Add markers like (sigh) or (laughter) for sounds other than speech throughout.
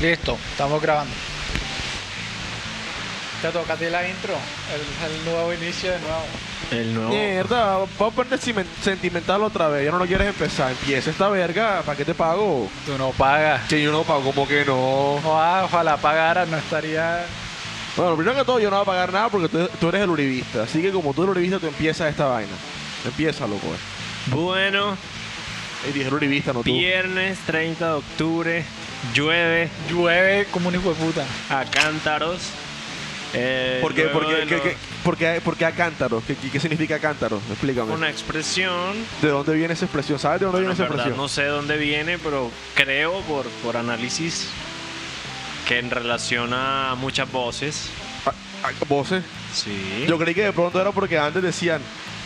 Listo, estamos grabando. Te toca a ti la intro, el, el nuevo inicio de nuevo. El nuevo. Mierda, vamos a ponerte simen- sentimental otra vez. Ya no lo quieres empezar. Empieza esta verga. ¿Para qué te pago? Tú no pagas. Che, yo no pago, como que no. Ojalá, ojalá pagara, no estaría. Bueno, primero que todo, yo no voy a pagar nada porque tú, tú eres el uribista. Así que como tú eres el uribista, tú empiezas esta vaina. Empieza, loco. eh. Bueno, Y dije el uribista, no tú. viernes 30 de octubre, llueve Llueve como un hijo de puta. a cántaros. Eh, Porque, luego porque, de lo- porque, porque a cántaro. ¿Qué, qué significa cántaro? Explícame. Una expresión. ¿De dónde viene esa expresión? ¿Sabes de dónde Bueno, en viene esa verdad expresión? no sé dónde viene, pero creo por, por análisis que en relación a muchas voces. Ah, voces. Sí. Yo creí que de pronto era porque antes decían,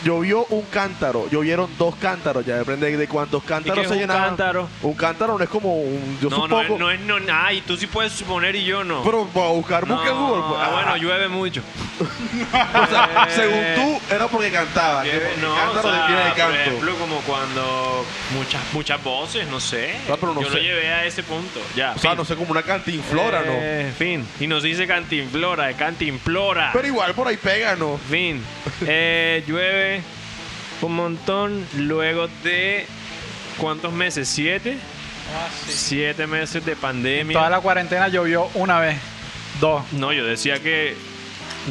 llovió un cántaro, llovieron dos cántaros, ya depende de cuántos qué cántaros es se un llenaban. cántaro? Un cántaro no es como un... Yo no, no, supongo, es- no es no, ah, y tú sí puedes suponer y yo no. Pero para buscar, busca en No, Google. pues. ah, bueno, Ah, llueve mucho. (laughs) o sea, según tú, era porque cantaba. que Llueve- porque no, o cántaro sea, viene de por canto. ejemplo, como cuando muchas muchas voces, no sé. Ah, pero no yo sé. lo llevé a ese punto. Ya. o sea, fin. no sé, como una cantinflora, ¿no? Eh, Fin. Y nos dice cantinflora, de cantinflora. Pero igual por ahí pega, ¿no? Fin. Eh, llueve un montón luego de cuántos meses, siete, Ah, siete meses de pandemia. Toda la cuarentena llovió una vez, dos. No, yo decía que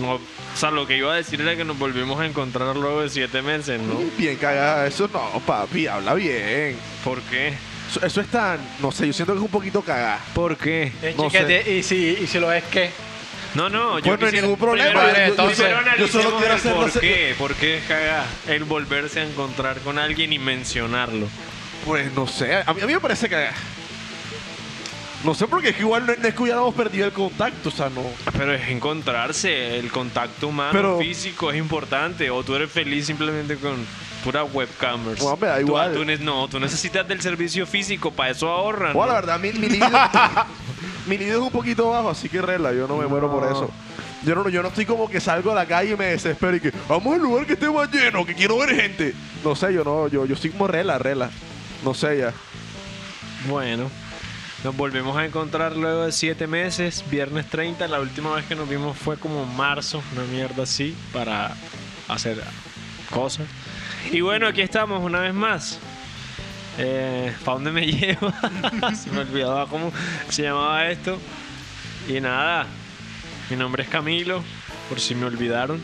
no, o sea, lo que iba a decir era que nos volvimos a encontrar luego de siete meses, ¿no? Bien cagada, eso no, papi, habla bien. ¿Por qué? Eso, eso es tan, no sé, yo siento que es un poquito cagada. ¿Por qué? Es No chiquete, y, si, y si lo es, ¿qué? No, no, yo Pues no hay quisiera- ningún problema. Primero, yo- yo- entonces, yo solo analicemos quiero el hacerlo ¿Por se- qué? ¿Por qué es cagada el volverse a encontrar con alguien y mencionarlo? Pues no sé, a mí, a mí me parece que. No sé, porque es que igual no, no es que hubiéramos perdido el contacto, o sea, no. Pero es encontrarse, el contacto humano, Pero- físico es importante. O tú eres feliz simplemente con pura webcamers. Bueno, me da Tú- igual. Tú, ne- no, tú necesitas del servicio físico, para eso ahorran. Bueno, la Ah, ¿no? verdad, mi, mi libido, mi libido es un poquito bajo, así que regla, yo no me muero por eso. Yo no, yo no estoy como que salgo a la calle y me desespero y que vamos a un lugar que esté más lleno, que quiero ver gente. No sé, yo no, yo, yo soy como regla, regla. No sé ya. Bueno, nos volvemos a encontrar luego de siete meses, viernes 30. La última vez que nos vimos fue como en marzo, una mierda así, para hacer cosas. Y bueno, aquí estamos una vez más. ¿Para dónde me (laughs) lleva? se me olvidaba cómo se llamaba esto. Y nada, mi nombre es Camilo, por si me olvidaron.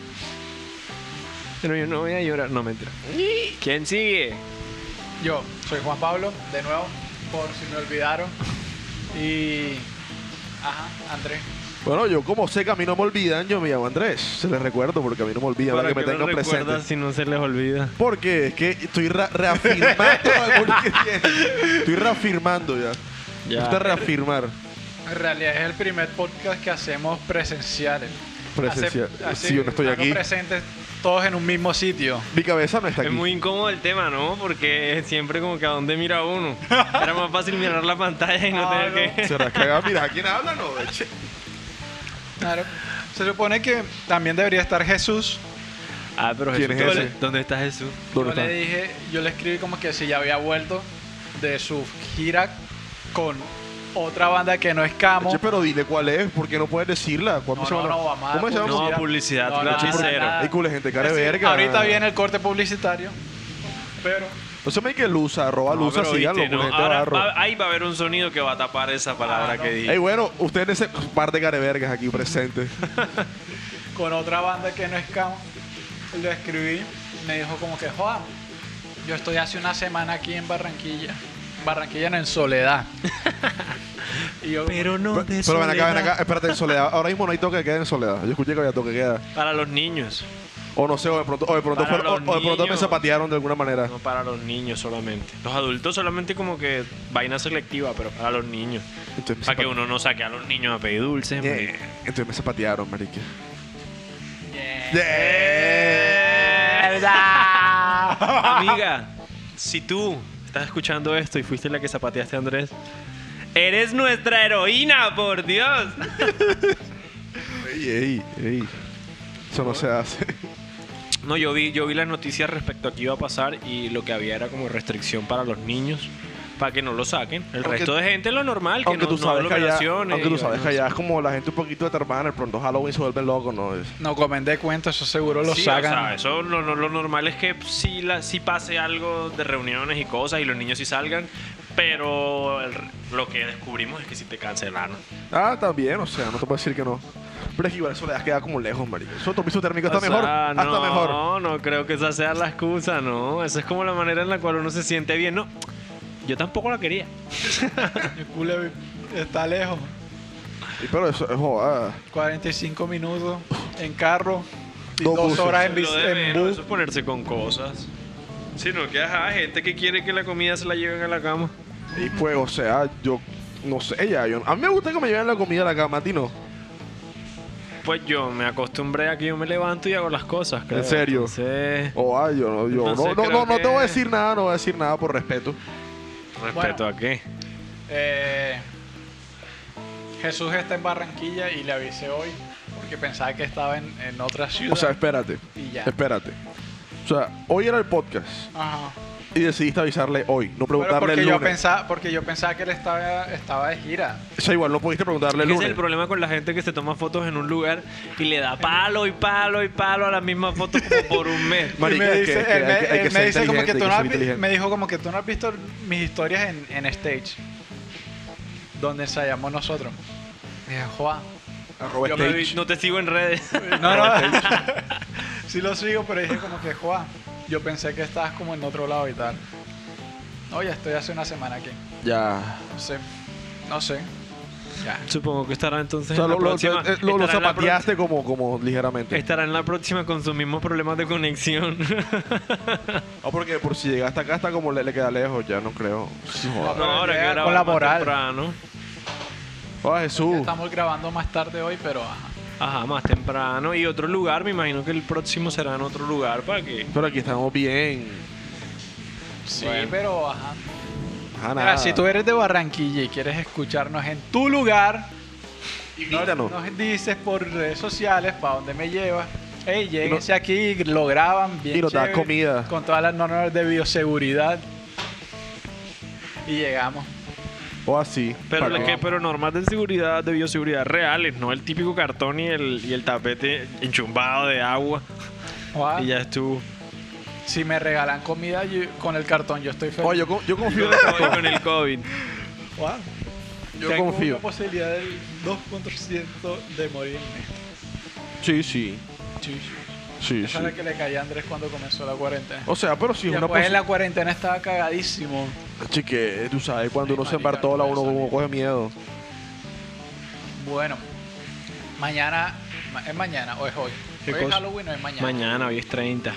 Pero yo no voy a llorar, no mentira. ¿Quién sigue? Yo soy Juan Pablo, de nuevo, por si me olvidaron. Y. Ajá, Andrés. Bueno, yo como sé que a mí no me olvidan, yo me llamo Andrés. Se les recuerdo porque a mí no me olvidan, para que me qué lo tengan presente. recuerdas si no se les olvida? Porque es que estoy ra- reafirmando (laughs) algo que tiene. Estoy reafirmando ya. Me Ya. gusta reafirmar. En realidad es el primer podcast que hacemos presencial. Presencial. Hace- Si yo no estoy algo aquí. presentes todos en un mismo sitio. Mi cabeza no está aquí. Es muy incómodo el tema, ¿no? Porque siempre como que a dónde mira (laughs) uno. Era más fácil mirar la pantalla y no Ah, tener que... Se rasca, mira, ¿a quién habla? No, Che. Claro. Se supone que también debería estar Jesús. Ah, pero ¿Quién Jesús, es ¿dónde- ese? ¿dónde está Jesús? Yo ¿Dónde le está? dije, yo le escribí como que si ya había vuelto de su gira con otra banda que no es Camo. Che, pero dile cuál es, porque no puedes decirla. ¿Cuándo No, se no, llama? no, vamos a ¿Cómo se dar llama? No, publicidad, No, claro, nada, sí, cero. nada. Ey, culo de gente, cara de Es decir, verga. Ahorita viene el corte publicitario. Pero No se me diga que Luza, arroba No, Luza, pero síganlo, viste, no, culo de gente ahora barro. va- ahí va a haber un sonido que va a tapar esa palabra Ah, no. que Ey, dije. bueno, ustedes en ese par de carevergas aquí presentes. con otra banda que no es Camo, lo escribí. Me dijo como que, Juan, yo estoy hace una semana aquí en Barranquilla. Barranquilla no, en (laughs) Soledad. y yo, Pero no Pero, de pero ven acá, ven soledad. acá. Espérate, en soledad. Ahora mismo no hay toque que queda en soledad. Yo escuché que había toque que queda. Para los niños. O no sé, o de pronto, o de pronto, Para fueron- o- los o de pronto me niños. zapatearon de alguna manera. No para los niños solamente. Los adultos solamente como que vaina selectiva, pero para los niños. Entonces me Para que zapate- uno no saque a los niños a pedir dulces. Yeah. Entonces me zapatearon, marica. "Yeah". Yeah. Amiga, si tú estás escuchando esto y fuiste la que zapateaste a Andrés, eres nuestra heroína, por Dios. Ey, ey, ey. Eso no se hace. No, yo vi, yo vi las noticias respecto a qué iba a pasar y lo que había era como restricción para los niños. para que no lo saquen. El Aunque- resto de gente es lo normal, que Aunque no, tú no sabes que allá, aglomeraciones aunque tú y sabes que vainas. allá es como la gente un poquito determinada, de pronto Halloween se vuelve loco, ¿no? Es- No comen de cuenta, eso seguro lo Sí, sacan. O sea, eso lo, lo- lo normal es que sí, la, sí pase algo de reuniones y cosas y los niños sí salgan, pero el- lo que descubrimos es que si te cancelaron. Ah, también, o sea, no te puedo decir que no. Pero es que igual eso le queda como lejos, marico. Eso tu piso térmico está O sea, mejor. Hasta no, mejor. No, no creo que esa sea la excusa, no. Esa es como la manera en la cual uno se siente bien, no. Yo tampoco la quería. El culo está lejos. Y pero eso es jodada. 45 minutos en carro y Dos dos, buses. horas en, Lo bici- de en menos, bus. eso es ponerse con cosas. Sino que, ajá, gente que quiere que la comida se la lleven a la cama. Y pues, o sea, yo no sé, ya. Yo, a mí me gusta que me lleven la comida a la cama, a ti no. Pues yo me acostumbré a que yo me levanto y hago las cosas. creo. serio? Entonces, O ay, yo no, yo no, Entonces, no, no, creo no te voy a que- decir nada, no voy a decir nada por respeto. Oh. respeto a qué. Eh, Jesús está en Barranquilla y le avisé hoy porque pensaba que estaba en, en otra ciudad. O sea, espérate, y ya. espérate. O sea, hoy era el podcast Ajá. y decidiste avisarle hoy, Pero no preguntarle porque el yo lunes. pensaba, porque yo pensaba que él estaba, estaba de gira. O sea, igual no pudiste preguntarle el Ese es lunes. el problema con la gente que se toma fotos en un lugar y le da palo y palo y palo a la misma foto como por un (laughs) mes. Y Marica, me es que- dice, es que él me, hay que- hay él que me ser dice como inteligente, que tú no hay que has ser vi- inteligente. me dijo como que tú no has visto mis historias en, en stage donde ensayamos nosotros. Y dije, "Joa". Arroba Yo me stage. vi- no te sigo en redes. No, no. (laughs) sí lo sigo, pero dije como que, Juan, yo pensé que estabas como en otro lado y tal. No, ya estoy hace una semana aquí. Ya. No sé. No sé. Ya. Supongo que estará entonces O sea, en la lo, lo- próxima. eh, lo- lo estará en la pro- zapateaste como, como ligeramente. estará en la próxima con sus mismos problemas de conexión. (laughs) Ah, porque por si llegaste acá está como le, le queda lejos, ya no creo. Sí, joda. pero ahora llega que con la grabamos moral. temprano. Ah, Ya Jesús. Estamos grabando más tarde hoy, pero ajá. Ajá, más temprano. Y otro lugar, me imagino que el próximo será en otro lugar para que. Pero aquí estamos bien. Sí, Bueno. pero ajá. Ajá, Mira, nada. si tú eres de Barranquilla y quieres escucharnos en tu lugar, Y no- grítanos. nos dices por redes sociales para dónde me llevas. Ey, lléguense aquí, lo graban bien. Y nos das chévere, comida. Con todas las normas de bioseguridad. Y llegamos. O así. Pero, Oh, ah, para la que, pero normas de seguridad, de bioseguridad reales, no el típico cartón y el, y el tapete enchumbado de agua. Guau. Y ya estuvo. Si me regalan comida yo- con el cartón, yo estoy feliz. Oye, yo, con- (laughs) yo confío Yo en el estoy cartón. con el COVID. Guau. Yo Tengo confío. una posibilidad del 2% de morirme. Sí, sí. Sí, sí. Sí, sí. Esa es la que le caí a Andrés cuando comenzó la cuarentena. O sea, pero si es una Después en persona. la cuarentena estaba cagadísimo. Chique, tú sabes, cuando Ay, uno se marica, embartola, no uno puede como salir. coge miedo. Bueno, mañana, ma- ¿es mañana o es hoy? ¿Qué hoy es cosa? Halloween o es mañana. Mañana, hoy es 30.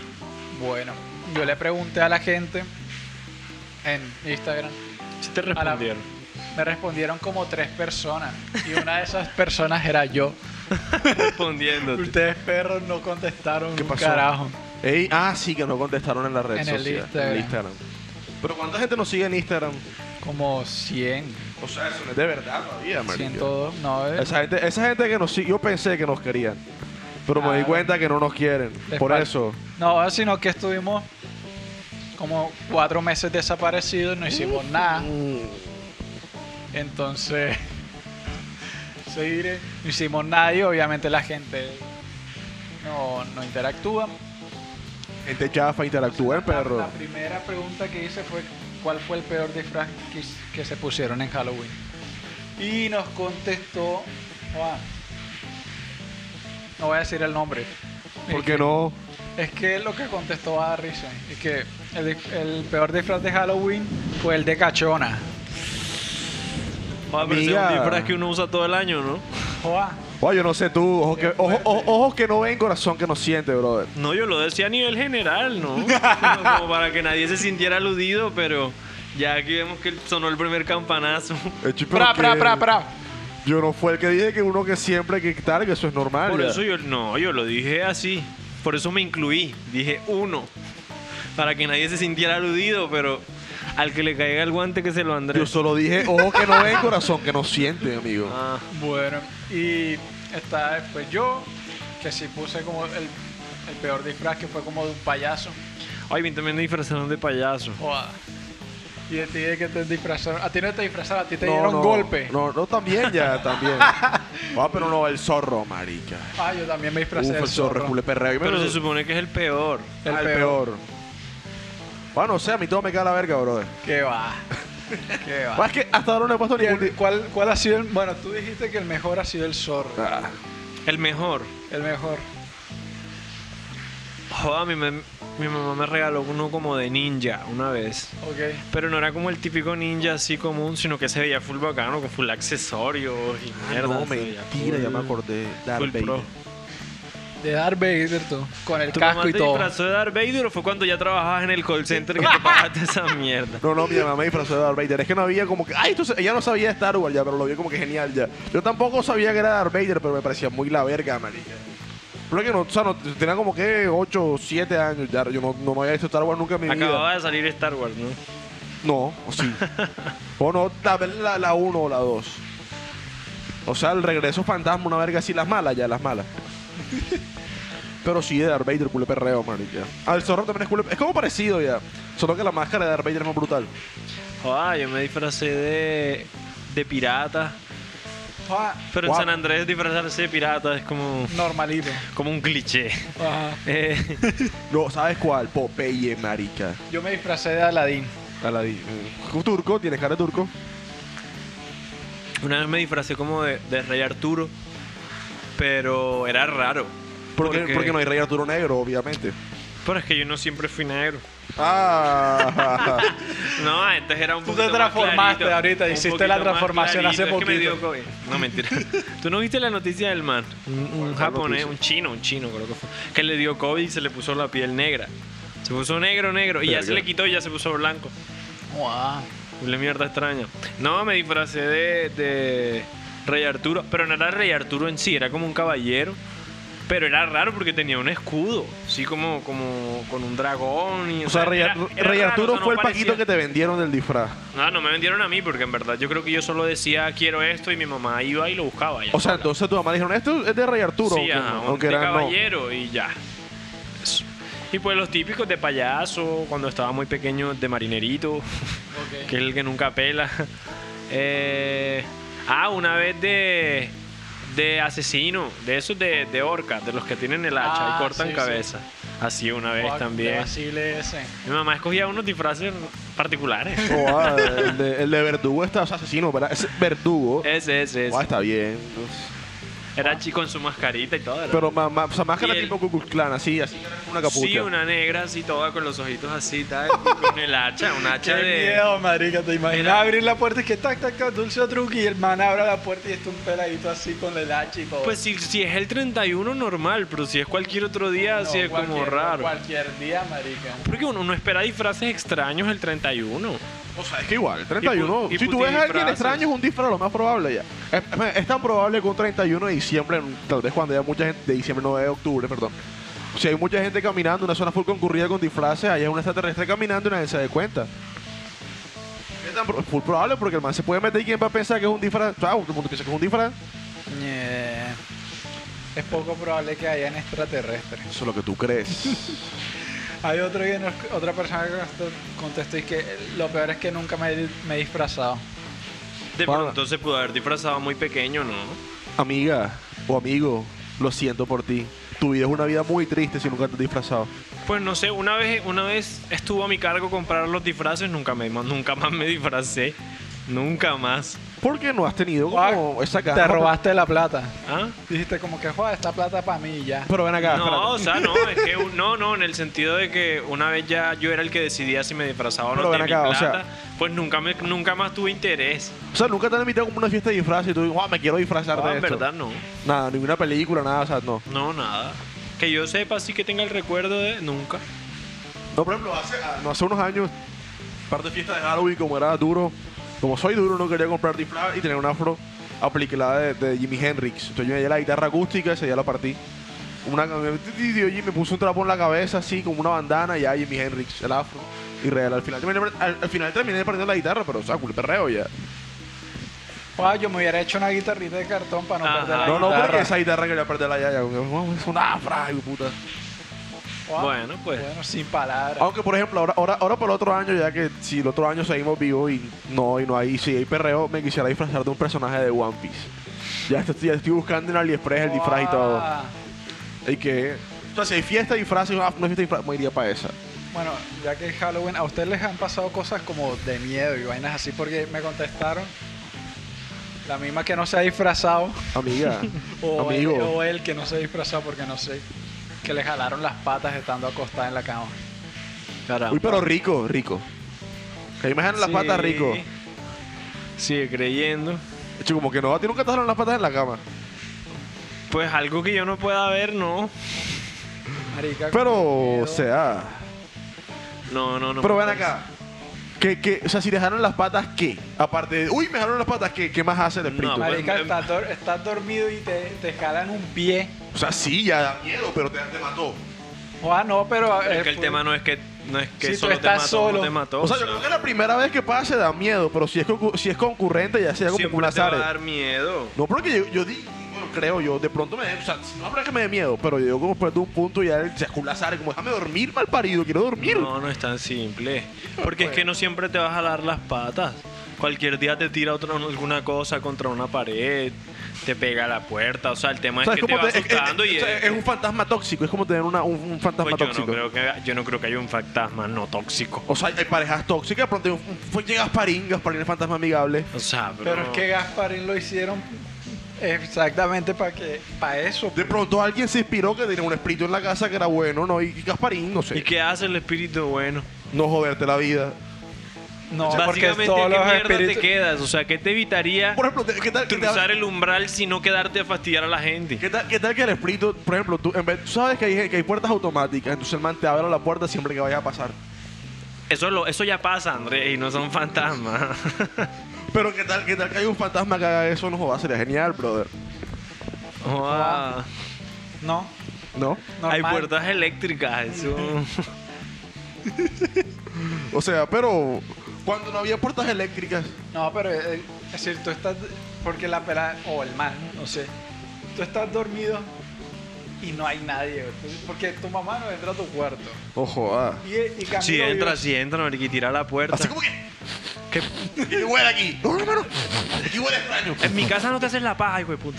Bueno, yo le pregunté a la gente en Instagram. Si te la- respondieron. Me respondieron como tres personas. Y una de esas personas era (laughs) yo. Respondiéndote. Ustedes perros no contestaron ¿Qué un pasó? carajo. Ey, ah, sí, que no contestaron en la red En el social. En Instagram. el Instagram. Pero ¿cuánta gente nos sigue en Instagram? Como 100, O sea, eso no es de verdad todavía, marica. 102, no, eh, Esa gente, esa gente que nos sigue, yo pensé que nos querían. Pero me di Claro. cuenta que no nos quieren. Les Por falta. eso. no, sino que estuvimos como cuatro meses desaparecidos, no hicimos Uh. nada. mm, Entonces, (laughs) seguiré. No hicimos nada y obviamente la gente no, no interactúa. Gente chafa, interactúa el La- perro. La, primera pregunta que hice fue cuál fue el peor disfraz que, que se pusieron en Halloween. Y nos contestó Juan. No voy a decir el nombre. ¿Por Es qué que- no? Es que lo que contestó a risa. Es que el, dif- el peor disfraz de Halloween fue el de cachona. Va, pero ese es un Amiga. disfraz que uno usa todo el año, ¿no? Joa, Oye, yo no sé tú. Ojos que, ojo- ojo- ojos que no ven, corazón que no siente, brother. No, yo lo decía a nivel general, ¿no? (laughs) Como para que nadie se sintiera aludido, pero ya aquí vemos que sonó el primer campanazo. Eh, chi, pero Pra, pra, que- pra, pra. Yo no fue el que dije que uno que siempre que tal, que eso es normal. Por Ah, ya. eso yo, no, yo lo dije así. Por eso me incluí. Dije uno. Para que nadie se sintiera aludido, pero al que le caiga el guante que se lo andré. Yo solo dije ojos que no ven, corazón que no siente, amigo. Ah, Bueno, y está después yo, que sí puse como el, el peor disfraz, que fue como de un payaso. Ay, bien, también me disfrazaron de payaso. Joda. Y Y a ti de que te disfrazaron. A ti no te disfrazaron, a ti te No, dieron no, golpe. No, no, también (laughs) ya, también. Ah, pero no, el zorro, marica. Ah, yo también me Uf, disfrazé. del el zorro, zorro. culé perreo. Pero se supone que es el peor. El el, peor. peor. Bueno, o sea, a mí todo me cae la verga, brother. ¿Qué (laughs) va? ¿Qué va? Más que hasta ahora no le he puesto ningún... ¿Cuál, di- cuál, cuál ha sido el.? Bueno, tú dijiste que el mejor ha sido el zorro. Ah, El mejor. El mejor. Joda, mi, mam- mi mamá me regaló uno como de ninja una vez. Ok. Pero no era como el típico ninja así común, sino que se veía full bacano, con full accesorios y ah, mierda. no, se veía mentira, ya me full- acordé. Darth full Vader. pro. De Darth Vader, tú. Con el ¿Tu casco mamá y te todo. disfrazó de Darth Vader o fue cuando ya trabajabas en el call (laughs) center que te pagaste esa mierda? No, no, mi mamá me disfrazó de Darth Vader. Es que no había como que. Ay, esto se- ella no sabía de Star Wars ya, pero lo vio como que genial ya. Yo tampoco sabía que era Darth Vader, pero me parecía muy la verga, marica. Pero es que no, o sea, no, tenía como que 8 o 7 años ya. Yo no, no me había visto Star Wars nunca en (laughs) mi vida. Acababa de salir Star Wars, ¿no? No, o sí. o no, tal vez la, la 1 o la 2. O sea, el regreso fantasma, una verga así, las malas ya, las malas. Pero sí, de Darth Vader, culo de perreo, marica. Al zorro también es culo. de- Es como parecido ya. Solo que la máscara de Darth Vader es más brutal. Joda, Ah, yo me disfracé de, de pirata. Ah, Pero Guau. en San Andrés disfrazarse de pirata es como, normalito. como un cliché. (laughs) Ajá. Eh, No, ¿sabes cuál? Popeye, marica. Yo me disfracé de Aladdin. Aladín. Turco, tienes cara de turco. una vez me disfracé como de, de Rey Arturo, pero era raro. Porque, Porque- porque no hay rey Arturo negro, obviamente. Pero es que yo no siempre fui negro. Ah, No, entonces era un Tú te poquito más transformaste clarito, ahorita, un hiciste poquito la más transformación hace clarito. Es que me dio poquito. COVID. no, (laughs) mentira. ¿Tú no viste la noticia del man? Un, un ¿Cuál japonés, noticia? un chino, un chino creo que fue. Que le dio COVID y se le puso la piel negra. Se puso negro, negro. Y ya Verga. se le quitó y ya se puso blanco. Wow. Una mierda extraña. No, me disfracé de, de Rey Arturo. Pero no era Rey Arturo en sí, era como un caballero. Pero era raro porque tenía un escudo. Así como, como con un dragón. Y, (laughs) o sea, Rey, era- Artu- era Rey raro, Arturo o sea, no fue el parecía- paquito que te vendieron del disfraz. no, no me vendieron a mí porque en verdad yo creo que yo solo decía quiero esto y mi mamá iba y lo buscaba. ya. O sea, entonces tu mamá dijeron, esto es de Rey Arturo. sí, ajá, un aunque de era no. caballero y ya. Eso. Y pues los típicos de payaso, cuando estaba muy pequeño, de marinerito, (laughs) que es el que nunca pela. (laughs) Eh, ah, una vez de, de asesino, de esos de, de orca, de los que tienen el hacha Ah, y cortan sí, sí. cabeza. Así una vez De también. Basile ese. Mi mamá escogía unos disfraces (laughs) particulares. Oh, ah, el, de, el de verdugo está o sea, asesino, ¿verdad? Es verdugo. ese, ese, ese. Ah, está bien. Era chico con su mascarita y todo. era- Pero más, más, o sea, máscara Y el- tipo Ku Klux Klan, así, así, una capucha. Sí, una negra así toda con los ojitos así, tal, y con el hacha, (laughs) un Qué hacha de... miedo, marica. Te imaginas Era- abrir la puerta y que tac, tac, tac, dulce o truqui. Y el man abre la puerta y está un peladito así con el hacha y todo. Pues si, si es el 31 normal, pero si es cualquier otro día, No, así es como cualquier- raro. Cualquier día, marica. Porque uno no espera disfraces extraños el 31. O sea, es que igual, 31. Y pu- y si tú puti ves a alguien disfraces. extraño, es un disfraz lo más probable ya. Es, es- es tan probable que un 31 de diciembre, tal vez cuando haya mucha gente, de diciembre, no de octubre, perdón. Si hay mucha gente caminando, una zona full concurrida con disfraces, allá hay un extraterrestre caminando y nadie se dé cuenta. Es tan pro- full probable porque el man se puede meter y quién va a pensar que es un disfraz. Claro, todo el mundo piensa que es un disfraz. Ñe. Es poco probable que hayan extraterrestres. Eso es lo que tú crees. (laughs) Hay otro que nos- otra persona que nos contestó y que lo peor es que nunca me, he- me he disfrazado. De Para. pronto se pudo haber disfrazado muy pequeño, ¿no? Amiga o amigo, lo siento por ti. Tu vida es una vida muy triste si nunca te has disfrazado. Pues no sé, una vez, una vez estuvo a mi cargo comprar los disfraces, nunca, me, nunca más me disfracé. Nunca más. Porque no has tenido como esa cara. Te robaste la plata. ¿Ah? Dijiste como que, joder, esta plata para mí y ya. Pero ven acá. espérate. (laughs) No, o sea, no, es que un- no, no, en el sentido de que una vez ya yo era el que decidía si me disfrazaba o no Pero de ven mi acá, plata, o sea- pues nunca me, nunca más tuve interés. O sea, nunca te han invitado como a una fiesta de disfraz y tú dices, "Ah, me quiero disfrazar Ah, de en esto. verdad no, Nada, ninguna película, nada, o sea, no. no nada. Que yo sepa sí que tenga el recuerdo de nunca. No, por ejemplo, hace, ah, no, hace unos años, parte de fiesta de Halloween, como era duro, como soy duro, no quería comprar disfraz y tenía un afro aplicada de, de Jimi Hendrix. Entonces yo llevé la guitarra acústica y ese día la partí. Una, y me puso un trapo en la cabeza, así, como una bandana, y ya Jimi Hendrix, el afro. Y real, al final, terminé- al, al final terminé perdiendo la guitarra, pero, o sea, culpa perreo ya. Joder, yo me hubiera hecho una guitarrita de cartón para no Ajá. perder la No, no, guitarra. porque esa guitarra quería perderla ya, ya. como, "Oh, Es una afra, hijo de puta. Wow. Bueno, pues. Bueno, sin palabras. Aunque, por ejemplo, ahora, ahora, ahora por otro año, ya que si el otro año seguimos vivos y no, y no hay, y si hay perreo, me quisiera disfrazar de un personaje de One Piece. Ya estoy, ya estoy buscando en AliExpress el disfraz y todo. Ah. Y que. O sea, si hay fiesta de disfraces, ah, no hay fiesta de disfraces, me iría para esa. Bueno, ya que es Halloween, a ustedes les han pasado cosas como de miedo y vainas así porque me contestaron la misma que no se ha disfrazado (laughs) Amiga. Oh, eh, o, él, amigo. o él que no se ha disfrazado porque no sé, que le jalaron las patas estando acostada en la cama. Caramba. Uy, pero rico, rico. Que ahí me jalan las eh. Sí. patas rico. Sigue creyendo. Hecho, como que no, a ti nunca te jalan las patas en la cama. Pues algo que yo no pueda ver, no. Marica, Pero, con o miedo. sea. No, no, no. pero me ven parece. acá. Que, que, o sea, si te jalan las patas, ¿qué? Aparte de. Uy, me jalan las patas, ¿qué? ¿Qué más hace el No, espíritu? marica. Marica, estás, dor- estás dormido y te, te jalan un pie. o sea, sí, ya da miedo, pero te, te mató. Ah, no, pero... Pero es eh, que el fu- pues, tema no es que, no es que Sí, tú solo te estás mató, solo. no te mató. O sea, yo creo que la primera vez que pasa se da miedo, pero si es, concu- si es concurrente ya sea como siempre un te va a azar. dar miedo. No, porque yo, yo di, bueno, creo yo, de pronto me, o sea, no habrá que me dé miedo, pero yo como pues, de un punto y ya el- se es un azar, como déjame dormir mal parido, quiero dormir. No, no es tan simple. Porque es que no siempre te vas a jalar las patas. Cualquier día te tira otra, alguna cosa contra una pared, te pega a la puerta. O sea, el tema O sea, es que te va te- es- es- asustando y o sea, es- es un fantasma tóxico, es como tener una- un, un fantasma Pues yo no, tóxico. creo que, yo no creo que haya un fantasma no tóxico. O sea, hay parejas tóxicas, de pronto hay un- fue- llega Gasparín, Gasparín es fantasma amigable. O sea, pero, Pero es que Gasparín lo hicieron exactamente para que para eso. De pronto alguien se inspiró que tenía un espíritu en la casa que era bueno, ¿no? Y Gasparín, no sé, ¿Y qué hace el espíritu bueno? no joderte la vida. No, porque Básicamente, ¿qué todos los mierda te espíritus... quedas? O sea, ¿qué te evitaría Por ejemplo, ¿qué tal? qué tal- cruzar el umbral si no quedarte a fastidiar a la gente? ¿Qué tal, qué tal que el espíritu, por ejemplo, tú, en vez- tú sabes que hay, que hay puertas automáticas, entonces el man te abre la puerta siempre que vaya a pasar. Eso, lo, eso ya pasa, Andrés, y no son fantasmas. (laughs) Pero qué tal, qué tal que hay un fantasma que haga eso, no jodas, sería genial, brother. Joda. No, ¿No? Hay normal. puertas eléctricas, (laughs) eso. O sea, pero cuando no había puertas eléctricas, No, pero eh, es decir, tú estás. Porque la pelada. O el man, no sé. Tú estás dormido y no hay nadie. güey. Tú- Porque tu mamá no entra a tu cuarto. ojo, ah. Y, y Camilo Si vive- entra, si entra, marica, y tira la puerta. Así como que, ¿Qué? que huele (laughs) aquí. No, no, no. Aquí huele extraño. En mi casa no te haces la paja, hijo de puta.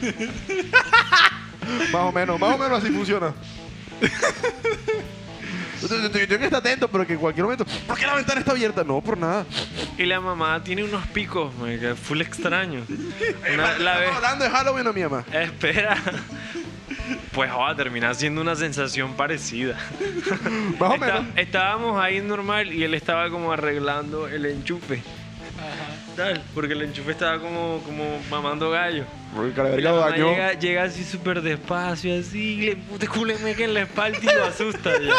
Más o menos, más o menos así funciona. (laughs) Yo tengo que estar atento, pero que en cualquier momento. ¿Por qué la ventana está abierta? No, por nada. Y la mamá tiene unos picos, marica, full extraño. Una- Estamos la vez- hablando de Halloween a mi mamá. Espera. Pues joda, termina siendo una sensación parecida. Más o Está- menos. estábamos ahí normal y él estaba como arreglando el enchufe. Ajá. Tal, porque el enchufe estaba como, como mamando gallo. Porque Y Calaverga la lo mamá dañó. llega, llega así súper despacio, así, y le puta culo meca en la espalda y lo asusta ya.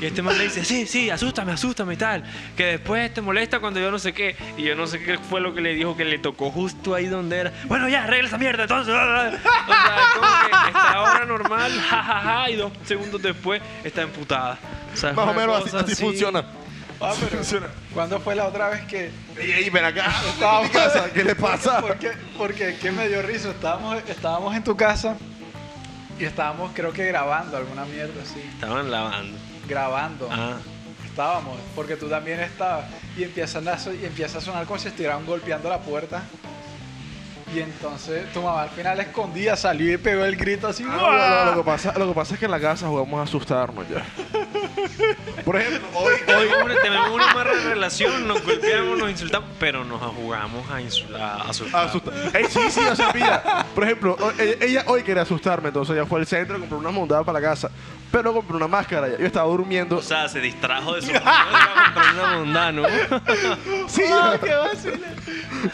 Y este man le dice, sí, sí, asústame, asústame y tal. Que después te molesta cuando yo no sé qué. Y yo no sé qué fue lo que le dijo, que le tocó justo ahí donde era. Bueno, ya, arregla esa mierda, entonces. (laughs) O sea, como que está ahora normal, (laughs) jajaja, y dos segundos después está emputada. O sea, es (laughs) Más o una menos así, cosa así (laughs) funciona. Ah, pero, (laughs) Funciona. ¿Cuándo fue la otra vez que.? Ey, ey, ven acá. (laughs) estaba en mi casa. ¿Qué (laughs) le (laughs) pasa? Porque, porque es que me dio risa. Estábamos, estábamos en tu casa y estábamos, creo que grabando alguna mierda así. Estaban lavando. Grabando. Ah. Estábamos, porque tú también estabas. Y empiezan a, so- y empieza a sonar como si estuvieran golpeando la puerta. Y entonces tu mamá al final escondida salió y pegó el grito así. No, "¡Uah!". no, no, Ah, lo, que pasa, lo que pasa es que en la casa jugamos a asustarnos (laughs) ya. Por ejemplo, hoy, hoy, Tenemos una- tenemos una mala relación, nos golpeamos, nos insultamos, pero nos jugamos a insultar. A asustar. asustar. Ey, sí, sí, o sea, pilla. Por ejemplo, hoy- ella, ella hoy quería asustarme, entonces ella fue al centro, compró unas montadas para la casa, pero compró una máscara ya. Yo estaba durmiendo. O sea, se distrajo de (laughs) su contra una bondad, ¿no? Sí, ¡Ay, qué vacila!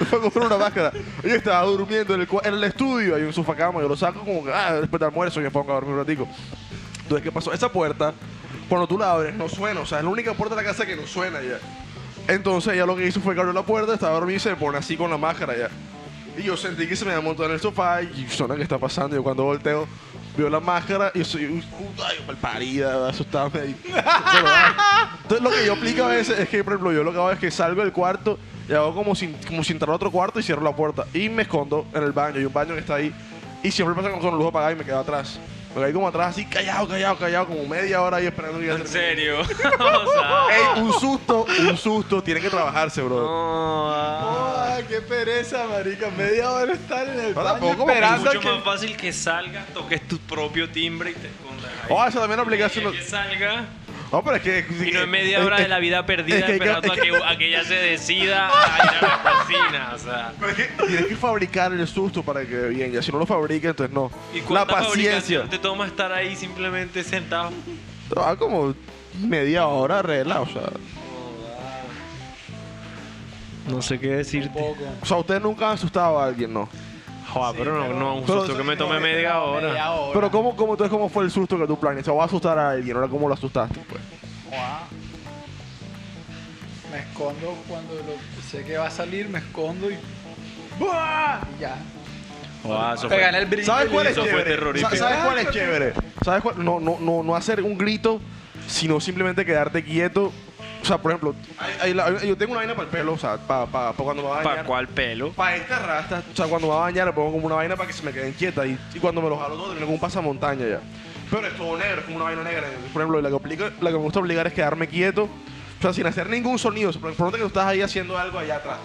fue a comprar una máscara. Yo estaba durmiendo en el, cua- en el estudio, hay un sofá cama, yo lo saco como que, ah, después de almuerzo, yo me pongo a dormir un ratico. Entonces, ¿qué pasó? Esa puerta, cuando tú la abres, no suena, o sea, es la única puerta de la casa que no suena ya. Entonces, ella lo que hizo fue que abrió la puerta, estaba dormida y se pone así con la máscara ya. Y yo sentí que se me había montado en el sofá y suena que está pasando. Yo cuando volteo, veo la máscara y soy un parida, asustado. (laughs) ahí. Se lo da. ah. Entonces lo que yo aplico a veces es que, por ejemplo, yo lo que hago es que salgo del cuarto y hago como si, como si entrara a otro cuarto y cierro la puerta. Y me escondo en el baño. Hay un baño que está ahí. Y siempre pasa con, con la luz apagada y me quedo atrás. Me caí como atrás así, callado, callado, callado, como media hora ahí esperando que ya En termine. serio. (laughs) o sea, Ey, un susto, un susto, tiene que trabajarse, bro. no, ah. Ay, qué pereza, marica. Media hora estar en el No, baño tampoco, porque Es esperando mucho que... más fácil que salgas, toques tu propio timbre y te escondas ahí. Oh, eso también Y aplica el que salga No, pero es que. y no es media eh, hora eh, de la vida perdida es que hay que- esperando es que- a, que, a que ella se decida a ir a la cocina. O sea, Pero es que tienes que fabricar el susto para que bien, ya si no lo fabrica, entonces no. ¿y La cuánta paciencia. fabricación te toma estar ahí simplemente sentado? Ah, como media hora regla, o sea. No sé qué decirte. Tampoco. O sea, ustedes nunca han asustado a alguien, ¿no? Joder, pero no, no, un pero- susto que me tome media hora. Pero ¿cómo, cómo, entonces, ¿cómo fue el susto que tú planeas? O sea, va a asustar a alguien, ahora cómo lo asustaste, pues. Guau. Me escondo cuando lo- sé que va a salir, me escondo y. ¡Buah! Y ya. Joder, eso Pegan fue. el brillo. ¿Sabes y cuál es Eso listo. fue chévere? terrorífico. Sa- ¿Sabes cuál es chévere? ¿Sabes cuál? No, no, no, no hacer un grito, sino simplemente quedarte quieto. O sea, por ejemplo, hay- hay la- yo tengo una vaina para el pelo, o sea, para cuando me va a ¿Para bañar. cuál pelo? Para esta rasta, o sea, cuando me va a bañar le pongo como una vaina para que se me queden quietas y, y cuando me los jalo todo tengo como un pasamontaña ya. Pero es todo negro, es como una vaina negra. Por ejemplo, la que, aplica- la que me gusta obligar es quedarme quieto, o sea, sin hacer ningún sonido. Por ejemplo, que tú estás ahí haciendo algo allá atrás.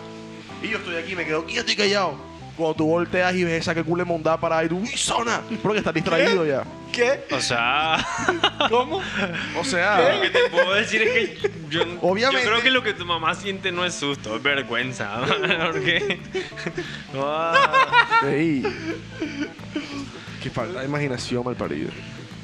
Y yo estoy aquí, me quedo quieto y callado. Cuando tú volteas y ves esa que cule mondada para ahí, tú, ¡uy, zona! Porque estás distraído ya. ¿Qué? O sea, (laughs) ¿Cómo? O lo que sea, te puedo decir es que yo, Obviamente. yo creo que lo que tu mamá siente no es susto, es vergüenza. (laughs) Porque. ey. Qué falta de imaginación, mal parido.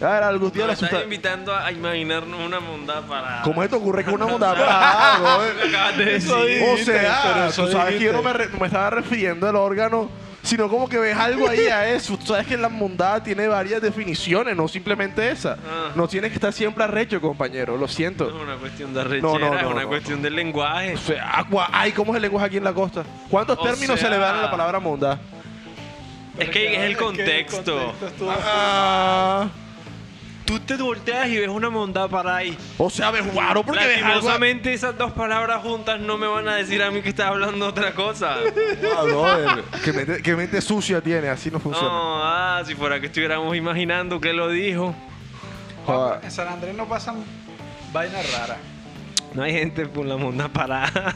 A ver, algún día Nos le estás asusta. invitando a imaginarnos una mondada para. ¿Cómo se te (laughs) ocurre que una mondada para brother? acabas de decir? Eso O dijiste, pero sea, eso tú sabes que yo dijiste. no me, re- no me estaba refiriendo al órgano, sino como que ves algo ahí a eso. Tú sabes que la mondada tiene varias definiciones, no simplemente esa. Ah. No tienes que estar siempre arrecho, compañero, lo No es siento. una cuestión de arrechera, No, no, es no, una no, cuestión de lenguaje. O sea, agua, ay, ¿cómo es el lenguaje aquí en la costa? ¿Cuántos O términos sea- se le dan a la palabra mondada? Es que es el contexto. estuvo- Ah, Tú te volteas y ves una mondada para ahí. o sea, ves guaro porque ves algo. Lastimosamente esas dos palabras juntas no me van a decir a mí que estás hablando otra cosa. Ah, brother, qué mente, qué mente sucia tiene, así no (laughs) funciona. No, ah, si fuera que estuviéramos imaginando que lo dijo. Ah, En San Andrés no pasan vainas raras. No hay gente por la monda parada.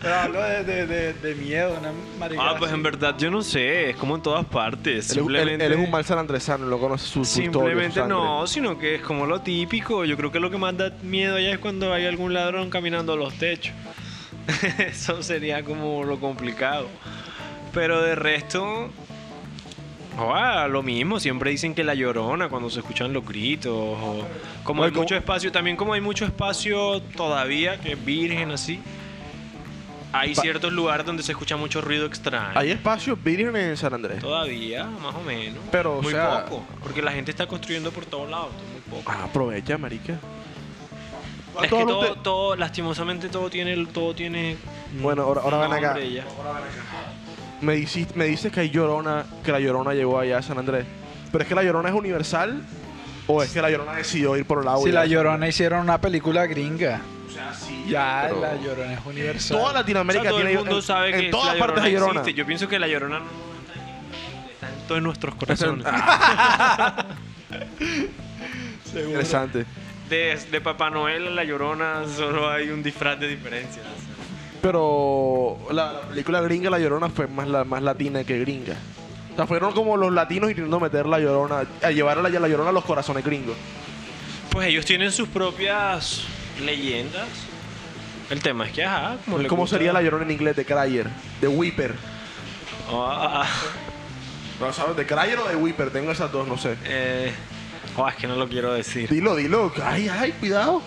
Pero hablo de, de, de, de miedo, una maricada ah, pues en así. verdad yo no sé, es como en todas partes. Él, es- él- Simplemente, él es un mal sanandresano, lo conoce su, su historia, su simplemente sangre. no, sino que es como lo típico. Yo creo que lo que más da miedo allá es cuando hay algún ladrón caminando a los techos. (laughs) Eso sería como lo complicado. Pero de resto, joa, lo mismo, siempre dicen que la llorona cuando se escuchan los gritos. o- como Oye, hay ¿cómo- mucho espacio, también como hay mucho espacio todavía que es virgen así. Hay Pa- ciertos lugares donde se escucha mucho ruido extraño. Hay espacios vírgenes en San Andrés. Todavía, más o menos. Pero, o muy sea- poco, porque la gente está construyendo por todos lados, muy poco. Ah, aprovecha, marica. Es Todo que lo todo, te- todo, lastimosamente todo tiene, todo tiene. Bueno, ahora, ahora ven acá. nombre ya. Me, dici- me dices que hay llorona, que la llorona llegó allá a San Andrés. Pero es que la llorona es universal o es que la llorona decidió ir por el lado. Si y- la llorona hicieron una película gringa. O sea, sí, Ya, pero- la llorona es universal. Toda O sea, Latinoamérica todo tiene el mundo en, sabe en que todas la partes hay llorona llorona. existe. Yo pienso que la llorona no está en todos nuestros (laughs) corazones. Ah. Interesante. De, de Papá Noel a la llorona solo hay un disfraz de diferencia. o sea. Pero la, la película gringa La Llorona fue más, la, más latina que gringa. O sea, fueron como los latinos intentando meter la llorona, a llevar a la, la llorona a los corazones gringos. Pues ellos tienen sus propias leyendas. El tema es que, ajá, como le ¿Cómo gusta- sería la llorona en inglés? De Cryer, de Whipper. Ah, No sabes, de Cryer o de Whipper, tengo esas dos, no sé. eh, oh, es que no lo quiero decir. Dilo, dilo. Ay, ay, cuidado.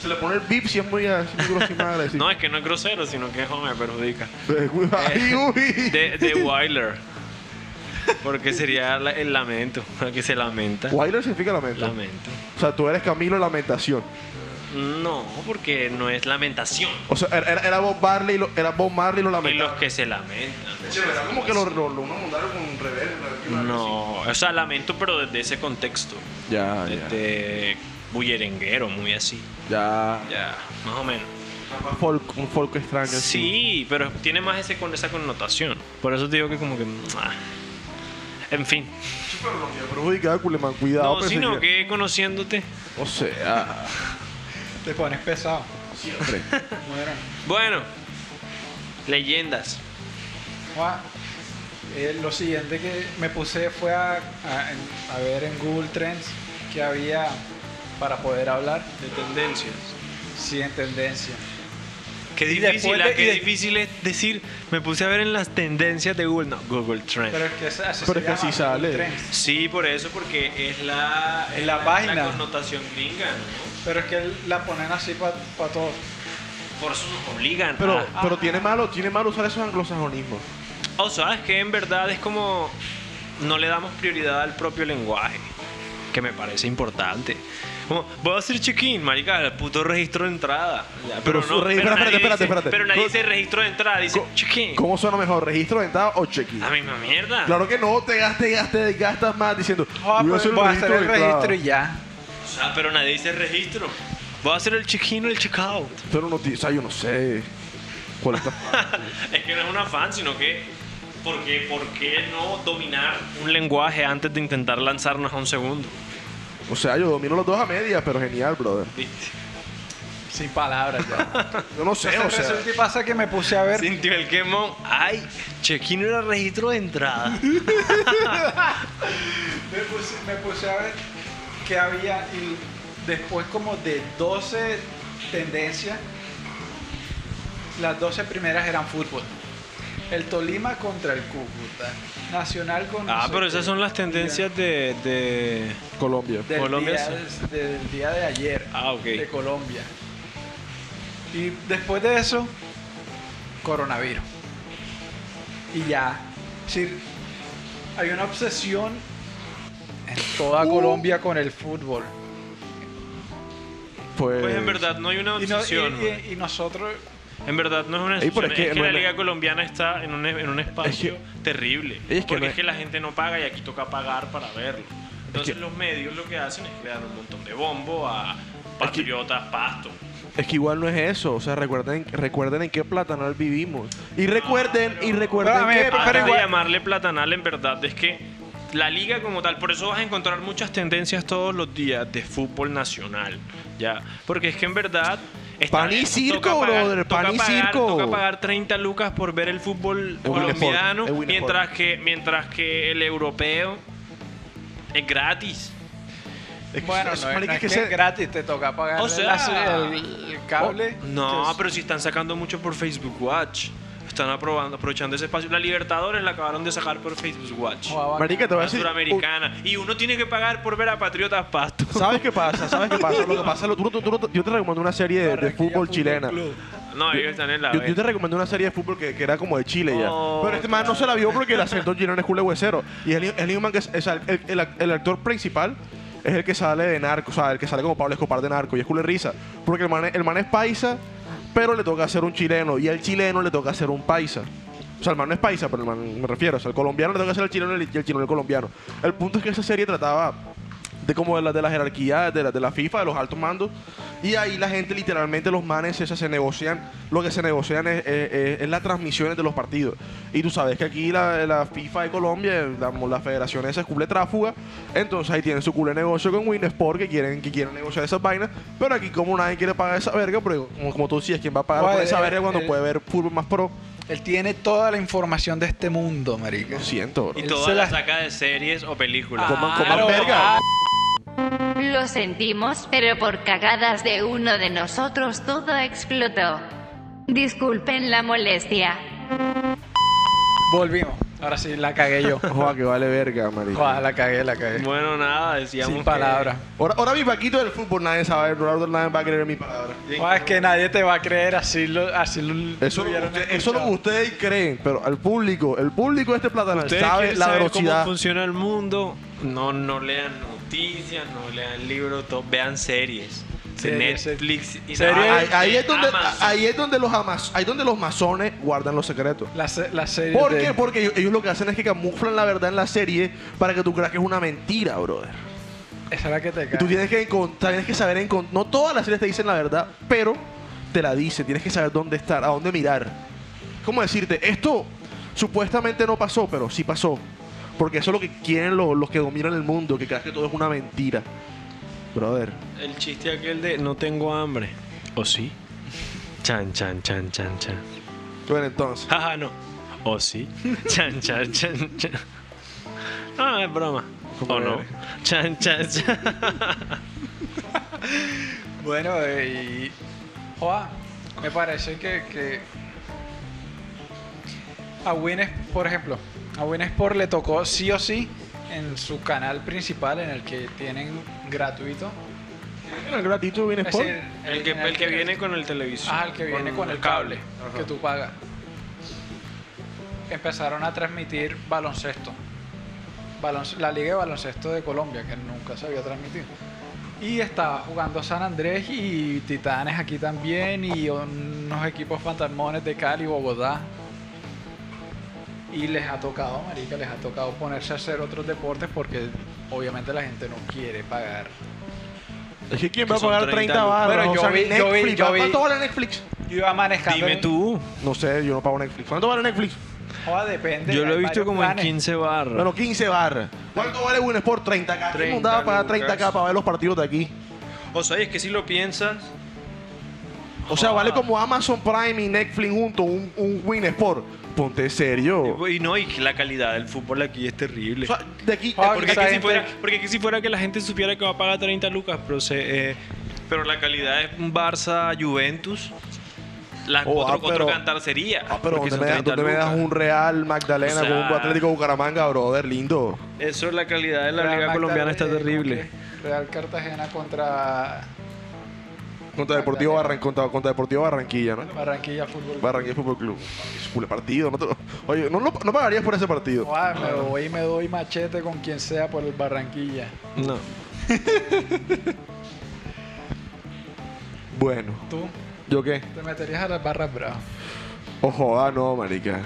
Se le pone el bip si es muy, así, muy grosera. decir. (laughs) No, es que no es grosero, sino que oh, me perjudica. (laughs) Ay, uy. Eh, De, (laughs) de Wyler. Porque sería la- el lamento. la Que se lamenta. Wilder significa lamento. Lamento. O sea, tú eres Camilo Lamentación. No, porque no es lamentación. O sea, era, era- era Bob Marley, lo, era Bob Marley lo Y los lamentaba. que se lamentan. Che, ¿verdad? Como que lo, lo, lo uno mandaron con un rebelde. No, o sea, lamento, pero desde ese contexto. Ah, Ya, Este- Desde bullerenguero, muy así. ya. Ya, más o menos. Más folk, un folk extraño. así. Sí, pero tiene más ese con esa connotación. Por eso te digo que como que. ah. En fin. Pero no me ha perjudicado, Culeman. Cuidado, no, pensé sino que- que conociéndote. O sea, ah, Te pones pesado. (laughs) siempre. Bueno, Bueno, leyendas. Juan, eh, lo siguiente que me puse fue a, a- en- a ver en Google Trends que había para poder hablar. De tendencias. Sí, en tendencia. Qué Y difícil, después ah, de- y qué de- difícil es decir, me puse a ver en las tendencias de Google. No, Google Trends. Pero es que esa- así, Pero se es que así llama, sale. Google Trends. Sí, por eso, porque es la, Es la página. connotación gringa, ¿no? Pero es que la ponen así para todos. Por eso nos obligan. Pero, a- pero tiene malo, tiene malo usar esos anglosajonismos. O sabes que en verdad es como no le damos prioridad al propio lenguaje, que me parece importante. Como, voy a hacer check-in, marica, el puto registro de entrada. Ya, Pero su registro- espérate, nadie espérate, dice- espérate. Pero nadie Co- dice registro de entrada, dice Co- check-in. ¿Cómo suena mejor? ¿Registro de entrada o check-in? La Ah. misma mierda. Claro que no, te gastas, y gastas, y gastas más diciendo. Joder, voy a pues, hacer el voy a hacer registro el de entrada. registro y ya. O sea, Ah, pero nadie dice registro. Voy a hacer el check-in o el check-out. (laughs) Pero no, ti- o sea, yo no sé. ¿Cuál está? (laughs) es que no es un afán, sino que porque por qué no dominar un lenguaje antes de intentar lanzarnos a un segundo, o sea, yo domino los dos a medias, pero genial, brother. ¿viste? Sin palabras (laughs) ya. Yo no sé, Entonces, o (laughs) sea. resulta y pasa que me puse a ver. Sintió el quemón. Ay, check-in era registro de entrada. (laughs) Me puse, me puse a ver que había y después como de 12 tendencias, las 12 primeras eran fútbol. El Tolima contra el Cúcuta. Nacional con... no Ah, sé pero qué. esas son las tendencias de. de- Colombia. del Colombia, Día, del día de ayer. Ah, ok. De Colombia. Y después de eso, coronavirus. Y ya. Es decir, hay una obsesión en toda Uh. Colombia con el fútbol. Pues, Pues en verdad no hay una Y, no- y- obsesión. y- man. y nosotros, en verdad no es una Ey, pero obsesión. es Es que que, no la es- liga colombiana está en un, en un espacio terrible. Ey, es que porque no es es- que la gente no paga y aquí toca pagar para verlo. Entonces los medios lo que hacen es crear un montón de bombo a patriotas, pasto. es que igual no es eso. O sea, recuerden, recuerden en qué platanal vivimos. Y recuerden, y recuerden Espérame, que. espérame. Antes igual- de llamarle platanal, en verdad es que la liga como tal, por eso vas a encontrar muchas tendencias todos los días de fútbol nacional, ya, porque es que en verdad está- Pan y toca circo, pagar- brother, toca pan y pagar- circo. Toca pagar 30 lucas por ver el fútbol En Winsport, colombiano, en Winsport. mientras que mientras que el europeo es gratis. Es que- bueno, no, es- no marica, es que se- es gratis, te toca pagar O sea, oh, el, el cable. No, Entonces, pero si están sacando mucho por Facebook Watch. Están aprobando, aprovechando ese espacio. La Libertadores la acabaron de sacar por Facebook Watch. jugaba- Marica, te voy La a decir. suramericana. Y uno tiene que pagar por ver a Patriotas Pasto. (laughs) ¿Sabes qué pasa? ¿Sabes qué pasa? Lo que pasa es que yo te recomiendo una serie de, de Barranquilla fútbol Fútbol chilena. Club. No, ellos están en la Yo, B. yo te recomendé una serie de fútbol que, que era como de Chile ya. Oh, Pero este man no se la vio porque el acento chileno es culo de huesero. Y el, el, mismo man que es- es el, el- el ac- el actor principal es el que sale de narco, o sea, el que sale como Pablo Escobar de narco y es culo de risa. Porque el man, es- el man es paisa, pero le toca ser un chileno y al chileno le toca ser un paisa. O sea, el man no es paisa, pero el man me refiero. O sea, el colombiano le toca ser el chileno y el- y el chileno el colombiano. El punto es que esa serie trataba de como de la, de la jerarquía de la, de la FIFA, de los altos mandos. Y ahí la gente, literalmente, los manes o sea, se negocian. Lo que se negocian es, es- es- es las transmisiones de los partidos. Y tú sabes que aquí la, la FIFA de Colombia, la, la federación esa es cule tráfuga. Entonces ahí tienen su culo de negocio con Winsport que quieren, que quieren negociar esas vainas. Pero aquí, como nadie quiere pagar esa verga, pero como, como tú decías, ¿quién va a pagar Oye, por esa verga cuando el- puede ver fútbol más pro? Él tiene toda la información de este mundo, marica. Lo siento, bro. Y Él todas se la- las saca de series o películas. Coman- coman Claro, ah, verga. Lo sentimos, pero por cagadas de uno de nosotros todo explotó. Disculpen la molestia. Volvimos. Ahora sí, la cagué yo. Joder, que vale verga, marica. Joder, la cagué, la cagué. Bueno, nada, decíamos. Sin que- palabras. Ahora, ahora mi paquito del fútbol nadie sabe, Ronaldo nadie va a creer en mi palabra. Joder, es que nadie te va a creer así lo, así lo, Eso, lo lo, hubieran usted- eso lo escuchado. ustedes creen, pero al público, el público de este platanal Ustedes sabe quieren la saber velocidad. cómo funciona el mundo. No, no lean noticias, no lean libros, to- vean series. De Series, Netflix y series. nada. Ahí, ahí es donde, Amazon. ahí es donde los amas- ahí es donde los masones guardan los secretos. La, se- la serie ¿Por de- qué? Porque ellos, ellos lo que hacen es que camuflan la verdad en la serie para que tú creas que es una mentira, brother. Esa es la que te Y tú cae. tienes que encontrar, tienes que saber encontrar. No todas las series te dicen la verdad, pero te la dicen. Tienes que saber dónde estar, a dónde mirar. ¿Cómo decirte? Esto supuestamente no pasó, pero sí pasó. Porque eso es lo que quieren los, los que dominan el mundo, que creas que todo es una mentira. Brother. El chiste aquel de no tengo hambre. ¿O sí? Chan, chan, chan, chan, chan. Bueno, entonces. Jaja, Ah, no. ¿O (laughs) sí? Chan, chan, chan, chan. Ah, es broma. ¿Cómo ¿O no? eres? Chan, chan, chan. Bueno, eh, y. Joa, me parece que. que a Winnes, por ejemplo, a Winsport le tocó sí o sí en su canal principal, en el que tienen gratuito. El gratuito viene Es por. decir, El que, en el que viene con el televisor. Ah, el que viene con el cable que tú pagas. Empezaron a transmitir baloncesto. Balonce- la Liga de Baloncesto de Colombia, que nunca se había transmitido. Y estaba jugando San Andrés y Titanes aquí también y unos equipos fantasmones de Cali, Bogotá. Y les ha tocado, marica, les ha tocado ponerse a hacer otros deportes porque obviamente la gente no quiere pagar. Es que quién que va a son pagar 30, 30 barras. Bueno, o yo sea, vi- yo vi- Netflix. yo ¿va- vi- ¿Cuánto vale Netflix? Yo iba manejando... Dime en- tú. No sé, yo no pago Netflix. ¿Cuánto vale Netflix? Joda, depende. Yo lo he hay visto varios como en planes. 15 barras. Bueno, 15 barras. ¿Cuánto vale Winsport? 30k. ¿Quién 30 mundaba pagar lucas. 30k para ver los partidos de aquí? o sea, es que si lo piensas, O sea, Joda. vale como Amazon Prime y Netflix juntos, un, un Winsport. Ponte serio. O Y no, y que la calidad del fútbol aquí es terrible. Oh. sea, de aquí. Ah, porque pues. porque, aquí esa si gente- fuera, porque aquí si fuera que la gente supiera que va a pagar 30 lucas, pero, se, eh, pero la calidad es un Barça-Juventus, las Oh, cuatro, ah, cuatro pero- cantarserías. Ah, pero porque ¿dónde son me, das- 30 dónde me das lucas. un Real Magdalena O sea- con un Atlético Bucaramanga, brother? Lindo. Eso es la calidad de la Real liga Magdalena, colombiana, está eh, terrible. ¿cómo que? Real Cartagena contra Contra Deportivo, Barran, contra, contra Deportivo Barranquilla, ¿no? Barranquilla Fútbol. Club. Barranquilla Fútbol Club. Es culo de partido. No (laughs) te lo- Oye, no, lo- no pagarías por ese partido. Joder, me voy y me doy machete con quien sea por el Barranquilla. No. Bueno, ¿Tú ¿yo qué? te meterías a las barras bravas? Ojo, ah, no, marica.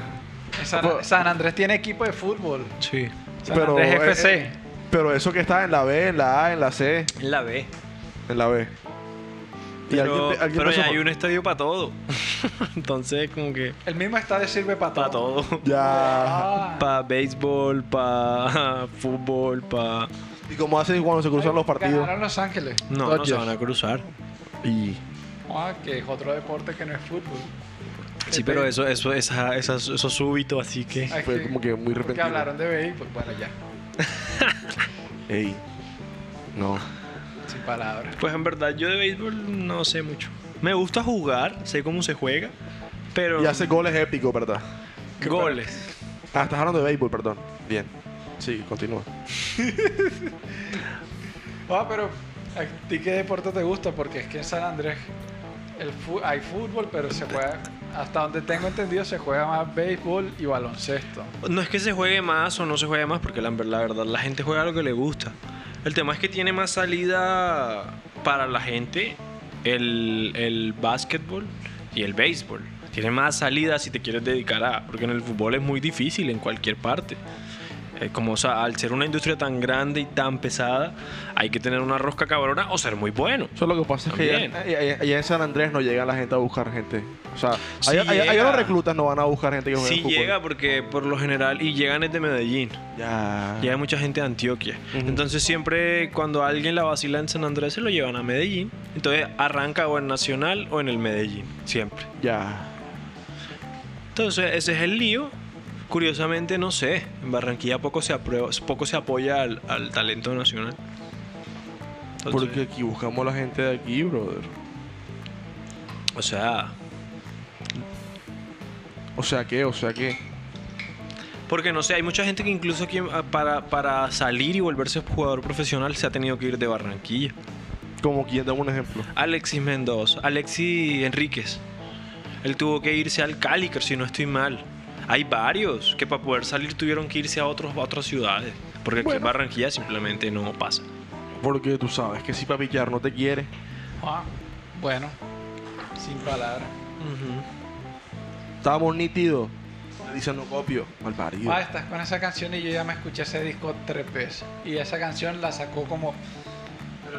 Ojo. San, San Andrés tiene equipo de fútbol. Sí. San Pues- Pero, Andrés eh, FC. eh, Pero eso que está en la B, en la A, en la C, En la B. en la B. Y Pero, alguien- alguien pero pasó ya hay por- un estadio para todo. (laughs) Entonces, como que... el mismo estadio sirve para Para todo. todo. Ya. Ah, Para béisbol, para (laughs) fútbol, para... ¿Y cómo hacen cuando se cruzan los partidos? Ganaron Los Ángeles. No, no se Dodgers. van a cruzar. Y. Ah, que es otro deporte que no es fútbol. Sí, pero eso, eso, esa, esa- eso súbito, así que. Ay, Fue como que muy porque repentino. hablaron de béisbol, bueno, ya, Ey. No. sin palabras. Pues en verdad, yo de béisbol no sé mucho. Me gusta jugar, sé cómo se juega, pero. Y hace goles épicos, ¿verdad? goles. Ah, estás hablando de béisbol, perdón. Bien. Sí, continúa. Ah, pero ¿a ti qué deporte te gusta? Porque es que en San Andrés el fu- hay fútbol, pero se juega, hasta donde tengo entendido, se juega más béisbol y baloncesto. No es que se juegue más o no se juegue más, porque la, la verdad la gente juega lo que le gusta. El tema es que tiene más salida para la gente el, el básquetbol y el béisbol. Tiene más salida si te quieres dedicar a. Porque en el fútbol es muy difícil en cualquier parte. Eh, como o sea, al ser una industria tan grande y tan pesada, hay que tener una rosca cabrona o ser muy bueno. Eso lo que pasa es que También. allá, allá- allá en San Andrés no llega la gente a buscar gente. O sea, Sí allá, allá- allá llega. los reclutas no van a buscar gente que juegue Sí fútbol. llega porque por lo general y llegan desde Medellín. Ya. Y hay mucha gente de Antioquia. Ujú. Entonces siempre cuando alguien la vacila en San Andrés se lo llevan a Medellín. Entonces arranca o en Nacional o en el Medellín. Siempre. Ya. Entonces ese es el lío. Curiosamente no sé. En Barranquilla poco se, aprueba- poco se apoya al, al talento nacional. Entonces, Porque aquí buscamos a la gente de aquí, brother. O sea... O sea que, o sea que. Porque no sé, hay mucha gente que incluso aquí, ah, para, para salir y volverse jugador profesional se ha tenido que ir de Barranquilla. Como quien da un ejemplo. Alexis Mendoza, Alexis Enríquez. Él tuvo que irse al Cali, que si no estoy mal. Hay varios que para poder salir tuvieron que irse a, otros, a otras ciudades. Porque aquí en Bueno. Barranquilla simplemente no pasa. Porque tú sabes que si Papiquear no te quiere. Ah, bueno, sin palabras. Estábamos nítidos. Le dicen no copio. Mal parido. Ah, estás con esa canción y yo ya me escuché ese disco tres veces. Y esa canción la sacó como,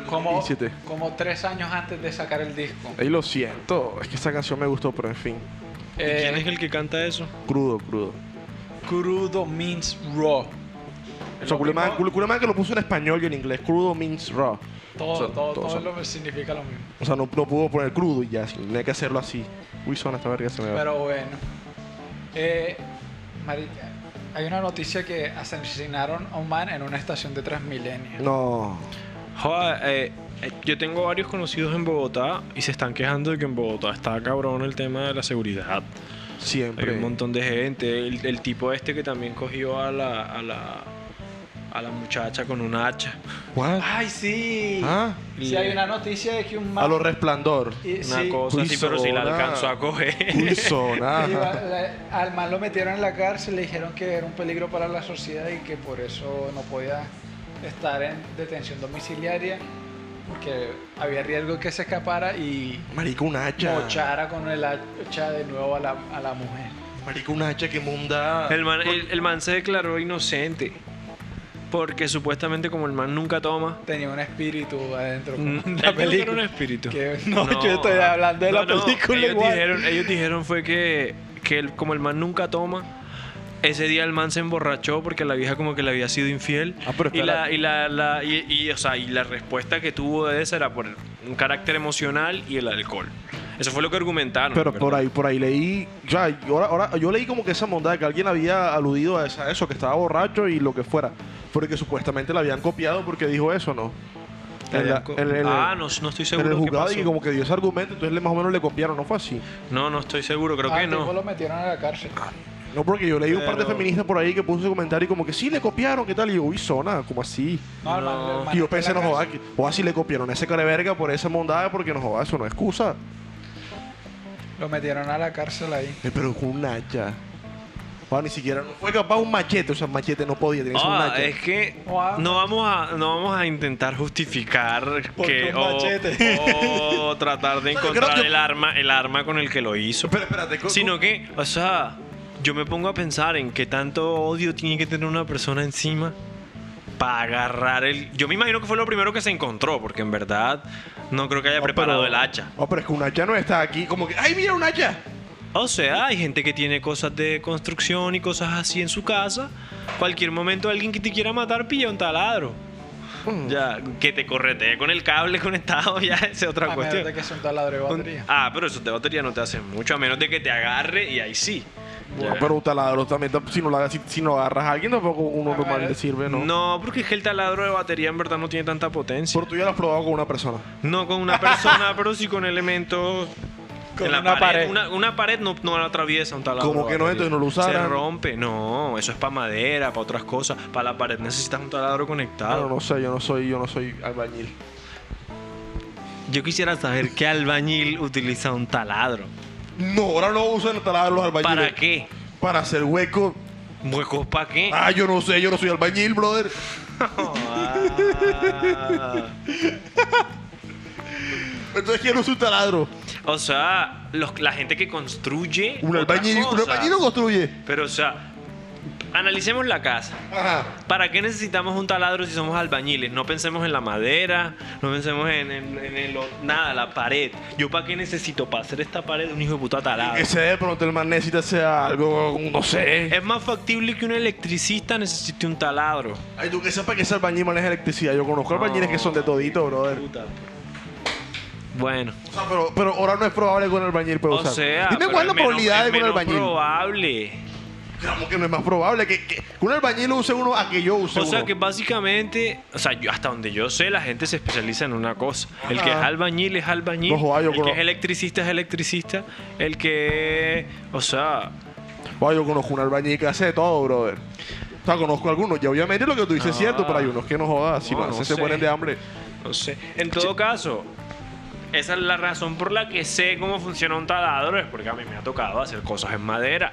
como, 2017. como tres años antes de sacar el disco. Ahí lo siento. Es que esa canción me gustó, pero en fin. ¿Y Eh, quién es el que canta eso? Crudo, crudo. Crudo means raw. O sea, Lo Cooler Man, mismo- Cool- Cooler Man que lo puso en español y en inglés. Crudo means raw. Todo, O sea, todo, todo, todo, o sea, lo significa lo mismo. O sea, no, no pudo poner crudo y ya. Tiene que hacerlo así. Uy, son esta verga se me va. Pero bueno. Eh, marica, hay una noticia que asesinaron a un man en una estación de Transmilenio. No. Joder, eh, eh, yo tengo varios conocidos en Bogotá y se están quejando de que en Bogotá está cabrón el tema de la seguridad. Hay Siempre. un montón de gente. El, el tipo este que también cogió a la, a la, a la muchacha con un hacha. What? ¡Ay, sí! Ah. Sí, hay una noticia de que un man... A lo resplandor. y- Una sí, cosa así, pero si la Uy, alcanzó a zona. (laughs) coger. Wilson, y va- (laughs) ajá. la- al man lo metieron en la cárcel, le dijeron que era un peligro para la sociedad y que por eso no podía estar en detención domiciliaria porque había riesgo que se escapara y Marico, un hacha. mochara con el hacha de nuevo a la, a la mujer. Marico, un hacha que munda. El man, el- el man se declaró inocente. Porque supuestamente como el man nunca (laughs) toma. Tenía un espíritu adentro. como Mm, la ellos película. eran un espíritu. (laughs) Que- no, yo estoy hablando de no, la no, película ellos igual. Dijeron, ellos dijeron fue que, que el- como el man nunca toma, ese día el man se emborrachó porque la vieja como que le había sido infiel. Ah, pero y la, espera. y la, la- y, y, o sea, y la respuesta que tuvo de esa era por un carácter emocional y el alcohol. Eso fue lo que argumentaron. Pero Mm, ¿verdad? por ahí, por ahí leí. O sea, yo, ahora, ahora- yo leí como que esa mondada que alguien había aludido a, esa- a eso, que estaba borracho y lo que fuera. Porque supuestamente la habían copiado porque dijo eso, ¿no? En la- en el- ah, no, no estoy en seguro. el qué juzgado y pasó. que como que dio ese argumento, entonces le- más o menos le copiaron, no fue así. No, no estoy seguro, creo Ah, que al tipo no. Ah, lo metieron a la cárcel. No, porque yo leí un par de Pero- feministas por ahí que puso ese comentario y como que sí le copiaron, ¿qué tal? Y yo, uy, zona, como así. No, el man- No. el man Y yo está en pensé, la no jodas, cárcel. o así le copiaron a ese cara de verga por esa mondada porque no jodas, eso no es excusa. Lo metieron a la cárcel ahí. Eh, pero con un hacha. Joda, ni siquiera no fue capaz un machete, o sea, machete no podía, tenía que ser un Ah, hacha. es que Wow. no vamos a no vamos a intentar justificar Porque que un machete. o, (laughs) o tratar de O sea, yo encontrar creo que- el arma el arma con el que lo hizo, Pero espérate, co- sino que, o sea, yo me pongo a pensar en qué tanto odio tiene que tener una persona encima para agarrar el yo me imagino que fue lo primero que se encontró, porque en verdad no creo que haya No, preparado pero- el hacha. No, pero es que un hacha no está aquí, como que, ¡ay, mira un hacha! Ah, O sea, hay gente que tiene cosas de construcción y cosas así en su casa. Cualquier momento alguien que te quiera matar pilla un taladro. Ya, que te corretee con el cable conectado, (laughs) ya esa es otra A menos de cuestión. que sea un taladro de Un- Ah, batería. Ah, pero eso de batería no te hace mucho, a menos de que te agarre y ahí sí. Bueno, Ya. pero un taladro también, tam- si no, la, si, si no agarras a alguien, tampoco uno Ah, normal vale. le sirve, ¿no? No, porque es que el taladro de batería en verdad no tiene tanta potencia. Pero tú ya lo has probado con una persona. No con (laughs) una persona, pero sí con elementos. Con en la una pared. Una, una pared no, no la atraviesa un taladro. Como que no, batería. entonces no lo Se usaran. rompe, no. Eso es para madera, para otras cosas. Para la pared necesitas un taladro conectado. Claro, no sé, yo no soy, yo no soy albañil. Yo quisiera saber qué albañil utiliza un taladro. No, ahora no usan taladros los albañiles. ¿Para qué? Para hacer hueco. ¿Huecos para qué? Ah, yo no sé, yo no soy albañil, brother. (laughs) Ah. Entonces, ¿quién usa un taladro? o sea, los- la gente que construye. Un otras albañil, un cosas. albañil no construye. Pero, o sea, analicemos la casa. Ajá. ¿Para qué necesitamos un taladro si somos albañiles? No pensemos en la madera, no pensemos en, en- en el o- nada, la pared. ¿Yo para qué necesito para hacer esta pared un hijo de puta taladro? Ese de pronto el man necesita sea algo, no sé. Es más factible que un electricista necesite un taladro. Ay, tú que sepas que ese albañil maneja electricidad. Yo conozco albañiles que son de todito, brother. Puta. Bueno, O sea, pero, pero ahora no es probable con el albañil puede o usar. sea, Dime pero cuál es la menos- probabilidad de es con el menos albañil. probable. Digamos que no es más probable que, que un albañil use uno a que yo use O sea uno. que básicamente, o sea, yo, hasta donde yo sé, la gente se especializa en una cosa. El que es Ajá. albañil es albañil, No, joda, yo el que conozco- es electricista es electricista, el que, o sea, Guau, yo conozco un albañil que hace de todo, brother. O sea, conozco algunos. Y obviamente lo que tú dices es Ah. cierto, pero hay unos que no jodas. Si No, lo no hacen, sé. se mueren de hambre. No sé. En todo caso, esa es la razón por la que sé cómo funciona un taladro, es porque a mí me ha tocado hacer cosas en madera.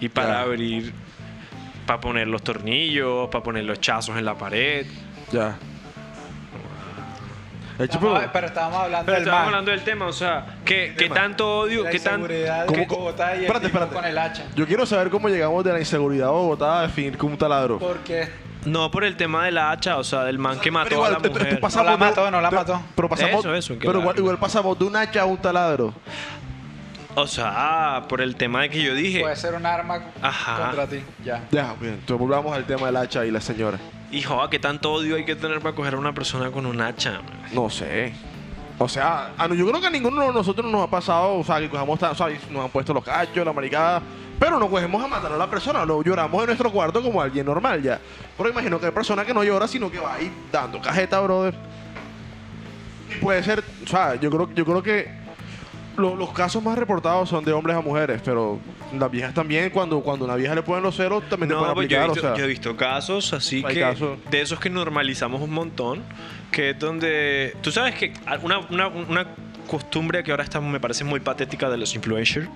Y para Ya. abrir, para poner los tornillos, para poner los chazos en la pared. Ya. El chico- Estamos- pero estábamos hablando Pero del estábamos man. hablando del tema, o sea, ¿qué, qué tema? tanto odio, la qué tan... inseguridad ¿Cómo- de cómo- Bogotá y el espérate, tipo espérate. con el hacha. Yo quiero saber cómo llegamos de la inseguridad a Bogotá a definir como un taladro. Porque No por el tema de la hacha, o sea, del man que mató Pero igual, a la esto- esto mujer. pasamos No la mató, de- no la de- mató. Pero, pasamos, Eso, eso, que pero la- igual, igual pasamos de un hacha a un taladro. O sea, por el tema de que yo dije. Pues. Puede ser un arma Ajá. contra ti. Ya. Ya, bien. Entonces volvamos al tema del hacha y la señora. Y joda, ¿qué tanto odio hay que tener para coger a una persona con un hacha? man? No sé. O sea, a no- yo creo que a ninguno de nosotros nos ha pasado, o sea, que cojamos, tan- o sea, y nos han puesto los cachos, la maricada, pero no cogemos a matar a la persona, lo lloramos en nuestro cuarto como alguien normal ya. Pero imagino que hay personas que no llora, sino que va ahí dando cajeta, brother. Y puede ser, o sea, yo creo, yo creo que lo- los casos más reportados son de hombres a mujeres, pero las viejas también, cuando, cuando a una vieja le ponen los ceros, también le No, pueden pues yo he, aplicar, visto, o sea. yo he visto casos así Hay que casos. de esos que normalizamos un montón, que es donde tú sabes que una, una- una costumbre que ahora está, me parece muy patética de los influencers,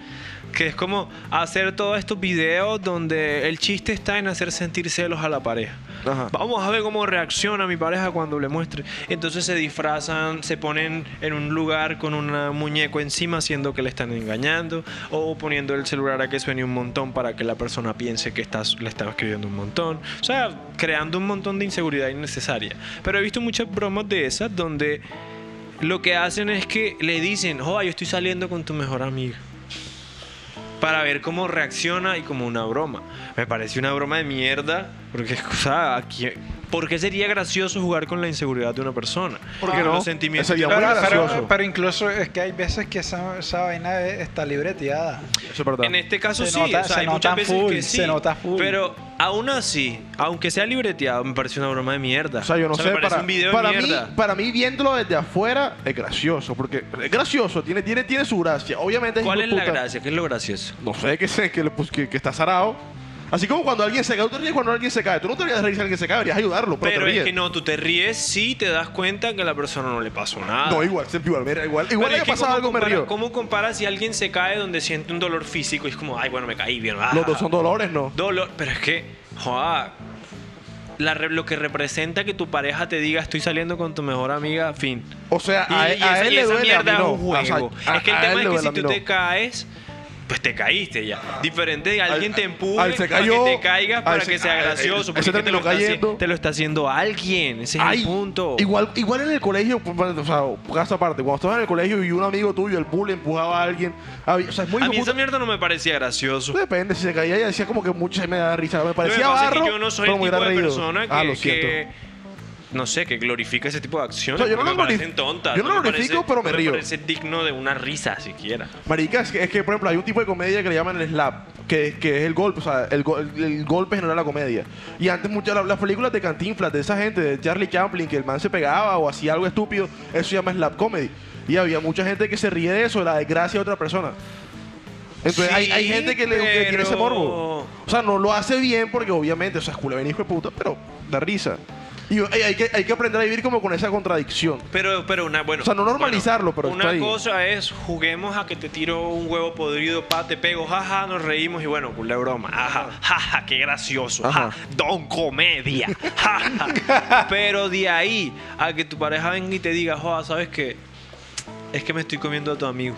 que es como hacer todos estos videos donde el chiste está en hacer sentir celos a la pareja. Ajá. Vamos a ver cómo reacciona mi pareja cuando le muestre. Entonces se disfrazan, se ponen en un lugar con un muñeco encima, haciendo que le están engañando, o poniendo el celular a que suene un montón para que la persona piense que estás, le estaba escribiendo un montón. O sea, creando un montón de inseguridad innecesaria. Pero he visto muchas bromas de esas donde lo que hacen es que le dicen, oh, yo estoy saliendo con tu mejor amiga. Para ver cómo reacciona y como una broma. Me parece una broma de mierda. Porque, o sea, aquí, ¿por qué sería gracioso jugar con la inseguridad de una persona? Porque Con no, Los sentimientos. sería muy Pero, gracioso. pero, pero incluso es que hay veces que esa, esa vaina está libreteada. Eso es verdad. En este caso Se sí, nota- o sea, se hay nota muchas veces full, que sí. se nota full. Pero aún así, aunque sea libreteado, me parece una broma de mierda. O sea, yo no me sé, parece para, un video para de mí, mierda. para mí viéndolo desde afuera es gracioso, porque es gracioso, tiene, tiene, tiene su gracia. Obviamente ¿Cuál es la hijueputa- gracia? ¿Qué es lo gracioso? No sé, que sé, que, le- pues, que, que está zarado. Así como cuando alguien se cae, tú te ríes cuando alguien se cae. Tú no te deberías reír si alguien se cae, deberías ayudarlo, pero, te Pero es ríes. que no, tú te ríes si te das cuenta que a la persona no le pasó nada. No, igual, siempre igual, mira, igual, igual ah. Pero haya es que pasado ¿cómo algo, me compara- río. ¿Cómo comparas si alguien se cae donde siente un dolor físico y es como, ay, bueno, me caí bien? ah, Los dos son dolores, ¿no? Dolor, pero es que, joda, la re- lo que representa que tu pareja te diga, estoy saliendo con tu mejor amiga, fin. O sea, Y, a, e- y a esa, él y le esa duele, a mí mierda es no. un juego. O sea, a- es que el a tema él es le que duele, si a mí tú no. te caes, pues te caíste ya. Diferente de alguien Al- te empuje al se para cayó, que te caigas al para se- que sea al- gracioso. ese Porque es que te terminó lo, está, cayendo. haci- te lo está haciendo alguien. Ese es Ay, el punto. Igual, igual en el colegio, pues, bueno, o sea, caso aparte, cuando estabas en el colegio y un amigo tuyo, el bully, empujaba a alguien. había- O sea, es muy a mí hijueputa- esa mierda no me parecía gracioso. Depende, si se caía ella decía como que mucha me da risa. Me parecía Lo que pasa es que barro. yo no soy pero el me tipo hubiera de reído. persona que, ah, lo siento. que- no sé, que glorifica ese tipo de O acciones. sea, yo no porque lo me glorif- parecen tontas. yo no lo glorifico, pero me no río. Me parece digno de una risa siquiera. Marica, es que, es que, por ejemplo hay un tipo de comedia que le llaman el slap, que, que es el golpe, o sea, el, go- el- el golpe genera la comedia. Y antes muchas la- las películas de Cantinflas, de esa gente, de Charlie Chaplin, que el man se pegaba o hacía algo estúpido, eso se llama slap comedy. Y había mucha gente que se ríe de eso, de la desgracia de otra persona. Entonces Sí, hay, hay gente que, le, que tiene ese pero- morbo. O sea, no lo hace bien porque obviamente, o sea, es culo ven hijo de puta, pero da risa. Y hay, hay que, hay que aprender a vivir como con esa contradicción. Pero, pero una, bueno. O sea, no normalizarlo, pero está Una ahí. cosa es juguemos a que te tiro un huevo podrido, pa, te pego, jaja, nos reímos y bueno, cool de broma. Ajá, jaja, qué gracioso. Ajá. Ja, don comedia. (laughs) jaja. Pero de ahí a que tu pareja venga y te diga, joda, ¿sabes qué? Es que me estoy comiendo a tu amigo.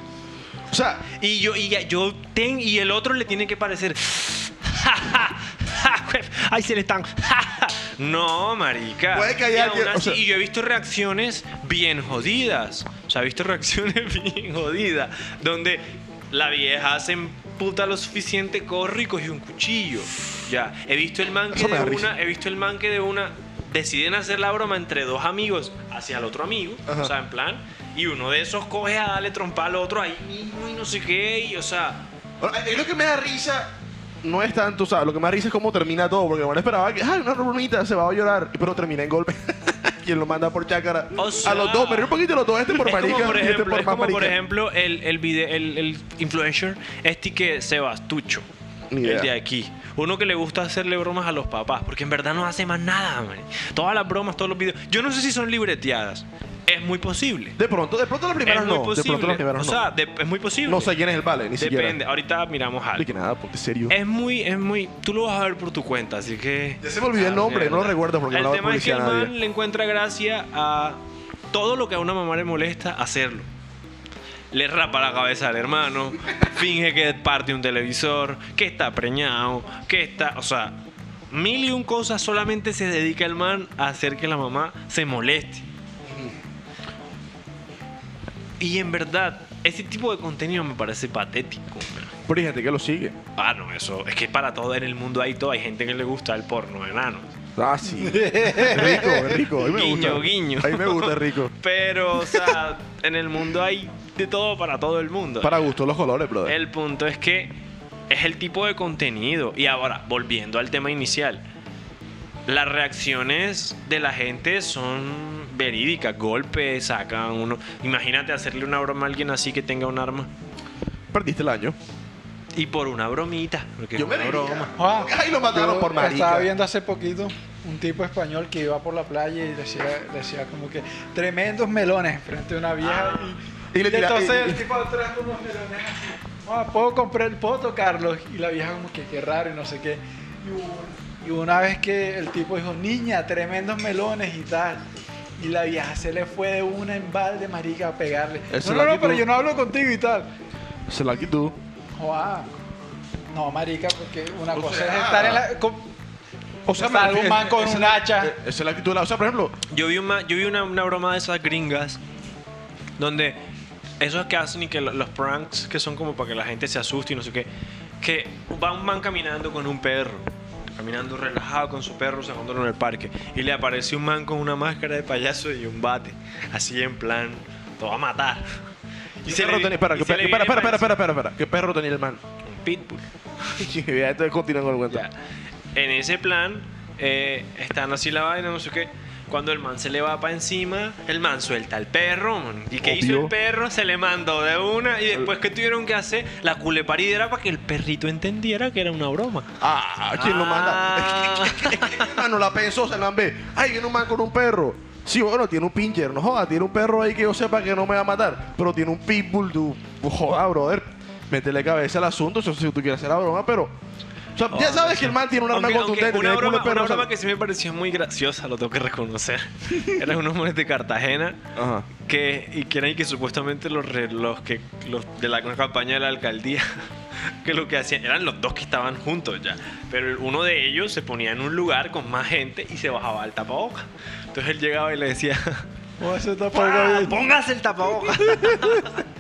O sea, Y yo, y ya- yo ten, y el otro le tiene que parecer. Ahí se le están. no, marica. Puede que haya y, aún alguien- o así- sea- y yo he visto reacciones bien jodidas. O sea, he visto reacciones (laughs) bien jodidas. Donde la vieja se emputa lo suficiente, corre y coge un cuchillo. Ya. He visto el man que Eso me de da una. risa. He visto el man que de una. Deciden hacer la broma entre dos amigos hacia el otro amigo. Ajá. O sea, en plan. Y uno de esos coge a darle trompa al otro ahí mismo y no sé qué. Y o sea. Ahora, a mí lo que me da risa no es tanto, o sea, lo que me da risa es cómo termina todo, porque bueno, esperaba que, ay, una bromita, se va a llorar, pero termina en golpe. (laughs) Quien lo manda por chácara. O sea, a los dos, pero un poquito a los dos, este por es como, marica por y este ejemplo, por es más como, por marica. ejemplo, el, el, vide- el, el influencer, este que Sebastucho. Ni El idea. de aquí. Uno que le gusta hacerle bromas a los papás, porque en verdad no hace más nada, man. Todas las bromas, todos los videos. Yo no sé si son libreteadas. Es muy posible. De pronto, de pronto las primeras es muy no. De posible. pronto las primeras o no. sea, de- es muy posible. no sé quién es el vale, ni Depende. Eh. siquiera. Ahorita miramos algo. De que nada, porque serio. Es muy, es muy. Tú lo vas a ver por tu cuenta, así que. Ya se me olvidó el nombre, mierda. no lo recuerdo porque el no la tema es que publicidad el a nadie. man le encuentra gracia a todo lo que a una mamá le molesta hacerlo. Le rapa la cabeza al hermano, finge que parte un televisor, que está preñado, que está. O sea, mil y un cosas solamente se dedica el man a hacer que la mamá se moleste. Y en verdad, Ese tipo de contenido me parece patético. man. Pero hay gente que lo sigue. Ah, no, eso. Es que para todo en el mundo hay todo. Hay gente que le gusta el porno, enano. Ah, (laughs) sí. rico, rico. A mí me Guiño, gusta. guiño. A mí me gusta rico. Pero, o sea, en el mundo hay de todo para todo el mundo. Para gusto los colores, brother. El punto es que es el tipo de contenido. Y ahora, volviendo al tema inicial, las reacciones de la gente son verídicas. Golpes, sacan uno. Imagínate hacerle una broma a alguien así que tenga un arma. Perdiste el año. Y por una bromita. Porque Yo es me una reiría. broma. Juan, Ay, lo mataron Ah, yo por marica. Estaba viendo hace poquito un tipo español que iba por la playa y decía, decía como que tremendos melones frente a una vieja. Ah. Y, Y le y tira- entonces y- el tipo atrás con unos melones así. "Ah, ¿Puedo comprar, puedo tocarlos? Y la vieja como que qué raro y no sé qué. Y, hubo- y una vez que el tipo dijo, niña, tremendos melones y tal. Y la vieja se le fue de una en balde, marica, a pegarle. Esa es No, la no, no, actitud. pero yo no hablo contigo y tal. Se la quitó. Joa. No, marica, porque una O cosa sea- es estar en la. con- o sea, me salga un refiero- man con esa es un la- hacha. eh, Esa es la actitud. de la- O sea, por ejemplo, Yo vi, una, yo vi una, una broma de esas gringas donde esos que hacen y que lo- los pranks que son como para que la gente se asuste y no sé qué, que va un man caminando con un perro, caminando relajado con su perro, sacándolo en el parque, y le aparece un man con una máscara de payaso y un bate, así en plan, te va a matar. ¿qué perro vi- tenía? Espera, y que se per- le espera, viene espera, espera, encima. espera, espera. ¿Qué perro tenía el (laughs) man? Un pitbull. ya estoy continuando con el cuento. Ya. En ese plan, eh, están así la vaina, no sé qué. Cuando el man se le va para encima, el man suelta al perro. man. ¿Y qué hizo Obvio. el perro? Se le mandó de una. Y después, ¿qué tuvieron que hacer? La culeparida era para que el perrito entendiera que era una broma. Ah, ¿quién lo Ah. manda? (laughs) Ah, no la pensó, se la ve. Ay, viene un man con un perro. Sí, bueno, tiene un pincher, no joda, tiene un perro ahí que yo sepa que no me va a matar, pero tiene un pitbull, tú. Joda, brother. Métele cabeza al asunto, eso si tú quieres hacer la broma, pero. O sea, ya sabes que el man tiene un arma Aunque- aunque contundente. una tiene culo broma, de perro, una o sea- broma que sí me pareció muy graciosa, lo tengo que reconocer. (laughs) Eran unos mones de Cartagena. Ajá. que y que eran y que supuestamente los re- los que los de la campaña de la alcaldía (laughs) que lo que hacían eran los dos que estaban juntos ya pero uno de ellos se ponía en un lugar con más gente y se bajaba el tapabocas entonces él llegaba y le decía (laughs) O eso está por "Ah, el póngase el (laughs) tapabocas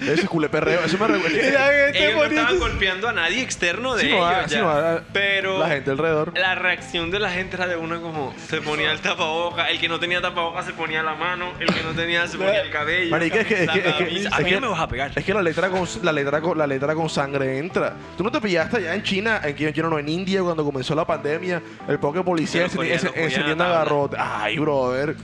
Ese es culeperreo, (laughs) eso me recuerda. ellos no estaban golpeando a nadie externo de Sí, no, ellos ah, ya. sí, no, ah, pero La gente alrededor. la reacción de la gente era de uno como se ponía el tapabocas, el que no tenía tapabocas se ponía la mano, el que no tenía (laughs) se ponía el cabello. Marica, es que, es la que, es que- camisa. es a mí que- no me vas a pegar. Es que la letra con la letra con, la letra con sangre entra. Tú no te pillaste allá en China, en que yo no, en India cuando comenzó la pandemia, el poco Que policía lo ponían- lo ponían en la encendiendo tabla. agarrote. Ay, brother.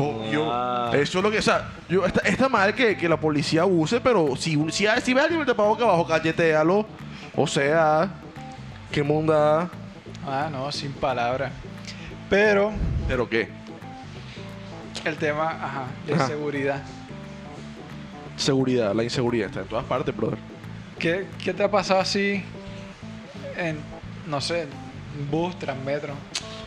Obvio. Ah. Eso es lo que, o sea, yo, está, está mal que, que la policía use, pero si, si, si ves a alguien te pago que abajo, cachetealo. O sea, qué munda. Ah, no, sin palabras. Pero ¿Pero qué? el tema, ajá, de Ajá. seguridad. Seguridad, la inseguridad está en todas partes, brother. ¿Qué, qué te ha pasado así en, no sé, en bus, transmetro?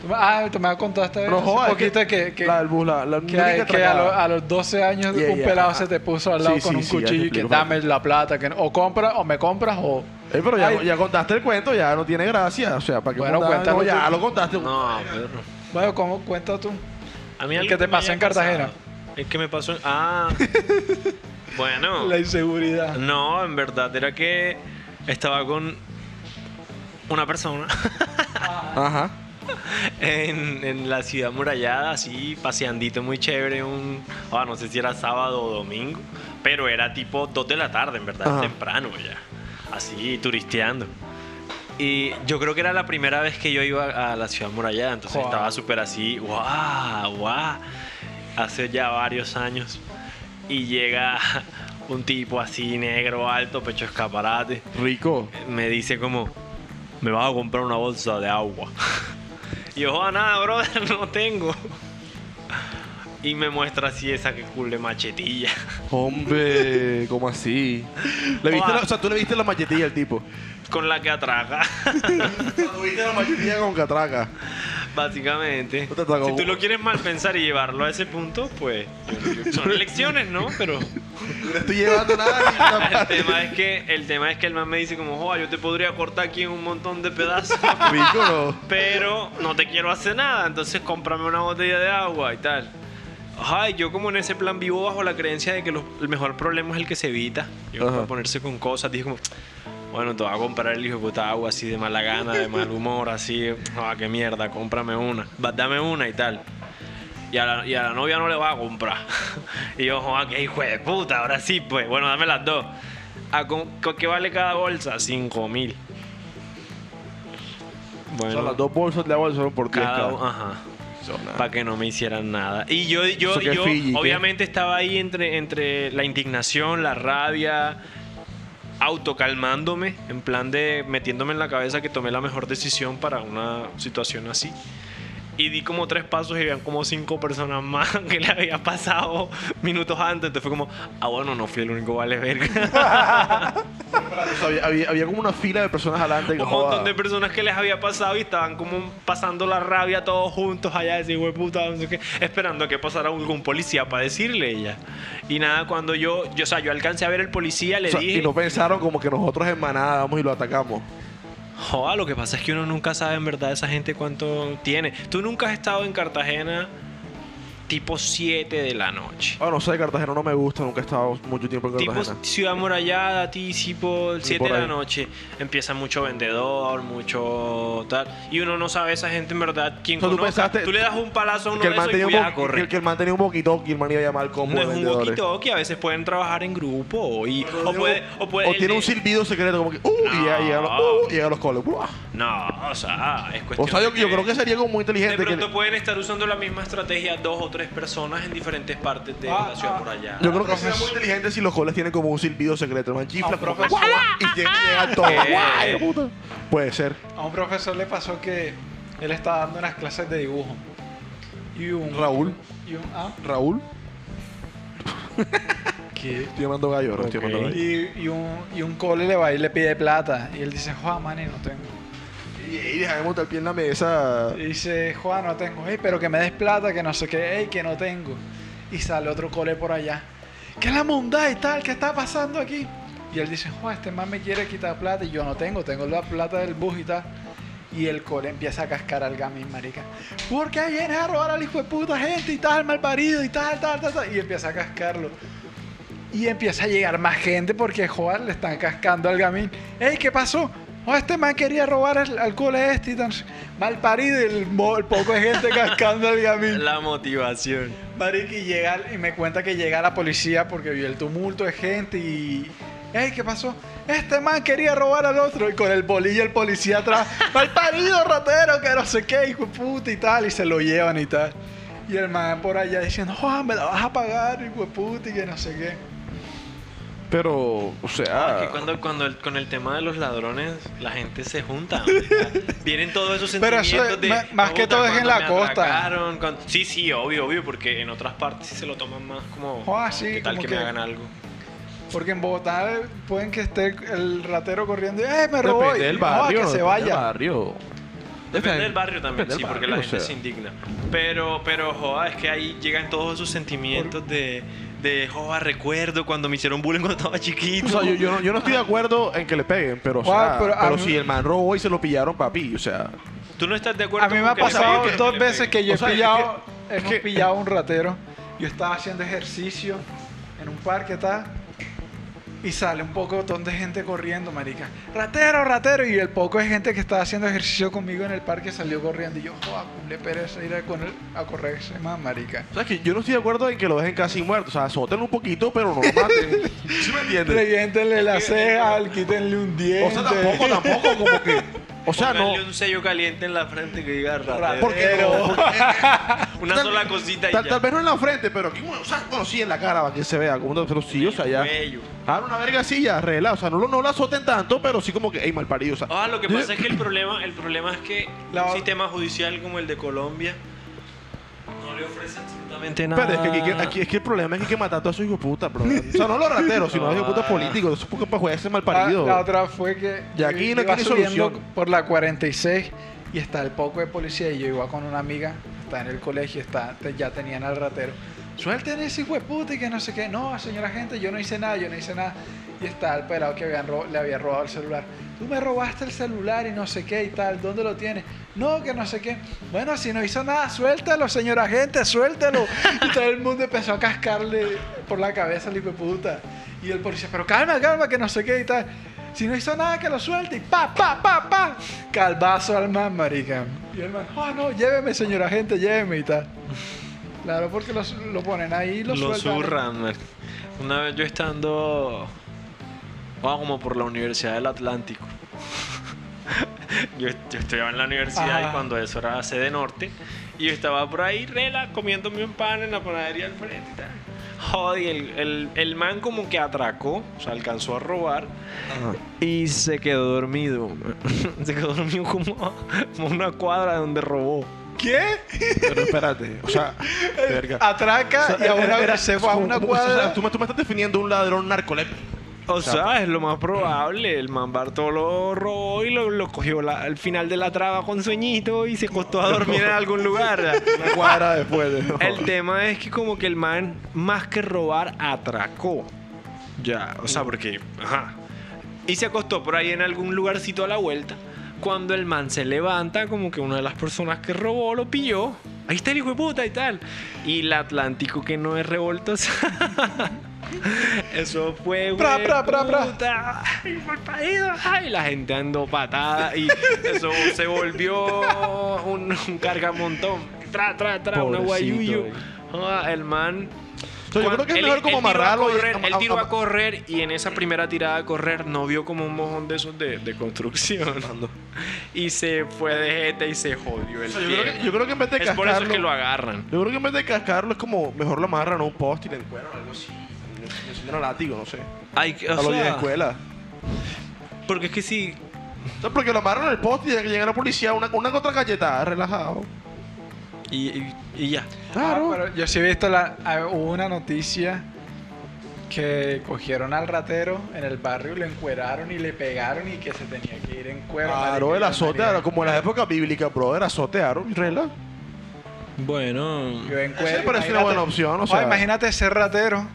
Tú me- Ah, tú me has contado esta vez Pero hace joda, es poquito que, que, la del bus, la, la que a- única que a, lo- atracada. a los 12 años Yeah, un yeah, pelado ajá. se te puso al lado Sí, con sí, un sí, ya te cuchillo y que explico, papá. dame la plata, que no- o compra o me compras o... Ey, pero ya, Ay. ya contaste el cuento, ya no tiene gracia. O sea, ¿para qué Bueno, contar? cuéntalo No, ya tú. lo contaste. No, perro. Bueno, ¿cómo cuenta tú? A mí El algo que te me pasó haya en Cartagena. pasado. El que me pasó en... (laughs) Ah. bueno. La inseguridad. No, en verdad era que estaba con una persona Ajá. en, en la ciudad murallada, así paseandito muy chévere, un... ah, no sé si era sábado o domingo, pero era tipo 2 de la tarde, en verdad, Ajá. temprano ya, así turisteando. Y yo creo que era la primera vez que yo iba a la ciudad murallada, entonces Joa. estaba súper así, guau, guau, hace ya varios años. Y llega (laughs) un tipo así negro, alto, pecho escaparate, Rico. me dice como, me vas a comprar una bolsa de agua. (laughs) y yo, "Joda, nada, brother, (laughs) no tengo. Y me muestra así esa que cool de machetilla. (laughs) Hombre, ¿cómo así? ¿Le viste Oa. la- o sea, tú le viste la machetilla al (laughs) tipo. Con la que atraca, Tú viste la machetilla con catraca. (laughs) básicamente. No te atracó. Si tú lo quieres mal pensar y llevarlo a ese punto, pues (laughs) son elecciones, ¿no? Pero No le estoy llevando nada. (laughs) ni una el parte. tema es que el tema es que el man me dice como, joa, yo te podría cortar aquí en un montón de (laughs) pedazos. Rico, no. pero no te quiero hacer nada, entonces cómprame una botella de agua y tal. Ay, yo como en ese plan vivo bajo la creencia de que los- el mejor problema es el que se evita. Yo Ajá. para ponerse con cosas, dije como, bueno, te voy a comprar el hijo de puta agua así de mala gana, de mal humor, así, ah, qué mierda, cómprame una, va, dame una y tal. Y a, la, y a la novia no le va a comprar. (laughs) y yo, joder, qué hijo de puta, ahora sí, pues, bueno, dame las dos. ¿A con- con ¿Qué vale cada bolsa? Cinco mil. O sea, las dos bolsas de agua son por 10 Cada, cada. ajá. Son nada. Para que no me hicieran nada. Y yo, yo, Eso que es yo Fiji, ¿qué? obviamente estaba ahí entre, entre la indignación, la rabia, autocalmándome, en plan de metiéndome en la cabeza que tomé la mejor decisión para una situación así. Y di como tres pasos y habían como cinco personas más (laughs) que le había pasado minutos antes. Entonces fue como, ah, bueno, no fui el único vale (laughs) verga. O sea, había, había- había como una fila de personas adelante ah, que un montón joda. de personas que les había pasado y estaban como pasando la rabia todos juntos allá, decir, güey, puta, no sé qué", esperando a que pasara algún policía para decirle ella. Y nada, cuando yo, yo, o sea, yo alcancé a ver al policía, le O sea, dije, y no pensaron como que nosotros en manada vamos y lo atacamos. joda, lo que pasa es que uno nunca sabe en verdad esa gente cuánto tiene. Tú nunca has estado en Cartagena tipo 7 de la noche. Ah, no sé, Cartagena no me gusta, nunca he estado mucho tiempo en Tipo Cartagena. ciudad murallada, tipo 7 por de la ahí. noche, empieza mucho vendedor, mucho tal. Y uno no sabe a esa gente en verdad quién O sea, tú conozca. pensaste tú le das un palazo a uno que de el esos man y tenía un cuidado, walkie- corre. que- que el man tenía un walkie-talkie y el man iba a llamar al combo no de es un vendedores. walkie-talkie, a veces pueden trabajar en grupo. Y, Pero o, tiene puede, un- o puede. o el tiene de- Ah. un silbido secreto como que uh, y ya No. llega a los, uh, llega a los coles. Buah. No, o sea, es cuestión. O sea, yo, de yo creo que sería como muy De inteligente. que- pronto pueden estar usando la misma estrategia dos o tres personas en diferentes partes de Ah, la ciudad ah. murallada. yo creo que sería muy inteligente si los coles tienen como un silbido secreto. El man chifla Ah, como que, profesor. "Guau, guau", y llega, y llega todo. Eh. "Guau, hijo puta". Puede ser. A un profesor le pasó que él estaba dando unas clases de dibujo. Y un. Raúl. Y un. ah, Raúl, ¿qué? estoy llamando gallo, ahora estoy Ok. llamando gallo. Y, y un, y un cole le va y le pide plata. Y él dice, Juan, mani, no tengo. Y, y deja de montar el pie en la mesa. Y dice, Juan, no tengo. Ey, pero que me des plata, que no sé qué. Ey, que no tengo. Y sale otro cole por allá. ¿Qué es la mundá y tal? ¿Qué está pasando aquí? Y él dice, Juan, este man me quiere quitar plata. Y yo no tengo, tengo la plata del bus y tal. Y el cole empieza a cascar al gamin, marica. ¿Por qué vienes a robar al hijo de puta gente y tal, mal parido y tal, tal, tal, tal? Y empieza a cascarlo. Y empieza a llegar más gente porque, joder, le están cascando al gamín. ¡Ey, qué pasó! Oh, este man quería robar el alcohol este y tan mal parido y el, mo- el poco de gente (laughs) cascando al gamín. La motivación. Marica, y, llega, y me cuenta que llega la policía porque vio el tumulto de gente y... ¡Ey, qué pasó! Este man quería robar al otro y con el bolillo el policía (laughs) atrás. ¡Mal parido, ratero! Que no sé qué, hijo de puta y tal. Y se lo llevan y tal. Y el man por allá diciendo, Juan, me la vas a pagar, hijo de puta, y que no sé qué. Pero, o sea. Ah, Ah. Que cuando, cuando el- con el tema de los ladrones, la gente (laughs) se junta. o sea, Vienen todos esos Pero sentimientos eso es de. ma- más "Ah, que puta, todo es en cuando la me costa". atracaron, cuando- Sí, sí, obvio, obvio, porque en otras partes sí se lo toman más como. Ah, "No, sí, ¿Qué tal como que, que- me hagan algo? Porque en Bogotá eh, pueden que esté el ratero corriendo y ¡eh, me robó! Depende Y, del "No, barrio. que se depende del vaya. barrio. Depende del barrio también, depende del sí, porque la barrio, o gente sea. se indigna. Pero, pero, joda, es que ahí llegan todos esos sentimientos de. De, joda, recuerdo cuando me hicieron bullying cuando estaba chiquito. O sea, yo, yo no, yo no estoy de acuerdo en que le peguen, pero, o Juan, sea, pero pero, a mí- si el man robó y se lo pillaron, papi, o sea. Tú no estás de acuerdo A mí me con ha que le pasado peguen, dos le veces que peguen? yo he O sea, es pillado, que- es hemos que- pillado un ratero. Yo estaba haciendo ejercicio en un parque tal y sale un poco de gente corriendo, marica. ¡Ratero, ratero! Y el poco de gente que estaba haciendo ejercicio conmigo en el parque salió corriendo. Y yo, joder, le pereza ir a, con él, a correr ese man, marica. O sea, que yo no estoy de acuerdo en que lo dejen casi muerto. O sea, azótenlo un poquito, pero no lo maten. (laughs) ¿Sí me entiendes? Reviéntenle la ceja, quítenle un diente. O sea, tampoco, tampoco, como que. O Ah, sea, no. Póngale un sello caliente en la frente que diga ratero. Porque no. (laughs) Una Tal- sola cosita y Tal, ya. tal vez no en la frente, pero aquí, bueno, o sea, bueno, sí en la cara para que se vea. Como, pero sí, o sea, ya. Bello. Ahora una verga así, ya, arregla. O sea, no, lo- no la azoten tanto, pero sí como que, ey, mal parido. O sea, Ah, lo que pasa es que el problema, el problema es que La- un sistema judicial como el de Colombia no le ofrece absolutamente nada. Pero es que aquí, aquí- es que el problema es que hay que matar a todos esos hijos putas, bro. O sea, no los rateros, sino los hijos putas políticos. Eso es porque para jugar ese mal parido. Ah, La, la otra fue que Y aquí yo no iba tiene subiendo solución. por la 46 y está el poco de policía y yo iba con una amiga, está en el colegio, está, te- ya tenían al ratero. Suelten ese hijo de puta y que no sé qué. No, señora gente, yo no hice nada, yo no hice nada. y está el pelado que habían ro- le había robado el celular. Tú me robaste el celular y no sé qué y tal, ¿dónde lo tienes? No, que no sé qué. Bueno, si no hizo nada, suéltalo, señor agente, suéltalo. Y todo el mundo empezó a cascarle por la cabeza al hijo de puta. Y el policía, pero calma, calma, que no sé qué y tal. Si no hizo nada, que lo suelte. Y pa, pa, pa, pa. Calvazo al man, marica. Y el man, ah, no, lléveme, señor agente, lléveme y tal. Claro, porque los- lo ponen ahí y lo, sueltan. Lo ¿eh? zurran, man. Una vez yo estando. ah, como por la Universidad del Atlántico. (laughs) yo, yo estudiaba en la universidad Ajá. y cuando eso era la sede norte. Y yo estaba por ahí, rela, comiéndome un pan en la panadería al frente y tal. Joder, el, el- el man como que atracó, o sea, alcanzó a robar. Y se quedó dormido. (laughs) man. se quedó dormido como, como una cuadra de donde robó. ¿Qué? Pero espérate, (laughs) o sea, verga. Atraca O sea, y a una, era- se fue Ah, a como- una como- cuadra. o sea, tú, me- tú me estás definiendo un ladrón narcoléptico. O sea, es lo más probable. El man Bartolo robó y lo, lo cogió la- al final de la traba con sueñito y se acostó a dormir en algún lugar. (laughs) Una cuadra después de. El tema es que como que el man, más que robar, atracó. Ya, o sea, porque... Ajá. Y se acostó por ahí en algún lugarcito a la vuelta. Cuando el man se levanta, como que una de las personas que robó lo pilló. Ahí está el hijo de puta y tal. Y el Atlántico que no es revolto. (laughs) o sea, Eso fue Pra, hue pra, pra, pra. puta. Ay, mal parido. Ay, la gente andó patada y eso se volvió un, un cargamontón. Tra, tra, tra, una Pobrecito, guayuyo. eh. Ah, el man. O sea, yo creo que es él- mejor él como tiró a amarrarlo y- correr, am- él am- tiró a am- correr y en esa primera tirada a correr no vio como un mojón de esos de, de construcción. Y se fue de jeta y se jodió el O sea, yo, pie. creo que, yo creo que en vez de es por eso que lo cascarlo. agarran. Yo creo que en vez de cascarlo es como mejor lo amarran a un post y le encuentran algo así. Le- Le sueltan un látigo, no sé. Ay, o a lo sea, de escuela. porque es que si No, porque lo amarran al post y llega llega la policía una, una contra galletada, relajado. y, y- y ya. Claro. Ah, pero yo sí he visto la, ah, hubo una noticia que cogieron al ratero en el barrio, lo encueraron y le pegaron y que se tenía que ir en cuero. Claro, marica, el y azote, marica, ahora, como en las épocas bíblicas, brother, azotearon y regla. Bueno, yo en Sí, cuero, pero es una imagínate- buena opción, o Ay, sea. imagínate ser ratero,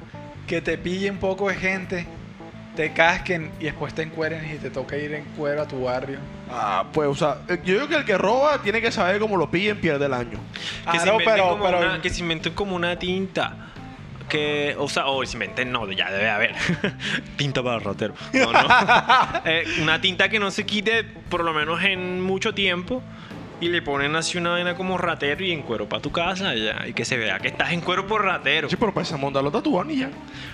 que te pille un poco de gente, te casquen y después te encueren y te toca ir en cuero a tu barrio. Ah, pues, o sea, eh, yo digo que el que roba tiene que saber cómo lo pillen, pierde el año. que, Ah, se no, inventen pero- como pero- una, que se inventen como una tinta. Que, o sea, o se inventen, no, ya debe haber. (laughs) Tinta para el ratero. No, (laughs) no. Eh, una tinta que no se quite por lo menos en mucho tiempo. Y le ponen así una vaina como ratero y en cuero para tu casa. Ya, y que se vea que estás en cuero por ratero. Sí, pero para esa monda lo tatúan y ya.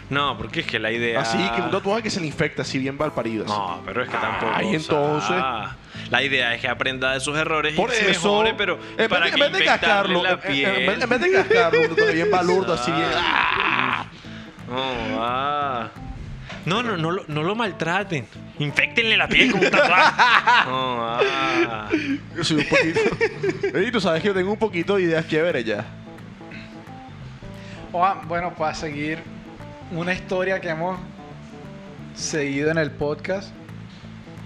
No, porque es que la idea. Así Ah, que un tatuaje que se le infecta, si bien va al parido. así. No, pero es que tampoco. Ay, o sea, entonces. la idea es que aprenda de sus errores Por y se eso, mejore, pero. en vez para de- en que vez de infectarle cascarlo, la en- en- en piel. vez- en vez de cascarlo, un tatuaje bien balurdo, así bien. (laughs) Ah. No, ah. No, no, no, lo- no lo maltraten. Infectenle la piel con un tatuaje. (laughs) No, ah. Yo soy un poquito. Ey, tú sabes que yo tengo un poquito de ideas chéveres ya. O, ah, bueno, para seguir una historia que hemos seguido en el podcast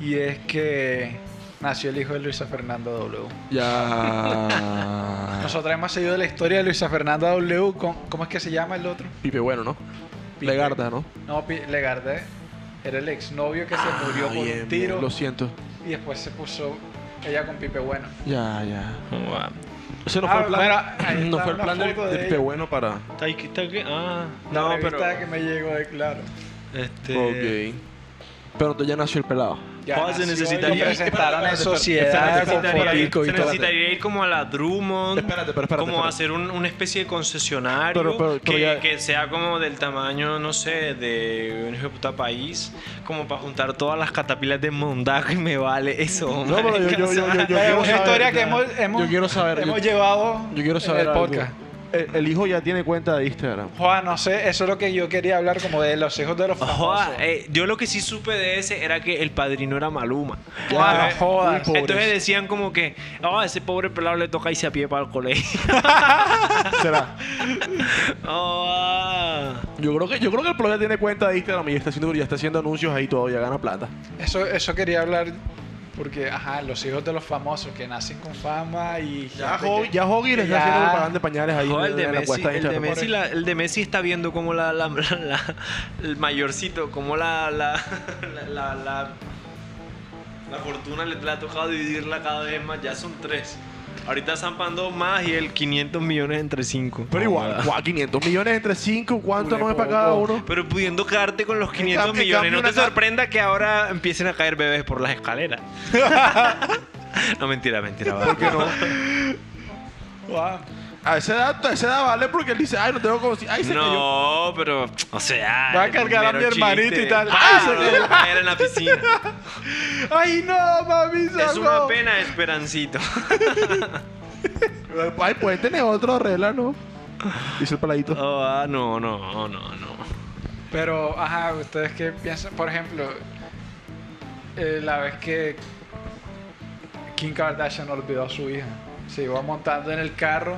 y es que nació el hijo de Luisa Fernanda W. Ya. Nosotros hemos seguido la historia de Luisa Fernanda W. con- ¿Cómo es que se llama el otro? Pipe bueno, ¿no? Pipe. Legarda, ¿no? No, Pi- Legarde. Era el exnovio que se murió por un tiro Ah, Lo siento. y después se puso ella con Pipe Bueno. Ya, ya. No, ah. Ese no Ah, fue el plan. (clears throat) mira, ahí no está fue el una plan del, foto de del Pipe ella. bueno para. Está ahí, está aquí, ah. La No, revista pero. que me llegó de claro. Este. Ok. Pero entonces ya nació el pelado. Joder, se nació y necesitaría- Lo presentaron en Se sociedad con necesitaría, fotico y se todo. necesitaría ir como a la Drummond. Espérate, pero espérate, Como espérate. hacer un- una especie de concesionario Pero- pero- pero que, ya- que sea como del tamaño, no sé, de un hijo de puta país. Como para juntar todas las catapilas de mondaje y me vale eso. No, pero yo- marica, yo- o sea. yo- yo- yo- Es quiero una saber, historia que ya. hemos, hemos- Yo quiero saber, hemos yo- llevado Yo quiero en saber. el algo. podcast. El, el hijo ya tiene cuenta de (laughs) Instagram. Juan, no sé, eso es lo que yo quería hablar como de los hijos de los famosos. Joda, eh, yo lo que sí supe de ese era que el padrino era Maluma. Juan, Eh, no jodas. Pobres. Entonces decían como que, oh, ese pobre pelado le toca irse a pie para el colegio. Será. (laughs) Oh, ah. Yo creo que yo creo que el pelado ya tiene cuenta de Instagram y está haciendo, ya está haciendo anuncios ahí todavía, gana plata. Eso, eso quería hablar Porque, ajá, los hijos de los famosos que nacen con fama y. Ya gente Hoggy que- ya Hoggy le que está ya- haciendo propaganda de pañales ahí Joder, en, el de en la Messi, cuesta el hincha. de Messi, la- el de Messi está viendo como la, la- la- el mayorcito, como la la, la, la- la- la fortuna le, le ha tocado dividirla cada vez más, ya son tres. Ahorita zampan dos más y el 500 millones entre cinco. Pero igual, guau, 500 millones entre 5, ¿cuánto no es para cada uno? Pero pudiendo quedarte con los 500 cambio- en millones, cambio no te una ca- sorprenda que ahora empiecen a caer bebés por las escaleras. no, mentira, mentira. va. ¿Por qué no? (laughs) Guau. A esa edad, a esa edad vale porque él dice, ay, no tengo como si. Ay, se cayó. No, pero, o sea. Va a el cargar a mero mi hermanito chiste. y tal. Ah, ¡Ay, se no, cayó! va a caer en la piscina. ¡Ay, no, mami! se es una ahogó! pena, Esperancito. (laughs) Ay, pueden tener otro regla, ¿no? Dice el peladito. Oh, ah, no, no, no, no. Pero, ajá, ¿ustedes qué piensan? Por ejemplo, eh, la vez que Kim Kardashian olvidó a su hija. Se iba montando en el carro.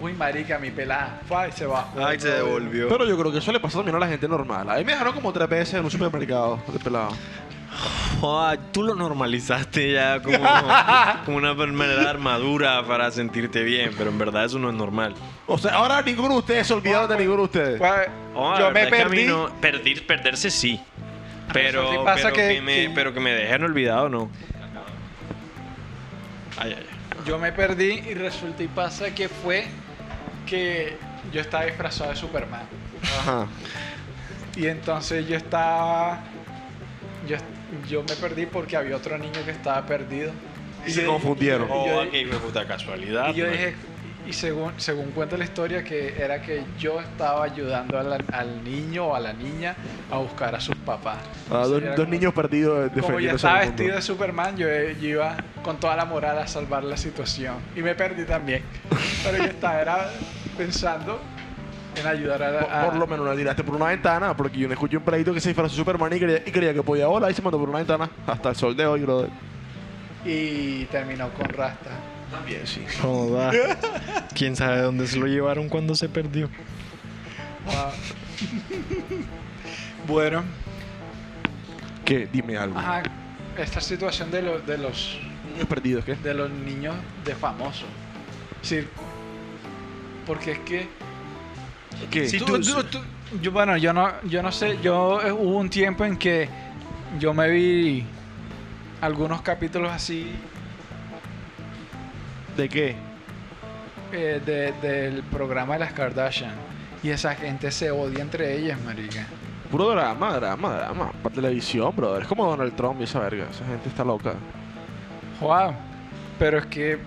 Uy, marica, mi pelada. Fua, y se bajó. Pero yo creo que eso le pasa también a la gente normal. A mí me dejaron como tres veces en un supermercado de pelado. Joder, Oh, ah, tú lo normalizaste ya como, como una manera armadura para sentirte bien, pero en verdad eso no es normal. O sea, ahora ninguno de ustedes se olvidaron de ninguno de ustedes. Fua, Oh, la yo me verdad que a mí perdí. no- perdir- perderse sí. Pero, eso sí pasa pero que- que, me, que- pero que me dejen olvidado, no. Ay, ay, ay. Yo me perdí y resulta y pasa que fue que yo estaba disfrazado de Superman. Ajá. Y entonces yo estaba. Yo, yo me perdí porque había otro niño que estaba perdido. Y se confundieron. y Oh, Ah, yo- qué hijo de puta casualidad. Y yo man. dije, y según, según cuenta la historia, que era que yo estaba ayudando a la- al niño o a la niña a buscar a sus papás. Ah, Entonces dos, era dos como- niños perdidos de Como yo estaba vestido de Superman, yo, yo iba con toda la moral a salvar la situación. Y me perdí también. Pero yo estaba era pensando en ayudar a, Por, la- a- por lo menos la tiraste por una ventana, porque yo no escuché un peladito que se disfrazó de Superman y creía, y creía que podía volar y se mandó por una ventana hasta el sol de hoy, brother. Y terminó con Rasta. También, sí. Joda. ¿Quién sabe dónde se lo llevaron cuando se perdió? Wow. bueno, ¿Qué? Dime algo. ajá, esta situación de, lo- de los Niños perdidos, ¿qué? de los niños de famosos. Sí, porque es que ¿Qué? Sí, tú- tú- tú- tú- yo bueno, yo no yo no sé, yo eh, hubo un tiempo en que yo me vi algunos capítulos así ¿De qué? eh, de- del programa de las Kardashian y esa gente se odia entre ellas, marica. Puro drama, drama, drama. Para televisión, brother. Es como Donald Trump y esa verga. Esa gente está loca. Wow. Pero es que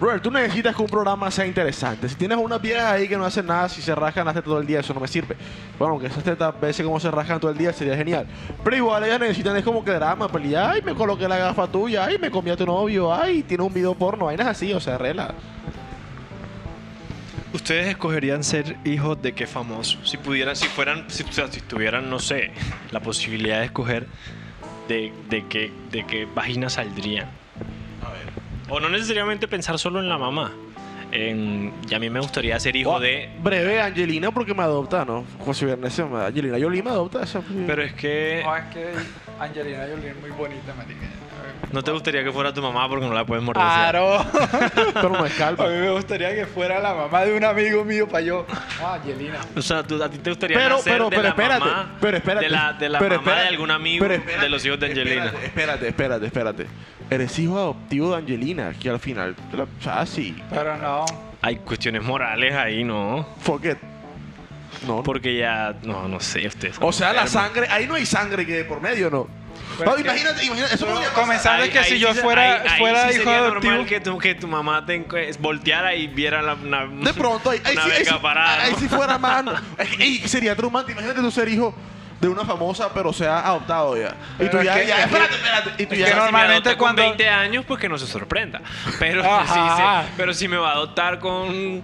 Brother, tú necesitas que un programa sea interesante. Si tienes unas viejas ahí que no hacen nada, si se rascan las tetas todo el día, eso no me sirve. Bueno, aunque esas tetas veces como se rascan todo el día sería genial. Pero igual ellas necesitan es como que drama, pelea. Ay, me coloqué la gafa tuya. Ay, me comí a tu novio. Ay, tiene un video porno. Vainas así, o sea, rela. ¿Ustedes escogerían ser hijos de qué famoso? Si pudieran, si fueran, si, o sea, si tuvieran, no sé, la posibilidad de escoger de, de qué, de qué vagina saldrían. O no necesariamente pensar solo en la mamá. En- y a mí me gustaría ser hijo Oh, de... Breve, Angelina, porque me adopta, ¿no? José Viernes, Angelina Jolie me adopta. Eso, Pero es que... no, es que Angelina Jolie es muy bonita, marica. A ver. No te gustaría que fuera tu mamá porque no la puedes morder. Claro. pero no es (laughs) calva. A mí me gustaría que fuera la mamá de un amigo mío para yo. Ah, Angelina. O sea, tú- a ti te gustaría Pero- nacer pero- de pero la espérate, mamá, pero espérate, de la, de la pero mamá espérate, de algún amigo pero espérate, de los hijos de Angelina. Espérate, espérate, espérate, espérate. Eres hijo adoptivo de Angelina, que al final. te la- O sea, sí. Pero no. Hay cuestiones morales ahí, ¿no? Fuck it. No. Porque ya, no, no sé, ustedes. o sea, la sangre sangre. Ahí no hay sangre que de por medio, ¿no. Pero No, es que- imagínate, imagínate. Eso podría pasar. Comenzando es que si yo fuera, fuera hijo adoptivo. que tu, que tu mamá te encu- volteara y viera la, una, De pronto, ahí, ahí una sí, ahí, verga sí- parada, ahí ¿no? sí (laughs) fuera mano. Ey, sería trumante. Imagínate tú ser hijo de una famosa, pero sea adoptado ya. Y Pero tú es ya. que- ya- es que- espérate, espérate. Y tú Es que que ya. no- normalmente normalmente con cuando- 20 años, pues que no se sorprenda. (laughs) Pero, si Ajá. se- pero si me va a adoptar con,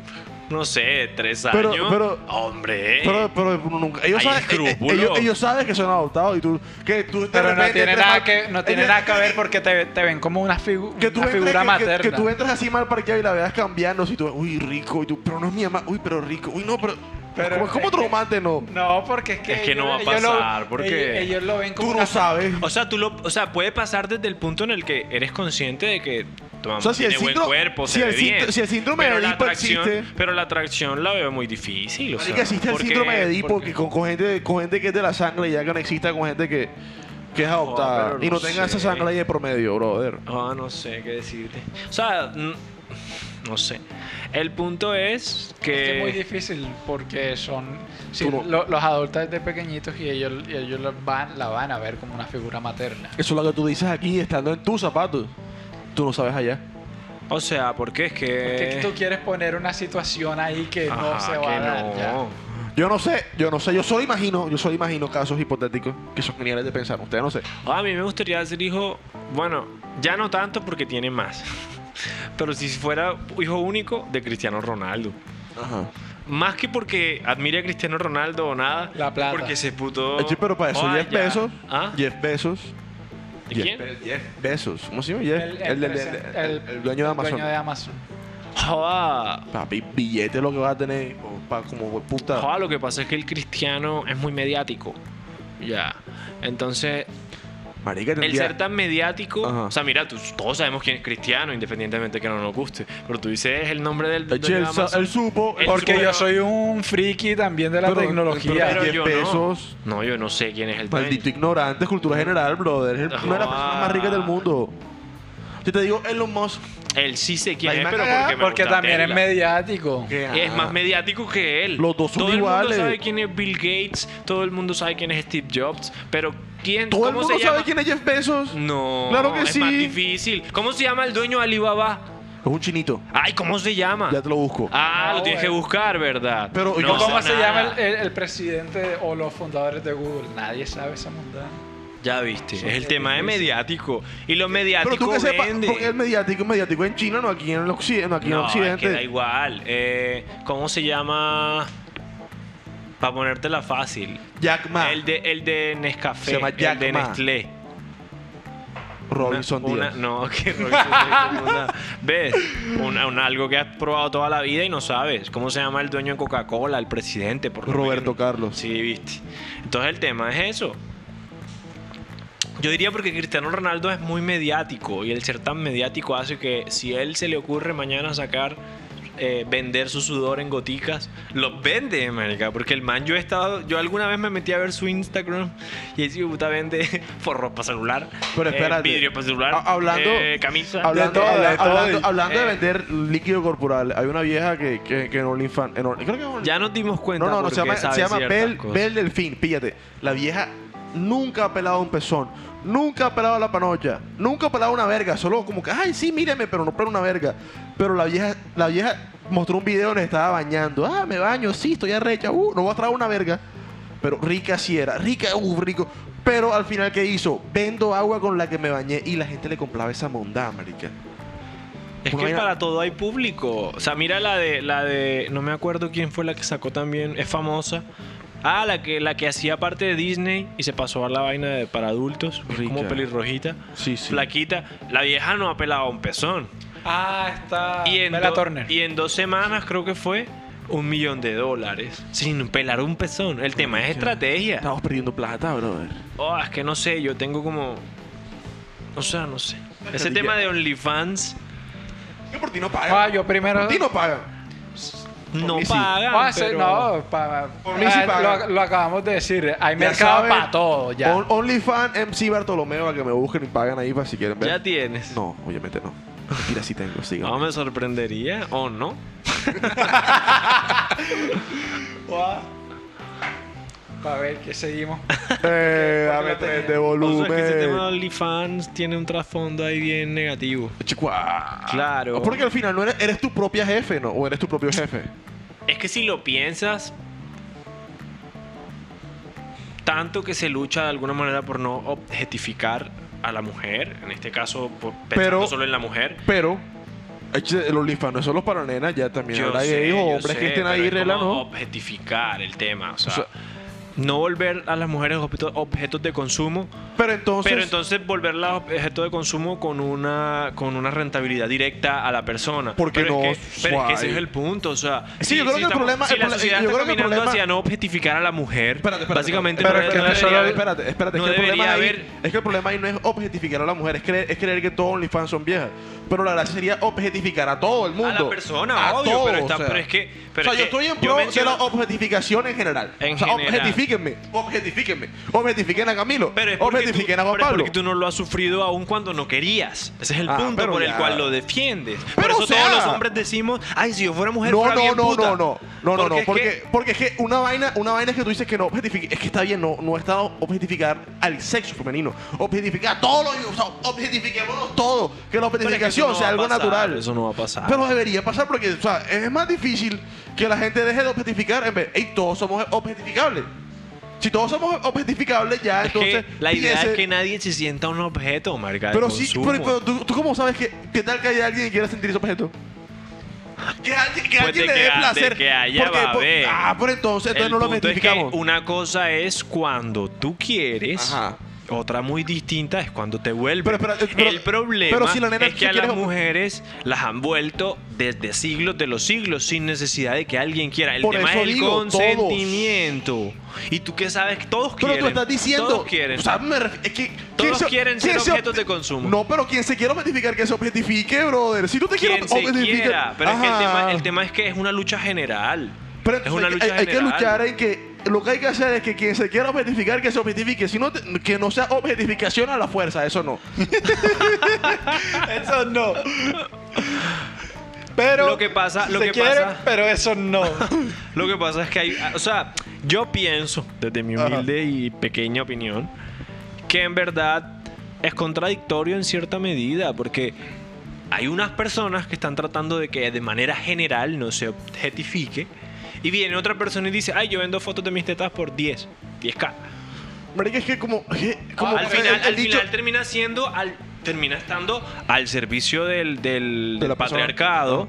no sé, 3 Pero- años. pero- hombre. Pero, pero nunca. Ellos Eh. Hay saben, eh, eh, escrúpulos. ellos, ellos saben que son adoptados y tú. Que tú de Pero no repente tiene entras nada mal- que, no tiene ellos- nada que ver porque te, te ven como una, figu- (laughs) Que tú, una entres, figura que- que, materna. que tú entras así mal parqueado y la veas cambiando. Si tú, uy, rico. Y tú, pero no es mi mamá. Uy, pero rico. Uy, no, pero. Pero ¿Cómo, cómo es que- traumante no? No, porque es que. Es que no va a ellos lo- pasar, porque- Ellos, ellos lo ven como. Tú una- (laughs) no sabes. O sea, tú lo, o sea, puede pasar desde el punto en el que eres consciente de que tu mamá O sea, si el tiene buen síndrome- cuerpo, si se ve el síndrome- bien. si el síndrome pero de la Edipo atracción, existe- Pero la atracción la veo muy difícil, o sea, Marica, existe el porque- síndrome de Edipo porque- que con, con gente, con gente que es de la sangre ya que no exista con gente que, que es adoptada pero y no no tenga sé. esa sangre ahí de promedio, brother. Ah, no sé qué decirte. O sea, n- no sé. El punto es Es que es muy que difícil porque son. sí, Tú no- lo- los adultos de pequeñitos y ellos, y ellos la, van, la van a ver como una figura materna. Eso es lo que tú dices aquí, estando en tus zapatos. Tú no sabes allá. o sea, porque es Porque que tú quieres poner una situación ahí que no Eh. Ajá, se va que a dar no. ya. Yo no sé, yo no sé, yo solo imagino, yo solo imagino casos hipotéticos que son geniales de pensar. Ustedes no sé. Ah, A mí me gustaría ser hijo, bueno, ya no tanto porque tiene más. (laughs) Pero si fuera hijo único de Cristiano Ronaldo. Ajá. Más que porque admire a Cristiano Ronaldo o nada. La plata. Porque se puto. Eh, pero para eso, Oh, Jeff ya. Bezos. ¿Ah? Jeff Bezos. ¿De Jeff quién? Be- Jeff Bezos. ¿Cómo se llama? Jeff. El- El, el del- presen- del- el- el- el dueño de el Amazon. dueño de Amazon. Joda. Papi, billete lo que va a tener oh, pa, como puta. Joda, lo que pasa es que el cristiano es muy mediático. Ya. Entonces, Marica, el tendría- ser tan mediático. Ajá. O sea, mira, tú- todos sabemos quién es cristiano, independientemente que no nos guste. Pero tú dices el nombre del. El dueño de Chelsea, Amazon. el supo. El Porque supo. yo soy un friki también de la Pero- tecnología. pero- Pero Jeff yo Bezos. No. no, yo no sé quién es el dueño. Maldito ignorante, es cultura general, brother. Es el- una de las personas más ricas del mundo. Yo te digo, Elon Musk. Él sí sé quién La es, misma pero cagada, porque me porque gusta también es Tesla. mediático. Y es Ah. más mediático que él. Los dos son todo el iguales. mundo sabe quién es Bill Gates, todo el mundo sabe quién es Steve Jobs, pero ¿quién Todo el cómo mundo se sabe llama? Mm. quién es Jeff Bezos. No, Claro que es sí. más difícil. ¿Cómo se llama el dueño de Alibaba? Es un chinito. Ay, ¿cómo se llama? Ya te lo busco. Ah, No, lo tienes que bueno. buscar, ¿verdad? Pero, ¿y No ¿Cómo sé se nada. llama el, el- el presidente o los fundadores de Google? Nadie sabe esa mundana. Ya viste, es el Sí, tema de sí. mediático. Y lo Pero mediático tú que sepas, vende. porque es mediático, es mediático en China, no aquí en el occidente. No, aquí en el No, es occidente. que da igual. Eh, ¿Cómo se llama? Para ponértela fácil. Jack Ma, El de, el de Nescafé, Se llama Jack el de Ma. Nestlé. Robinson Una- Díaz. No, (laughs) que Robinson Díaz, una- ¿Ves? Un, un algo que has probado toda la vida y no sabes. ¿Cómo se llama el dueño de Coca-Cola, el presidente? Por lo Roberto menos? Carlos. Sí, viste. Entonces el tema es eso. Yo diría porque Cristiano Ronaldo es muy mediático y el ser tan mediático hace que si él se le ocurre mañana sacar, eh, vender su sudor en goticas, los vende, marica. Porque el man, yo he estado, yo alguna vez me metí a ver su Instagram y ese hijo de puta vende (laughs) forros para celular, Pero eh, espérate. vidrio para celular, Ha- hablando- eh, camisa. Hablando habla- todo, de hablando- todo. hablando- hablando de Eh. vender líquido corporal, hay una vieja que, que, que en OnlyFans. en Only- creo que en Only- ya nos dimos cuenta. No, no, no, por se qué llama, sabe se llama ciertas Bel, cosas. Bel Delfín, píllate. La vieja nunca ha pelado un pezón, nunca ha pelado la panocha, nunca ha pelado una verga, solo como que, ay, sí, míreme, pero no pelo una verga. Pero la vieja, la vieja mostró un video donde estaba bañando. Ah, me baño, sí, estoy arrecha, uh, no voy a traer una verga. Pero rica sí era, rica, uh, rico. Pero al final, ¿qué hizo? Vendo agua con la que me bañé y la gente le compraba esa mondá, marica. Es Una que vaina- para todo hay público. O sea, mira la de, la de. No me acuerdo quién fue la que sacó también. Es famosa. Ah, la que, la que hacía parte de Disney y se pasó a la vaina de para adultos. que es Como Rica. pelirrojita. Sí, sí. Flaquita. La vieja no ha pelado un pezón. Ah, está. y, en Bella do- Turner. y en dos semanas creo que fue un millón de dólares. Sin pelar un pezón. El tema es estrategia. Estamos perdiendo plata, brother. Oh, es que no sé, yo tengo como. O sea, no sé. Ese tema de OnlyFans Que por ti no Ah, pagan. yo primero. Por ti no pagan. no mí sí. pagan. Ah, sí, pero- No, pa- Por mí sí ah, pagan. lo, lo acabamos de decir. Hay Ya mercado saben, para todo ya. On- OnlyFans MC Bartolomeo, a que me busquen y pagan ahí para si quieren ver. Ya tienes. No, obviamente no. Mentira, sí tengo, sigan. No me sorprendería, ¿o no? Para ver qué seguimos. (laughs) eh, ¿Por qué dame la tenía? tres de O sea, que ese tema de volumen. OnlyFans tiene un trasfondo ahí bien negativo. Chicuá. Claro. ah. Porque al final no eres, eres tu propia jefe, ¿no? O eres tu propio jefe. Es que si lo piensas, tanto que se lucha de alguna manera por no objetificar a la mujer, en este caso por pensando Pero- solo en la mujer. Pero, eche, los linfas no es solo para nenas, ya también Yo habrá sé, gays o yo hombres sé, que estén pero ahí, es regla, como ¿no? Objetificar el tema, o sea, O sea, no volver a las mujeres objeto- objetos de consumo, Pero entonces, pero entonces volverlas objeto de consumo con una, con una rentabilidad directa a la persona. Porque pero no, es que, pero es que ese suave. es el punto, o sea, Sí, yo creo que el problema- si el la pro- sociedad yo está creo que el caminando problema- hacia no objetificar a la mujer, Espérate, espérate, básicamente espérate, no, espérate, no debería espérate, haber- espérate, espérate, no es que el debería problema ahí- haber es que el problema ahí no es objetificar a la mujer, es creer, es creer que todos los OnlyFans son viejas. Pero la gracia sería objetificar a todo el mundo. a la persona, a obvio, todo, pero, está- o sea. pero es que pero o sea, es yo que estoy en pro de menciono- la objetificación en general. En o sea, general. objetifíquenme, objetifíquenme, objetifíquen a Camilo, Pero es porque, tú, objetifíquen a Juan pero es Pablo. porque tú no lo has sufrido aún cuando no querías. Ese es el Ah, punto pero por el ya. cual lo defiendes. por Pero, eso o sea- todos los hombres decimos, ay, si yo fuera mujer, No, fuera no, bien no, puta". no, no, no, no, no, es porque, que- porque es que una vaina, una vaina es que tú dices que no objetifique, es que está bien, no, no está objetificar al sexo femenino, objetificar a todos los, o sea, objetifiquémonos todos, que la pero es que eso objetificación no va sea a algo pasar, natural. Eso no va a pasar. Pero debería pasar porque, o sea, es más difícil que la gente deje de objetificar en vez, hey, todos somos objetificables. Si todos somos objetificables ya, Es que entonces la idea es piense- que nadie se sienta un objeto, marca. de pero sí, consumo. pero, pero ¿tú, tú cómo sabes que, que tal que haya alguien que quiera sentir ese objeto? Que, alguien- que Pues alguien de le que dé a- de placer. que haya Porque, va a por- haber. ah, pero entonces, entonces El no lo punto es que identificamos. una cosa es cuando tú quieres. Ajá. Otra muy distinta es cuando te vuelves. Pero, espera, eh, pero- el problema pero si la nena es que sí a quiere- las mujeres las han vuelto desde siglos de los siglos sin necesidad de que alguien quiera. El Por tema eso es el digo, consentimiento. Y tú qué sabes que todos Pero quieren. tú estás diciendo. Todos quieren. O sea, me ref- es que, ¿quién Todos se- quieren quién ser se- objetos de consumo. No, pero quien se quiera objetificar, que se objetifique, brother. Si tú te quien quieres se objetificar. quiera. Pero es que el Ajá. tema, el tema es que es una lucha general. Pero es una hay, lucha hay- hay que general. luchar en que. Lo que hay que hacer es que quien se quiera objetificar, que se objetifique. Si no, te- que no sea objetificación a la fuerza, eso no. (laughs) Eso no. Pero Lo que pasa- lo se que quiere, pasa- pero eso no. Lo que pasa es que hay, o sea, yo pienso, desde mi humilde y pequeña opinión, que en verdad es contradictorio en cierta medida, porque hay unas personas que están tratando de que de manera general no se objetifique, y viene otra persona y dice, ay, yo vendo fotos de mis tetas por 10, 10k. Marica, es que como. que- como al que final, el- el al dicho- final termina siendo, al, termina estando al servicio del, del- De la del persona. Ah. patriarcado.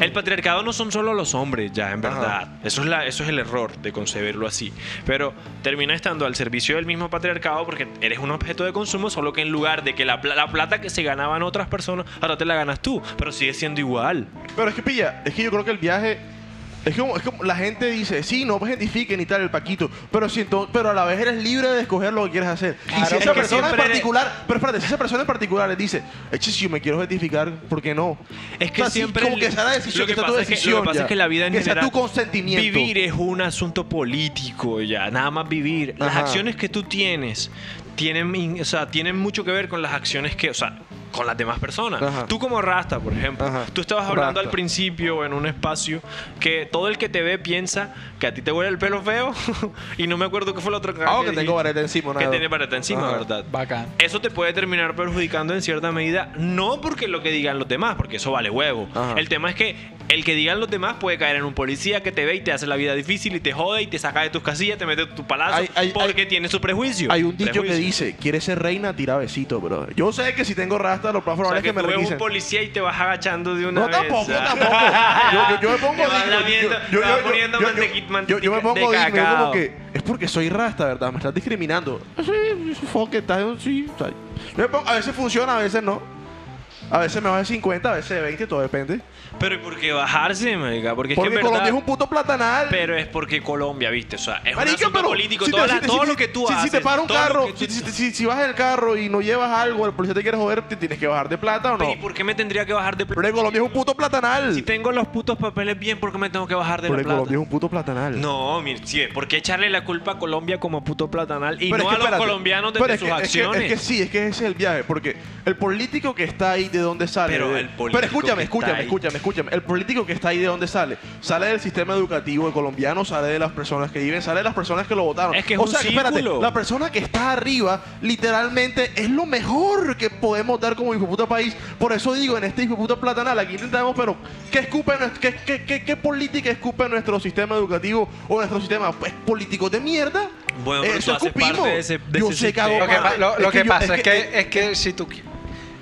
El patriarcado no son solo los hombres, ya, en verdad. Eso es, la, eso es el error de concebirlo así. Pero termina estando al servicio del mismo patriarcado porque eres un objeto de consumo, solo que en lugar de que la, pla- la plata que se ganaban otras personas, ahora te la ganas tú, pero sigue siendo igual. Pero es que pilla, es que yo creo que el viaje. Es como, es como la gente dice, sí, no identifiquen y tal el Paquito, pero si ento- pero a la vez eres libre de escoger lo que quieres hacer. y Claro, si es esa que persona en siempre eres- particular, pero espérate, si esa persona en particular le dice, eche, si yo me quiero identificar, ¿por qué no? Es que O sea, sí, siempre. como el- que sea la decisión, lo que, sea tu pasa es que- decisión lo que pasa ya. es que la vida en que sea general. tu consentimiento. Vivir es un asunto político ya, nada más vivir. Las Ajá. acciones que tú tienes tienen, in- o sea, tienen mucho que ver con las acciones que, o sea, con las demás personas. Ajá. Tú como Rasta, por ejemplo, Ajá. tú estabas hablando al Rasta. principio en un espacio que todo el que te ve piensa que a ti te huele el pelo feo (laughs) y no me acuerdo qué fue la otra Ah, que dijiste. tengo vareta encima, que nada. tiene vareta encima, Ajá. ¿verdad? Bacán. Eso te puede terminar perjudicando en cierta medida, no porque lo que digan los demás, porque eso vale huevo. Ajá. El tema es que el que digan los demás puede caer en un policía que te ve y te hace la vida difícil y te jode y te saca de tus casillas, te mete a tu palacio Hay- hay- porque tiene su prejuicio. Hay un dicho que Prejuicio. dice, quieres ser reina, tira besito, bro. Yo sé que si tengo rasta, lo más O probable sea, es que, que, me tú ves un revisen. policía y te vas agachando de una No, vez. tampoco, ah. (laughs) tampoco. Yo, yo, yo me pongo Te vas digno, lamiendo, yo- yo- te vas yo- poniendo yo- yo- mantequi- yo- yo mantequilla me pongo de digno, yo como cacao. que es porque soy rasta, ¿verdad? Me estás discriminando. Sí, fuck, estás en- sí, o sea, yo me pongo- a veces funciona, a veces no. A veces me va de 50, a veces de 20, todo depende. Pero ¿y por qué bajarse, marica? Porque, Porque es que en verdad... Colombia es un puto platanal. Pero es porque Colombia, viste, o sea, es un Marica, asunto pero político. si te- toda si la- te- todo si- lo que tú si- haces. Si te para un todo lo carro, que tú- si, si- si- si vas en el carro y no llevas algo, el policía te quiere joder, te tienes que bajar de plata o no. Pero, ¿Y por qué me tendría que bajar de Pero en Colombia es un puto platanal. Si tengo los putos papeles bien, ¿por qué me tengo que bajar de Pero la en plata? Colombia es un puto platanal. No, mire, sí, ¿por qué echarle la culpa a Colombia como puto platanal y no Pero es que a los espérate, colombianos pero desde es sus que- es que- acciones? Es que, sí, es que ese es el viaje, porque el político que está ahí, ¿de dónde sale? Pero De- el político escúchame, que escúchame, está ahí. escúchame, escúchame. El político que está ahí, ¿de dónde sale? Sale del sistema educativo colombiano, sale de las personas que viven, sale de las personas que lo votaron. Es que es o un sea, que, espérate, círculo. la persona que está arriba, literalmente, es lo mejor que podemos dar como hijo puta país. Por eso digo, en este hijo puta platanal, aquí intentamos, pero ¿qué escupe, nues- qué, qué- qué- qué política escupe nuestro sistema educativo o nuestro sistema? Pues político de mierda. Bueno, Eh, pero Eso tú haces escupimos. parte de ese- de Yo ese sé que hago sistema. Lo que, pa- parte. lo- lo que yo- pasa es que, es que si tú qui-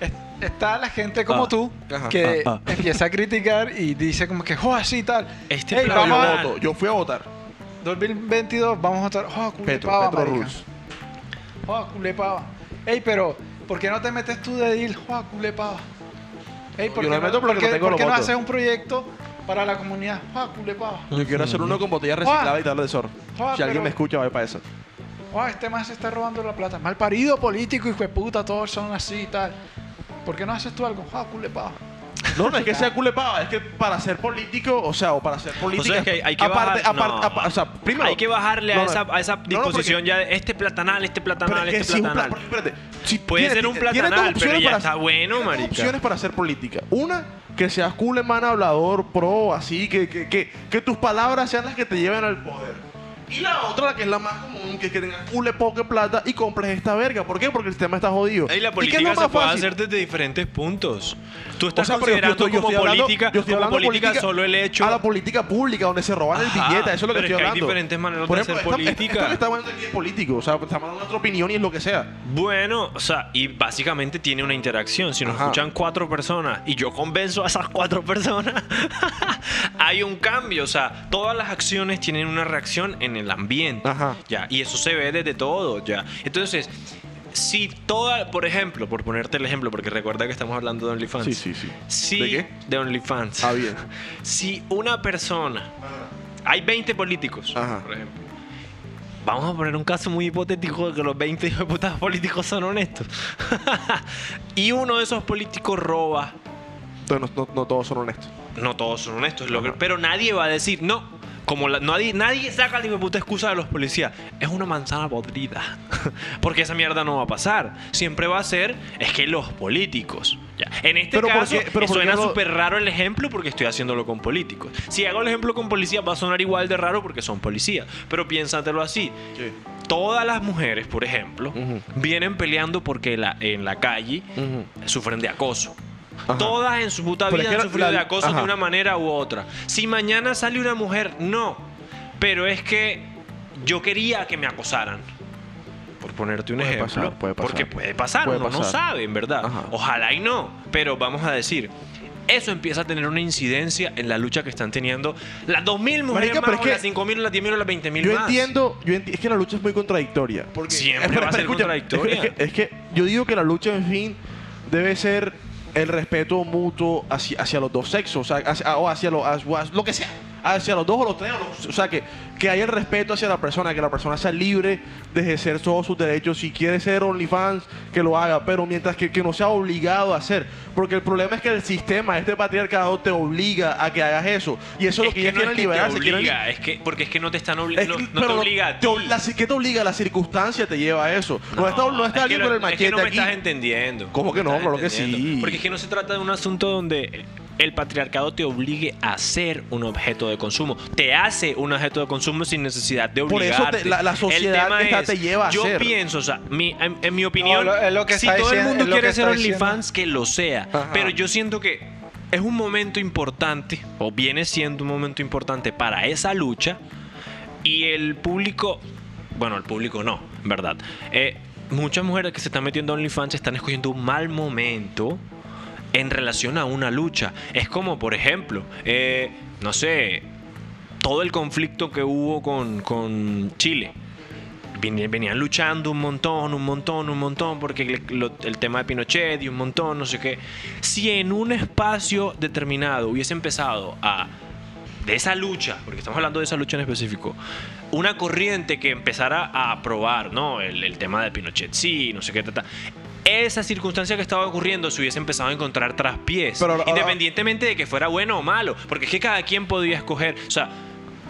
es- está la gente como Ah, tú ajá, que ah, ah. empieza a criticar y dice como que jo así tal Este Ey, plan- vamos a- yo voto, yo fui a votar. 2022 vamos a estar. ¡Oh, Petro, culepava, Petro marica! Rules. ¡Oh, culepava! Ey, pero, ¿por qué no te metes tú de deal? ¡Oh, culepava! Ey, No, ¿por yo qué no me meto por porque no qué- tengo por los qué no votos. haces un proyecto para la comunidad? ¡Oh, culepava! Yo quiero hacer uno con botella Juan. reciclada y darle de zorro. Juan, Si alguien pero- me escucha, va para eso. ¡Oh, este más se está robando la plata! Mal parido político, hijo de puta, todos son así y tal. ¿Por qué no haces tú algo? ¡Oh, culepava! No, no es (laughs) que sea culepava, es que para ser político, o sea, o para ser político. O sea, es que hay, hay que aparte, bajar- aparte, no. apa- o sea, primero. hay que bajarle No, a, no. esa, a esa No, no, disposición porque- ya de este platanal, este pero platanal, es que este si un pla- platanal. porque, espérate, si Puede tiene- ser un tiene dos platanal, pero opciones ya para- está bueno, tiene dos marica. opciones para ser política. Una, que seas cool, man, hablador, pro, así, que, que, que, que tus palabras sean las que te lleven al poder. Y la otra, la que es la más común, que, es que tengas cule, poca plata y compres esta verga. ¿Por qué? Porque el sistema está jodido. Ahí ¿Y qué la es política lo se más puede fácil? hacer desde diferentes puntos. Tú estás O sea, pero considerando yo estoy- yo como estoy hablando- política, yo como estoy hablando de política solo el hecho. A la política pública, donde se roban Ajá, el billete, eso es lo que pero es estoy que hay hablando. diferentes maneras Por de ejemplo, hacer esta- esta- política. Esto que está hablando aquí es político, o sea, está hablando nuestra opinión y es lo que sea. Bueno, o sea, y básicamente tiene una interacción. Si nos Ajá. escuchan cuatro personas y yo convenzo a esas cuatro (laughs) personas, hay un cambio. O sea, todas las acciones tienen una reacción en el ambiente. Ajá. Ya, y eso se ve desde todo, ya. Entonces, si toda, por ejemplo, por ponerte el ejemplo, porque recuerda que estamos hablando de OnlyFans. sí. Si- ¿De qué? De OnlyFans. Ah, bien. Si una persona, hay 20 políticos, Ajá. por ejemplo. Vamos a poner un caso muy hipotético de que los (laughs) 20 hijos de puta políticos son honestos. (laughs) y uno de esos políticos roba. Entonces (laughs) no, no- no todos son honestos. No todos son honestos, lo que- Ajá. pero nadie va a decir no. Como la- nadie, nadie saca la hijo de puta excusa de los policías. Es una manzana podrida. (laughs) Porque esa mierda no va a pasar. Siempre va a ser, es que los políticos. Ya. En este Pero ¿por caso, qué- pero eh, por qué suena lo- súper raro el ejemplo porque estoy haciéndolo con políticos. Si hago el ejemplo con policías, va a sonar igual de raro porque son policías. Pero piénsatelo así. Todas las mujeres, por ejemplo, Ujú. vienen peleando porque la, en la calle Ujú. sufren de acoso. Ajá. Todas en su puta Pero vida es que han la- sufrido la- de acoso ajá. de una manera u otra. Si mañana sale una mujer, no. Pero es que yo quería que me acosaran. Por ponerte un Puede ejemplo. pasar, puede pasar. Porque puede pasar, Puede uno no pasar. sabe, en verdad. Ajá. Ojalá y no. Pero vamos a decir. Eso empieza a tener una incidencia en la lucha que están teniendo las 2.000 mujeres Marica, más, pero es o que las 5.000, o las 10.000, o las 20.000 Yo más. entiendo, yo enti- es que la lucha es muy contradictoria. Porque, Siempre va a ser contradictoria. Es que, es que yo digo que la lucha, en fin, debe ser el respeto mutuo hacia, hacia los dos sexos, o, sea, hacia, o hacia lo, as- o as- lo que sea, hacia los dos o los tres, o, los- o sea, que, que haya el respeto hacia la persona, que la persona sea libre de ejercer todos sus derechos, si quiere ser OnlyFans, que lo haga, pero mientras que, que no sea obligado a hacer, porque el problema es que el sistema, este patriarcado, te obliga a que hagas eso, y eso es, lo que ellos no quieren es que liberar, te se quieren obliga, es que, porque es que no te están es obligando, que- no, te pero obliga a te ti. ob- la ci- ¿Qué te obliga? La circunstancia te lleva a eso. No, está, no está es que alguien no- con el es que machete no me aquí. estás entendiendo. ¿Cómo que no? me estás Claro que sí. entendiendo. Porque es que no se trata de un asunto donde el patriarcado te obligue a ser un objeto de consumo. Te hace un objeto de consumo sin necesidad de Por eso obligarte. te- la- la El sociedad tema esta es, te lleva a Yo ser. pienso, o sea, mi- en, en mi opinión, No, lo- es lo que si está todo el diciendo- mundo es lo que quiere ser está diciendo. OnlyFans, que lo sea. Ajá. Pero yo siento que es un momento importante, o viene siendo un momento importante para esa lucha, y el público, bueno, el público no, en ¿verdad? Eh, muchas mujeres que se están metiendo a OnlyFans están escogiendo un mal momento en relación a una lucha. Es como, por ejemplo, eh, no sé, todo el conflicto que hubo con, con Chile. Vin- Venían luchando un montón, un montón, un montón, porque le- lo- el tema de Pinochet y un montón, no sé qué. Si en un espacio determinado hubiese empezado a de esa lucha, porque estamos hablando de esa lucha en específico, una corriente que empezara a aprobar, ¿no? El, el tema de Pinochet, sí, no sé qué, ta, ta. Esa circunstancia que estaba ocurriendo se hubiese empezado a encontrar traspiés, Pero ahora- independientemente de que fuera bueno o malo, porque es que cada quien podía escoger, o sea,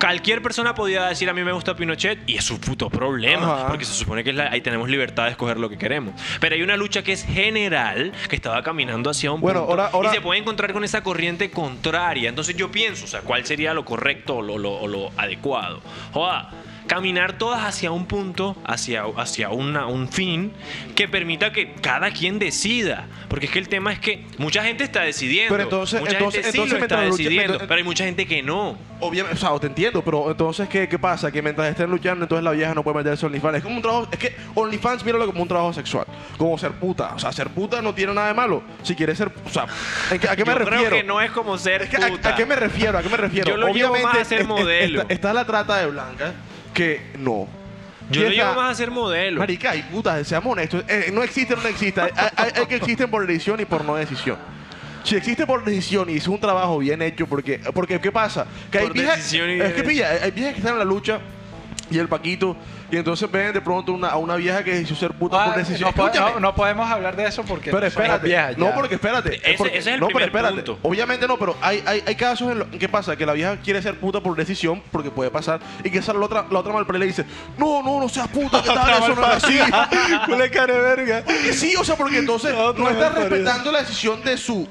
cualquier persona podía decir a mí me gusta Pinochet y es su puto problema, Ajá. porque se supone que es la- ahí tenemos libertad de escoger lo que queremos. Pero hay una lucha que es general, que estaba caminando hacia un Bueno, punto, ahora- ahora- y se puede encontrar con esa corriente contraria. Entonces yo pienso, o sea, ¿cuál sería lo correcto o lo, lo- o lo adecuado? Joda, caminar todas hacia un punto, hacia, hacia una- un fin, que permita que cada quien decida. Porque es que el tema es que mucha gente está decidiendo. Pero entonces- mucha entonces- gente sí entonces lo está mientras lucha- decidiendo, mientras- pero hay mucha gente que no. Obviamente, o sea, te entiendo, pero entonces, ¿qué, qué pasa? Que mientras estén luchando, entonces la vieja no puede meterse a OnlyFans. Es como un trabajo, es que OnlyFans, míralo como un trabajo sexual. Como ser puta. O sea, ser puta no tiene nada de malo. Si quieres ser, o sea, ¿en qué- ¿a qué me Yo refiero? creo que no es como ser Es que, puta. ¿a, a qué me refiero? ¿A qué me refiero? Yo lo llevo más a ser es- es- modelo. (laughs) Está, está la trata de blanca, que no. Yo no Y está- llego más a ser modelo. Marica, y putas, seamos honestos. eh, no existen, no existen. Hay, hay- hay que existen por decisión y por no decisión. Si existe por decisión y es un trabajo bien hecho, porque, porque ¿qué pasa? Que hay Por viejas, decisión y es que bien pilla, hay viejas que están en la lucha y el paquito y entonces ven de pronto una- a una vieja que decidió ser puta Ah, por decisión. no, po- Escúchame. no- no podemos hablar de eso porque Pero no somos espérate, viejas no, ya. (laughs) porque espérate. Ese- porque- ese es el no, pero primer espérate. punto. Obviamente no, pero hay, hay, hay casos en los que pasa que la vieja quiere ser puta por decisión, porque puede pasar, y que sale la otra, la otra malpre y le dice, no, no, no seas (laughs) puta, que tal, eso no es así. Una cara de verga. Porque sí, o sea, porque entonces La otra no está malparida. respetando la decisión de su.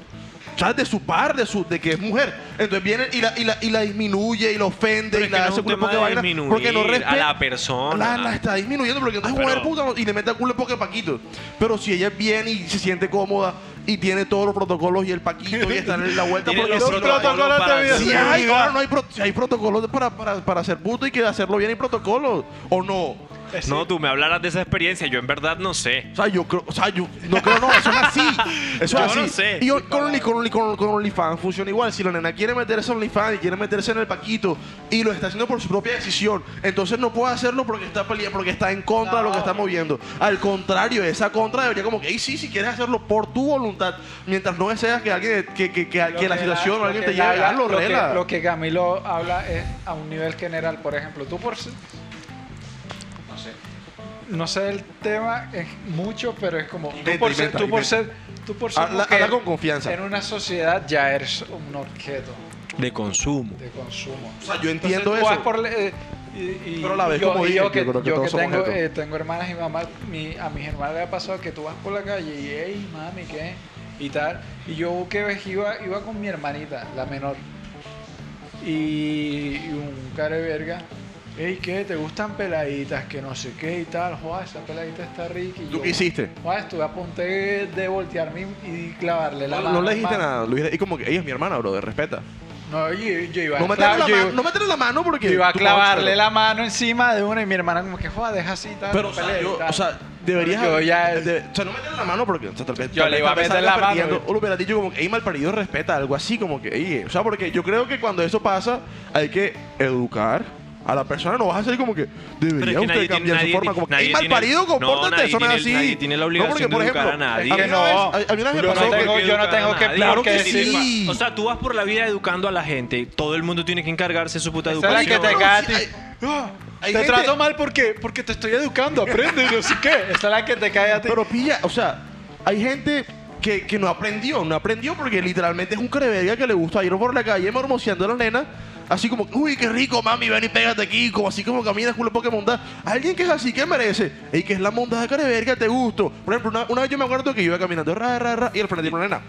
¿sabes? De su par, de su de que es mujer. Entonces viene y la, y la, y la disminuye y la ofende Pero y es que la no es hace un culo tema poco de de vaina. disminuir Porque no a respeta. la persona. La, la está disminuyendo porque entonces Ah, es mujer pero- puta no- y le mete a culo poco de paquito. Pero si ella viene y se siente cómoda y tiene todos los protocolos y el paquito y está en la (laughs) vuelta Tiene porque los si no hay- protocolos para de vida. si hay, ahora no hay, pro- si hay protocolos para, para, para ser puto y que hacerlo bien hay protocolos. ¿O no? Es- No, tú me hablaras de esa experiencia, yo en verdad no sé. O sea, yo creo, o sea, yo no creo, no, eso es (laughs) así. Eso Yo es así. no sé. Y yo- con, Only- con, Only- con, con OnlyFans funciona igual. Si la nena quiere meterse en OnlyFans y quiere meterse en el paquito y lo está haciendo por su propia decisión, entonces no puede hacerlo porque está pelea, porque está en contra de lo que está moviendo. Al contrario, esa contra debería como que, "Ey, sí, si quieres hacerlo por tu voluntad, mientras no deseas que alguien, que, que, que, Lo que la situación o lo alguien que te lleve, Laila- hazlo, lo que- rela. Lo que Camilo habla es a un nivel general, por ejemplo, tú por... si- No sé. No sé el tema es mucho, pero es como tú Inventa, por ser, inventa, tú por inventa. ser, tú por ser Habla- mujer, habla con confianza. En una sociedad ya eres un objeto De consumo. de consumo. O sea, yo entiendo Entonces, tú vas eso. por le- eh, y, y- Pero a la vez, yo, como y dije, yo yo que, creo que yo todos que somos tengo, objetos. eh, tengo hermanas y mamá, mi- a mis hermanas le ha pasado que tú vas por la calle y, hey, mami, ¿qué? Y tal. Y yo que ves, iba, iba con mi hermanita, la menor. Y, y un cara de verga. Ey, ¿qué? ¿Te gustan peladitas? Que no sé qué y tal. Joder, esa peladita está rica. Y ¿Tú yo, qué hiciste? Joder, estuve a punto de de voltearme y clavarle la No, mano. no le dijiste hermano. nada, Luis. Y como que ella es mi hermana, bro, de respeta. No, yo, yo iba No a meterle la, clavar- yo mano- iba- no meterle la mano porque. yo iba a tú conoces, clavarle pero- la mano encima de una y mi hermana como que, joder, deja así, tal. Pero, o no sea, pelees", yo, tal. o sea, deberías. Yo ya- de- o sea, no meterle la mano porque. O sea, tal vez, Yo tal le vez- iba a tal vez meter salga la mano, perdiendo. güey. O lo hubiera dicho como que, "Ey, mal parido, respeta, algo así, como que, "Ey", O sea, porque yo creo que cuando eso pasa, hay que educar. A la persona no vas a salir como que debería Pero es que nadie usted cambiar tiene- su nadie forma tiene- como que nadie "Ey, mal tiene- parido, no, compórtate, nadie eso no es tiene- así. nadie tiene la obligación no, porque, de por ejemplo, educar a nadie. A mí una No. vez, a- a mí una vez Yo me no pasó que- tengo- yo no tengo que- claro que sí. O sea, tú vas por la vida educando a la gente. Todo el mundo tiene que encargarse de su puta Esa es la educación. que te cae a ti. hay- "Ah, hay te gente- trato mal porque, porque te estoy educando, aprende, no sé qué. (laughs) Esa es la que te cae a ti. Pero pilla, o sea, hay gente que, que no aprendió, no aprendió porque literalmente es un creverga que le gusta ir por la calle mormoseando a las nenas. Así como, uy, qué rico, mami, ven y pégate aquí. Como así como caminas, culo Pokémon. da. Alguien que es así, que merece. Y que es la monda de verga te gusto. Por ejemplo, una, una vez yo me acuerdo que yo iba caminando, ra, ra, ra, y al frente de una nena.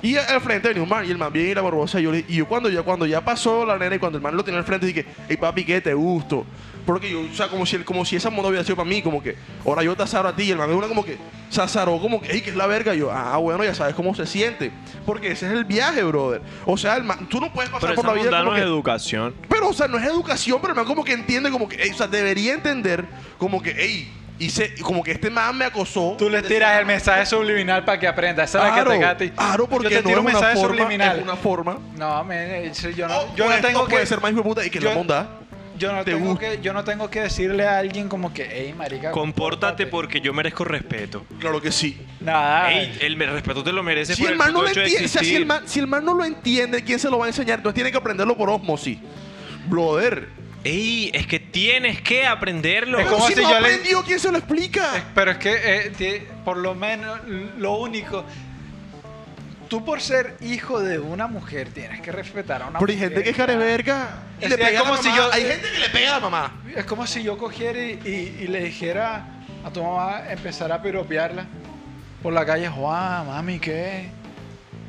Y al al frente venía un man, y el man viene y la morbosa. Y yo, le- y yo cuando, ya, cuando ya pasó la nena y cuando el man lo tenía al frente, dije, hey papi, que te gusto. Porque yo, o sea, como si, el- como si esa moda hubiera sido para mí, como que, ahora yo te azaro a ti, y el man de una como que, se azaró como que, ey, que es la verga, y yo, ah, bueno, ya sabes cómo se siente. Porque ese es el viaje, brother. O sea, el man, tú no puedes pasar Pero por esa la vida bondad como no es que- educación. pero, o sea, no es educación, pero el man como que entiende, como que, ey, o sea, debería entender, como que, ey, hice, como que este man me acosó. Tú les tiras el mensaje subliminal para que aprenda. Esa es la que Claro, te cae a ti. claro, porque yo te no tiro es un una mensaje forma, subliminal. es una forma. No, men, eh, sí, yo no, O yo puede- no tengo o puede que... ser más hijo de puta y que yo- la bondad. Yo no, te tengo gusta. que, yo no tengo que decirle a alguien como que, hey, marica, Compórtate porque yo merezco respeto. Claro que sí. Nada. eh. Ey, el me- respeto te lo mereces Si por el, el man no puto lo hecho de entiende, o sea, si, existir. el man, si el man no lo entiende, ¿quién se lo va a enseñar? Entonces tiene que aprenderlo por osmosis. Brother. Ey, es que tienes que aprenderlo. Es como si, si no yo le- aprendió, ¿quién se lo Es- explica? Pero es que eh, ti- por lo menos lo único. Tú por ser hijo de una mujer tienes que respetar a una Pero hay mujer. gente que es careverga. Y Es le que es pega como a la si mamá. yo- Hay gente que le pega a la mamá. Es como si yo cogiera y, y- y le dijera a tu mamá empezar a piropearla por la calle, Juan, mami, ¿qué?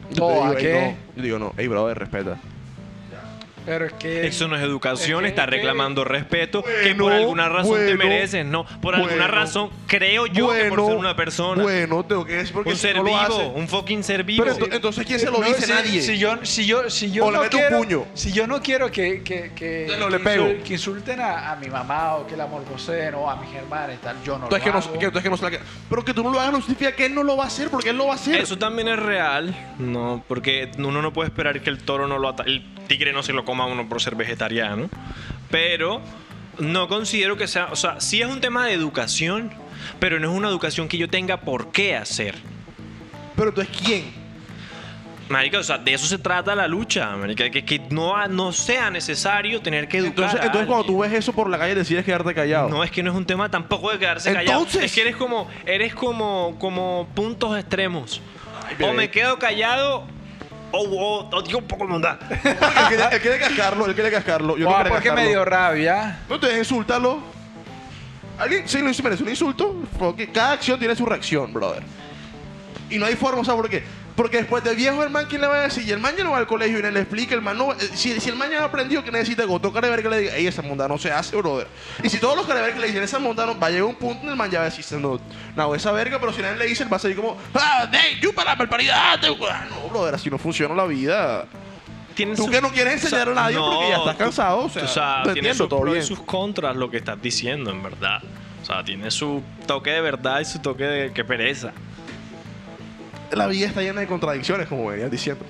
Yo te Boba, digo, "Ey, ¿qué? no". Yo digo, no, ey, brother, respeta. Pero es que. Eso no es educación, Es que- está reclamando respeto que por Bueno, alguna razón te bueno, mereces, no. Por alguna bueno. razón, creo yo que por ser una persona, Bueno, tengo que decir porque un si ser no lo hace- vivo, un fucking ser vivo. Pero ento- entonces, ¿quién se lo No, dice? si- Nadie. Si yo, si yo, si yo O le no meto un quiero, puño. si yo no quiero que, que, que, No, le que pego. insul- que insulten a, a mi mamá o que la morbosen o a mis hermanas y tal, yo no Tú lo es que no, hago. que- tú es que no se la- Pero que tú no lo hagas no significa que él no lo va a hacer, porque él lo va a hacer. Eso también es real, no, porque uno no puede esperar que el toro no lo ata- el tigre no se lo coma a uno por ser vegetariano, pero no considero que sea, o sea, sí es un tema de educación, pero no es una educación que yo tenga por qué hacer. Pero entonces, ¿quién? Marica, o sea, de eso se trata la lucha, marica, que, que no, ha- no sea necesario tener que educar. Entonces, a entonces cuando tú alguien. ves eso por la calle, decides quedarte callado. No, es que no es un tema tampoco de quedarse callado. Entonces- Es que eres como, eres como, como puntos extremos. bebé. o me quedo callado o, o- o digo un poco de bondad. él, quiere, él quiere cascarlo, él quiere cascarlo. Yo O no ah, quiero porque me cascarlo. dio rabia. No te insúltalo. Alguien sí lo merece un insulto, porque cada acción tiene su reacción, brother. Y no hay forma, o sea, ¿por qué? Porque después de viejo, el man, ¿quién le va a decir? Y el man ya no va al colegio y no le explica, el man no... eh, Si, si el man ya ha aprendido que necesita go- tocar de ver que le diga, ey, esa monda no se hace, brother. Y si todos los carever que le dicen esa monda no, va a llegar un punto en el man ya va a decir, no, no, esa verga, pero si nadie le dice, él va a seguir como, ah, hey, you para la barbaridad. te- ah, No, brother, así no funciona la vida. Tienen Tú sus- que no quieres enseñar a nadie porque ya estás tú- cansado, o tú, sea, te tiene entiendo, sus todo pros y bien. sus contras lo que estás diciendo, en verdad. O sea, tiene su toque de verdad y su toque de que pereza. La vida está llena de contradicciones, como venías diciendo.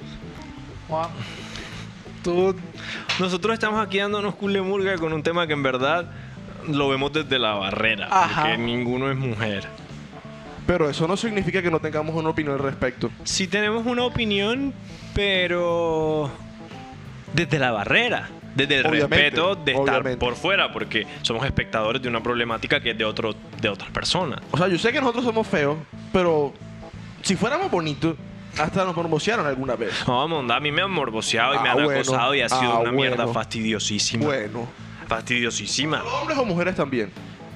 Juan, tú Nosotros estamos aquí dándonos culemurga con un tema que en verdad lo vemos desde la barrera, Ajá. porque ninguno es mujer. Pero eso no significa que no tengamos una opinión al respecto. Sí tenemos una opinión, pero desde la barrera, desde el Obviamente, respeto de estar obviamente. por fuera, porque somos espectadores de una problemática que es de otro de otras personas. O sea, yo sé que nosotros somos feos, pero si fuéramos bonitos, hasta nos promocionaron alguna vez. No, monda, a mí me han morboseado y me Ah, han bueno. acosado y ha sido Ah, una mierda bueno. fastidiosísima. Bueno. Fastidiosísima. Hombres o mujeres también.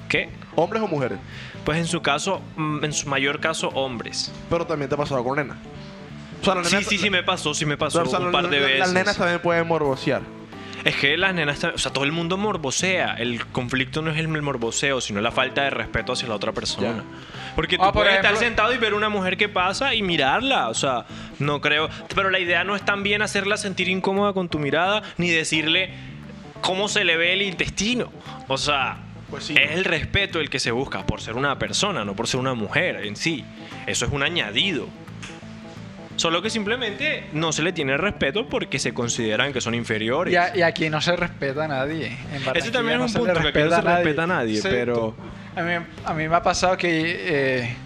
¿Qué? Hombres o mujeres. Pues en su caso, mm, en su mayor caso, hombres. Pero también te ha pasado con nenas. O sea, las Sí, nenas- sí, sí, me pasó, sí me pasó o sea, un las- par de las- veces. Las nenas también pueden morbosear. Es que las nenas, tam- o sea, todo el mundo morbosea. El conflicto no es el morboseo, sino la falta de respeto hacia la otra persona. Porque tú Ah, por puedes estar ejemplo- sentado y ver una mujer que pasa y mirarla, o sea, no creo. Pero la idea no es también hacerla sentir incómoda con tu mirada, ni decirle cómo se le ve el intestino. O sea, Pues sí. es el respeto el que se busca por ser una persona, no por ser una mujer en sí. Eso es un añadido. Solo que simplemente no se le tiene respeto porque se consideran que son inferiores. y, a- y aquí no se respeta a nadie. En Barranquilla también es no un se le punto, que aquí no se respeta a nadie, pero- tú- a mí, a mí me ha pasado que eh,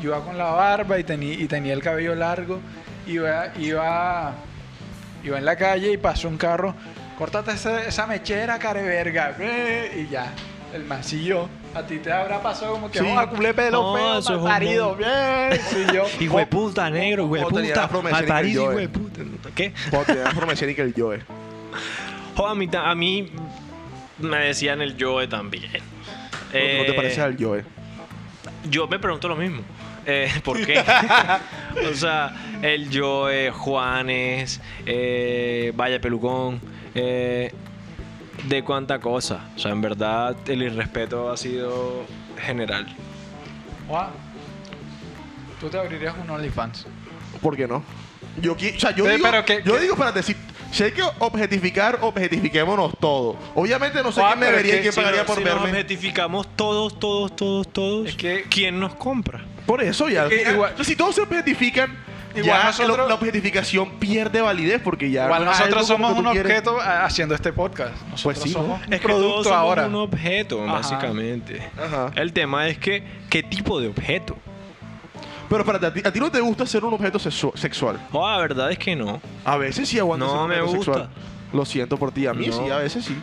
yo iba con la barba y, tení- y tenía el cabello largo, iba, iba, iba en la calle y pasó un carro, córtate esa, esa mechera, careverga, eh", y ya, el mancillo. A ti te habrá pasado como que Sí. vamos a culé pelo No, feo, eso es un malparido, bien, sí, yo. Hijo de puta, negro, hijo de o tenía puta. la promesa Al de que París, yo hijo era. de puta. ¿Qué? Cuando te dan promoción y que el yo es. Jo, a, mí, ta- a mí me decían el Joe también. No- No Eh, te pareces al yo es. Yo me pregunto lo mismo. Eh, (laughs) ¿Por qué? o sea, el Joe, Juanes, eh, Vaya Pelucón, eh, de cuánta cosa. O sea, en verdad el irrespeto ha sido general. Juan, tú te abrirías un OnlyFans. ¿Por qué no? Yo, qui- o sea, yo Ve, digo, pero que- yo que- digo, espérate, si, si hay que objetificar, objetifiquémonos todos. Obviamente no sé Ah, quién me pero vería es y que quién Si pagaría no- por si nos verme. objetificamos todos, todos, todos, todos, Es que- ¿quién nos compra? Por eso ya. Eh, ya- igual- entonces, si todos se objetifican, Igual ya nosotros- la- la objetificación pierde validez porque ya. Igual no es algo nosotros como somos que un tú quieres. objeto ah, haciendo este podcast. Nosotros Pues sí, ¿no? somos un Es que todos producto somos ahora. un objeto, Ajá. básicamente. Ajá. El tema es que, ¿qué tipo de objeto? Pero espérate, a ti, a ti no te gusta ser un objeto sexu- sexual. Oh, la verdad es que no. A veces sí aguanto No ser un me objeto gusta. sexual. Lo siento por ti, a mí No. sí, a veces sí.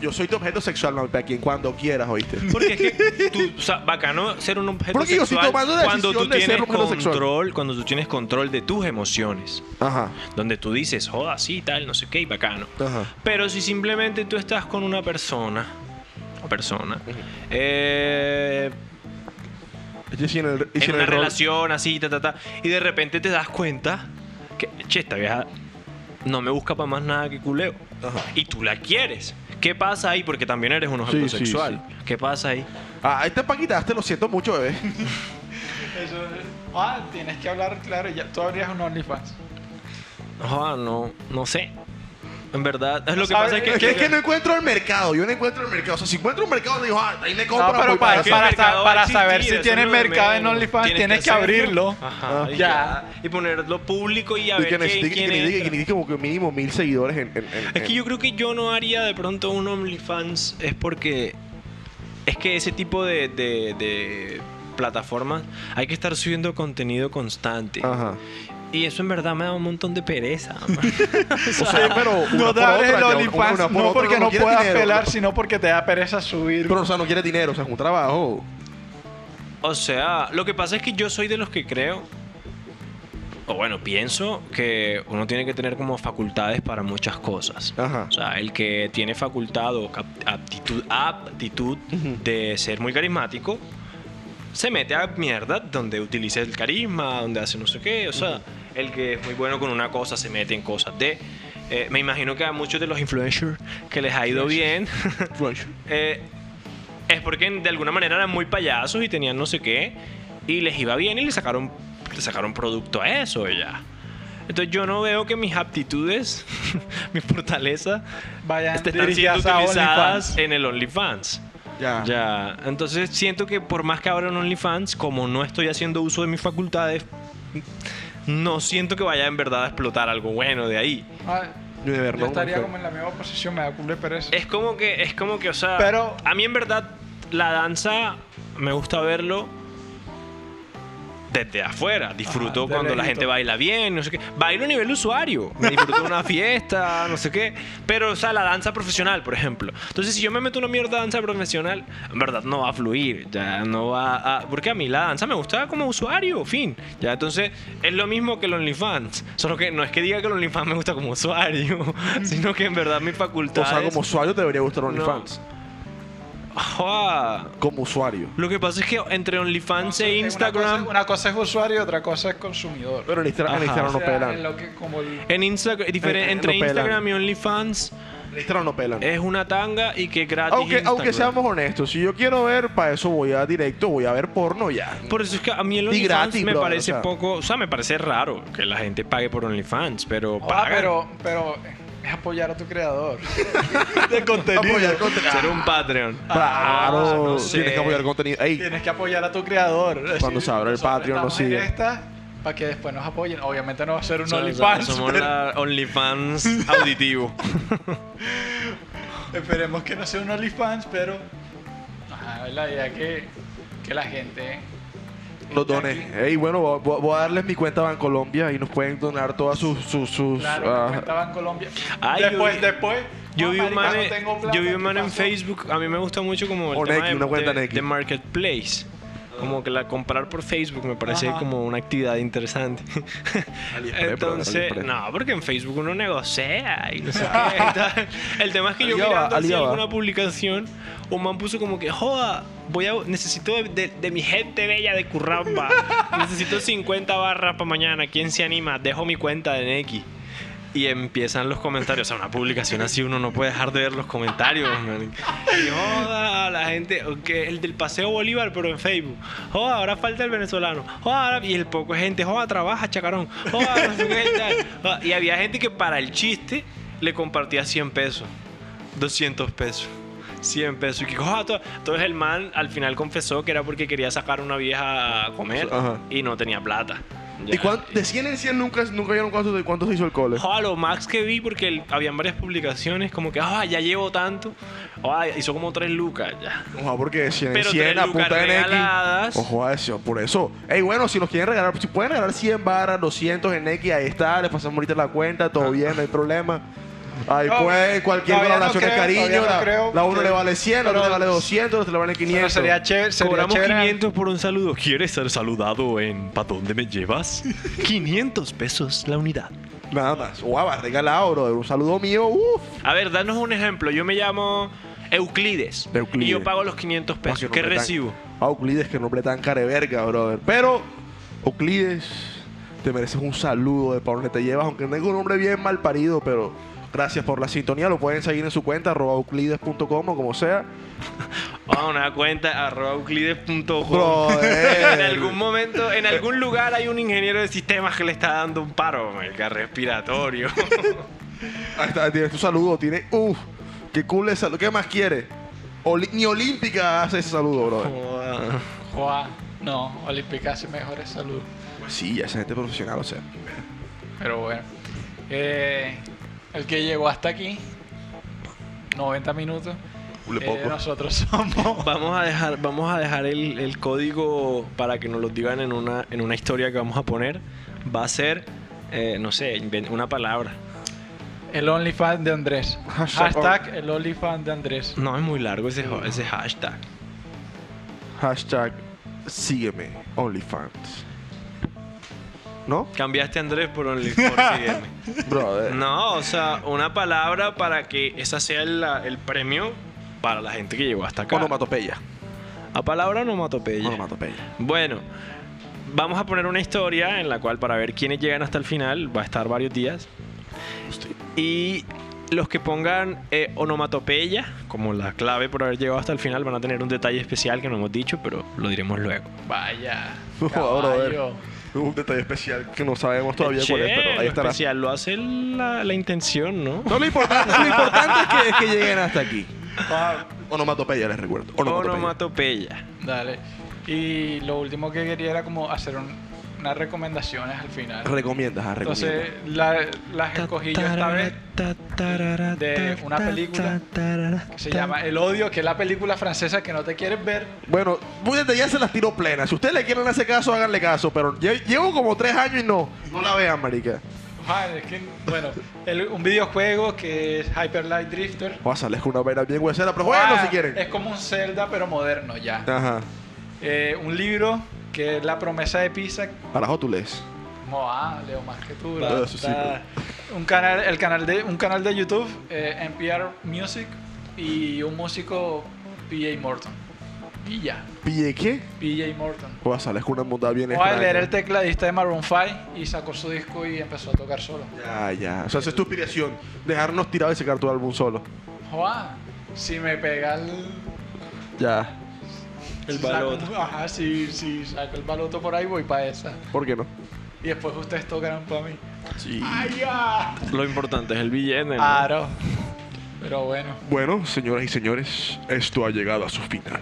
Yo soy tu objeto sexual, mami, a quien cuando (laughs) quieras, oíste. Porque es que, tú, o sea, bacano ser un objeto Porque yo estoy sexual tomando la cuando tú decisión de ser tienes un objeto sexual. control, cuando tú tienes control de tus emociones, Ajá. donde tú dices, joda, sí, tal, no sé qué, y bacano. Ajá. Pero si simplemente tú estás con una persona, o persona, eh, Y si en el, y si en en una el rol- relación así, ta, ta, ta, y de repente te das cuenta que, che, esta vieja no me busca para más nada que culeo. Y tú la quieres. ¿Qué pasa ahí? Porque también eres un Sí, sí, objeto sexual. ¿Qué pasa ahí? Ah, este Paquita, te lo siento mucho, (laughs) bebé. Eso es- Ah, tienes que hablar claro. Ya, tú abrías un OnlyFans. Ah, no, no sé. En verdad, es lo que ¿Sabes? pasa es que... Es que, es que no encuentro el mercado, yo no encuentro el mercado. O sea, si encuentro un mercado, digo, ah, ahí me compro. No, pero voy para, Es que allá. el para, mercado sa- va para a existir, saber si eso tienes es lo de mercado en menos. OnlyFans, tienes, que hacerlo. abrirlo. Ajá, Ah, ya. y ya. Y ponerlo público y a Y que ver qué- necesite- quién que necesite- que entra. necesite como que mínimo mil seguidores en. en- en- Es que yo creo que yo no haría de pronto un OnlyFans, es porque es que ese tipo de, de- de plataformas hay que estar subiendo contenido constante. (laughs) Ajá. Y eso en verdad me da un montón de pereza. O sea, pero. una No por te abres otra, el ya, una- OnlyFans, una por no otra, porque no quiere puedas dinero, pelar, ¿no? sino porque te da pereza subir. Pero, o sea, no quiere dinero, o sea, es un trabajo. o sea, lo que pasa es que yo soy de los que creo, o bueno, pienso que uno tiene que tener como facultades para muchas cosas. Ajá. O sea, el que tiene facultad o cap- aptitud, aptitud Ujú. de ser muy carismático, se mete a mierda donde utiliza el carisma, donde hace no sé qué. O sea, el que es muy bueno con una cosa se mete en cosas de... Eh, me imagino que a muchos de los influencers que les ha ido bien (laughs) eh, es porque de alguna manera eran muy payasos y tenían no sé qué y les iba bien y le sacaron, le sacaron producto a eso ya. Entonces yo no veo que mis aptitudes, (laughs) mis fortalezas, Vayan estén siendo dirigidas a utilizadas OnlyFans. Ah. en el OnlyFans. Ya. Ya, entonces siento que por más que abra un OnlyFans, como no estoy haciendo uso de mis facultades, no siento que vaya en verdad a explotar algo bueno de ahí. Ah, Yo de yo verdad. estaría como en la misma posición, me da culo de pereza. Este Es como que, es como que, o sea, Pero- a mí en verdad la danza me gusta verlo desde afuera. Disfruto Ajá, de cuando lejito. la gente baila bien, no sé qué. Bailo a nivel usuario, me disfruto de una fiesta, no sé qué. Pero, o sea, la danza profesional, por ejemplo. Entonces, si yo me meto una mierda de danza profesional, en verdad no va a fluir, ya no va a... Porque a mí la danza me gusta como usuario, fin. Ya, entonces, es lo mismo que el OnlyFans. Solo que no es que diga que el OnlyFans me gusta como usuario, (laughs) sino que en verdad mi facultad... O sea, como usuario te debería gustar OnlyFans. Ajá. Como usuario. Lo que pasa es que entre OnlyFans e Una cosa- Instagram. Una cosa, es usuario y otra cosa es consumidor. Pero en Instagram, en Ajá. Instagram O no sea, en pelan. lo que como el- En Instagram, Eh, eh, entre no pelan. Instagram y OnlyFans En Instagram no pelan. es una tanga y que es gratis. Aunque, aunque Instagram. seamos honestos, si yo quiero ver, para eso voy a directo, voy a ver porno ya. Por eso es que a mí el Y OnlyFans gratis, me brother, parece o sea. poco. O sea, me parece raro que la gente pague por OnlyFans, pero Ah, paga. (laughs) pero, pero es apoyar a tu creador. De contenido. Apoyar contenido. Ser un Patreon. Claro, Ah, no tienes sé. que apoyar contenido. Ey, Tienes que apoyar a tu creador. Cuando se abra el Patreon, nos sigue. siguen. para que después nos apoyen. Obviamente no va a ser un Somos- OnlyFans. Somos pero la OnlyFans auditivo. Esperemos que no sea un OnlyFans, pero. Ajá, es la idea que, que la gente. los dones. Ey, bueno, vo- vo- voy a darles mi cuenta Bancolombia y nos pueden donar todas sus. sus, sus Claro, ah, que cuenta Bancolombia. Ay, después, yo vi- después. Yo no, vi un marica, man, no en- tengo plata, yo vi un ¿qué man en pasó? Facebook, a mí me gusta mucho como el O tema Neki, de, una cuenta de- Neki. de marketplace. Como que la comprar por Facebook me parece Ajá. como una actividad interesante. AliExpress, bro, Entonces, AliExpress. no, porque en Facebook uno negocia y no (laughs) sé qué. y tal. El tema es que yo Alibaba, mirando así Alibaba. alguna publicación, un man puso como que, joda, voy a, necesito de, de- de mi gente bella de Curramba. necesito 50 barras para mañana. ¿Quién se anima? Dejo mi cuenta de Neki. Y empiezan los comentarios. O sea, una publicación así uno no puede dejar de ver los comentarios, man. Y joda, la gente, que el del Paseo Bolívar, pero en Facebook. Joda, ahora falta el venezolano. Joda, ahora, y el poco de gente. Joda, trabaja, chacarón. Joda, no sé qué y tal. Joda, y había gente que para el chiste le compartía 100 pesos, 200 pesos. 100 pesos. Y que, joda, to- entonces el man al final confesó que era porque quería sacar una vieja a comer Ajá. y no tenía plata. ¿Y Ya. cuán- de 100 en 100 nunca, nunca vieron cuánto, de cuánto se hizo el cole? Joder, lo max que vi, porque el- habían varias publicaciones, como que, ah, ya llevo tanto. Ah, hizo como tres lucas ya. Ojo, porque de 100 en Pero 100 tres a lucas punta de regaladas. X. Ojo a eso, por eso. Ey, bueno, si nos quieren regalar, si pueden regalar 100 barras, 200 en X, ahí está, les pasamos ahorita la cuenta, todo bien, no hay problema. Ahí Ah. No, puede, cualquier todavía no colaboración es creo, cariño. todavía no la, creo la uno que- le vale 100, la otra pero- le vale 200, la otra le vale Pero 500. sería chévere. Sería Cobramos chévere. 500 por un saludo. ¿Quieres ser saludado en ¿Pa' dónde me llevas? 500 pesos la unidad. Nada más. Guau, va, regalado, brother. Un saludo mío, uff. A ver, danos un ejemplo. Yo me llamo Euclides. Euclides. Y yo pago los 500 pesos. ¿Qué recibo? Ah, Euclides, que nombre tan careverga, brother. Pero, Euclides, Te mereces un saludo de para donde te llevas, aunque tengo un hombre bien mal parido, pero gracias por la sintonía. Lo pueden seguir en su cuenta, arroba euclides.com o como sea. Vamos a una cuenta arroba euclides.com. (laughs) Brother. en algún momento, en algún lugar hay un ingeniero de sistemas que le está dando un paro, marica, respiratorio. Ahí está, tienes tu saludo, tiene. Uf, qué cool es saludo. ¿Qué más quieres? Oli- ni Olímpica hace ese (laughs) saludo, bro. Joda. Joa, no, Olímpica hace mejores salud. Pues sí, ya esa gente profesional, o sea. Pero bueno. Eh, el que llegó hasta aquí, 90 minutos. Cule eh, poco. nosotros (laughs) somos. Vamos a dejar, vamos a dejar el, el código para que nos lo digan en una, en una historia que vamos a poner. Va a ser, eh, no sé, inven- una palabra. El OnlyFans de Andrés. (laughs) Hashtag Hashtag el OnlyFans de Andrés. No es muy largo ese, jo- ese hashtag. Hashtag sígueme, OnlyFans. ¿No? Cambiaste a Andrés por Only por sígueme. Brother. No, o sea, una palabra para que esa sea la- el premio para la gente que llegó hasta acá. Onomatopeya. A palabra onomatopeya. Onomatopeya. Bueno, vamos a poner una historia en la cual para ver quiénes llegan hasta el final, va a estar varios días. Y los que pongan eh, onomatopeya como la clave por haber llegado hasta el final van a tener un detalle especial que no hemos dicho, pero lo diremos luego. (laughs) Vaya. No, brother. caballo. Un detalle especial que no sabemos todavía Che, cuál es, pero ahí lo estará. especial lo hace la, la intención, ¿no? No, lo importante, lo importante es, que, es que lleguen hasta aquí. Onomatopeya, les recuerdo. Onomatopeya. Onomatopeya. Dale. Y lo último que quería era como hacer un- unas recomendaciones al final. Recomiendas, ah, recomiendas. Entonces, la- las escogí yo esta vez de una película que se llama El odio, que es la película francesa que no te quieres ver. Bueno, muy desde ya se las tiró plenas. Si ustedes le quieren hacer caso, háganle caso. Pero lle- llevo como tres años y no. No la vean, marica. Madre, es que- bueno, el- un videojuego que es Hyper Light Drifter. Pásales con una vaina bien huesera, pero jueguenlo Ah, si quieren. Es como un Zelda, pero moderno ya. Ajá. Eh, un libro que es La promesa de Pisa. Carajo, tú lees. No, ah, leo más que tú. Ah, la- eso sí, la- un, canal, el canal de, un canal de YouTube, eh, NPR Music, y un músico, PJ Morton. Y ya, ¿Pille qué? PJ Morton. Pásales con una montada bien O a extraña. leer el tecladista de Maroon 5 y sacó su disco y empezó a tocar solo. Ya, ya. O sea, esa es tu inspiración. Dejarnos tirados y sacar tu álbum solo. Joa, si me pega el... Ya. El si saco- baloto. Ajá, si, si saco el baloto por ahí voy para esa. ¿Por qué no? Y después ustedes tocarán para mí. Sí. ¡Ay, ya! Lo importante es el billete. ¿no? Claro. Pero bueno. Bueno, señoras y señores, esto ha llegado a su final.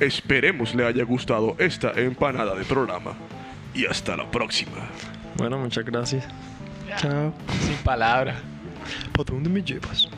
Esperemos le haya gustado esta empanada de programa. Y hasta la próxima. Bueno, muchas gracias. Ya. Chao. Sin palabras. ¿Por dónde me llevas?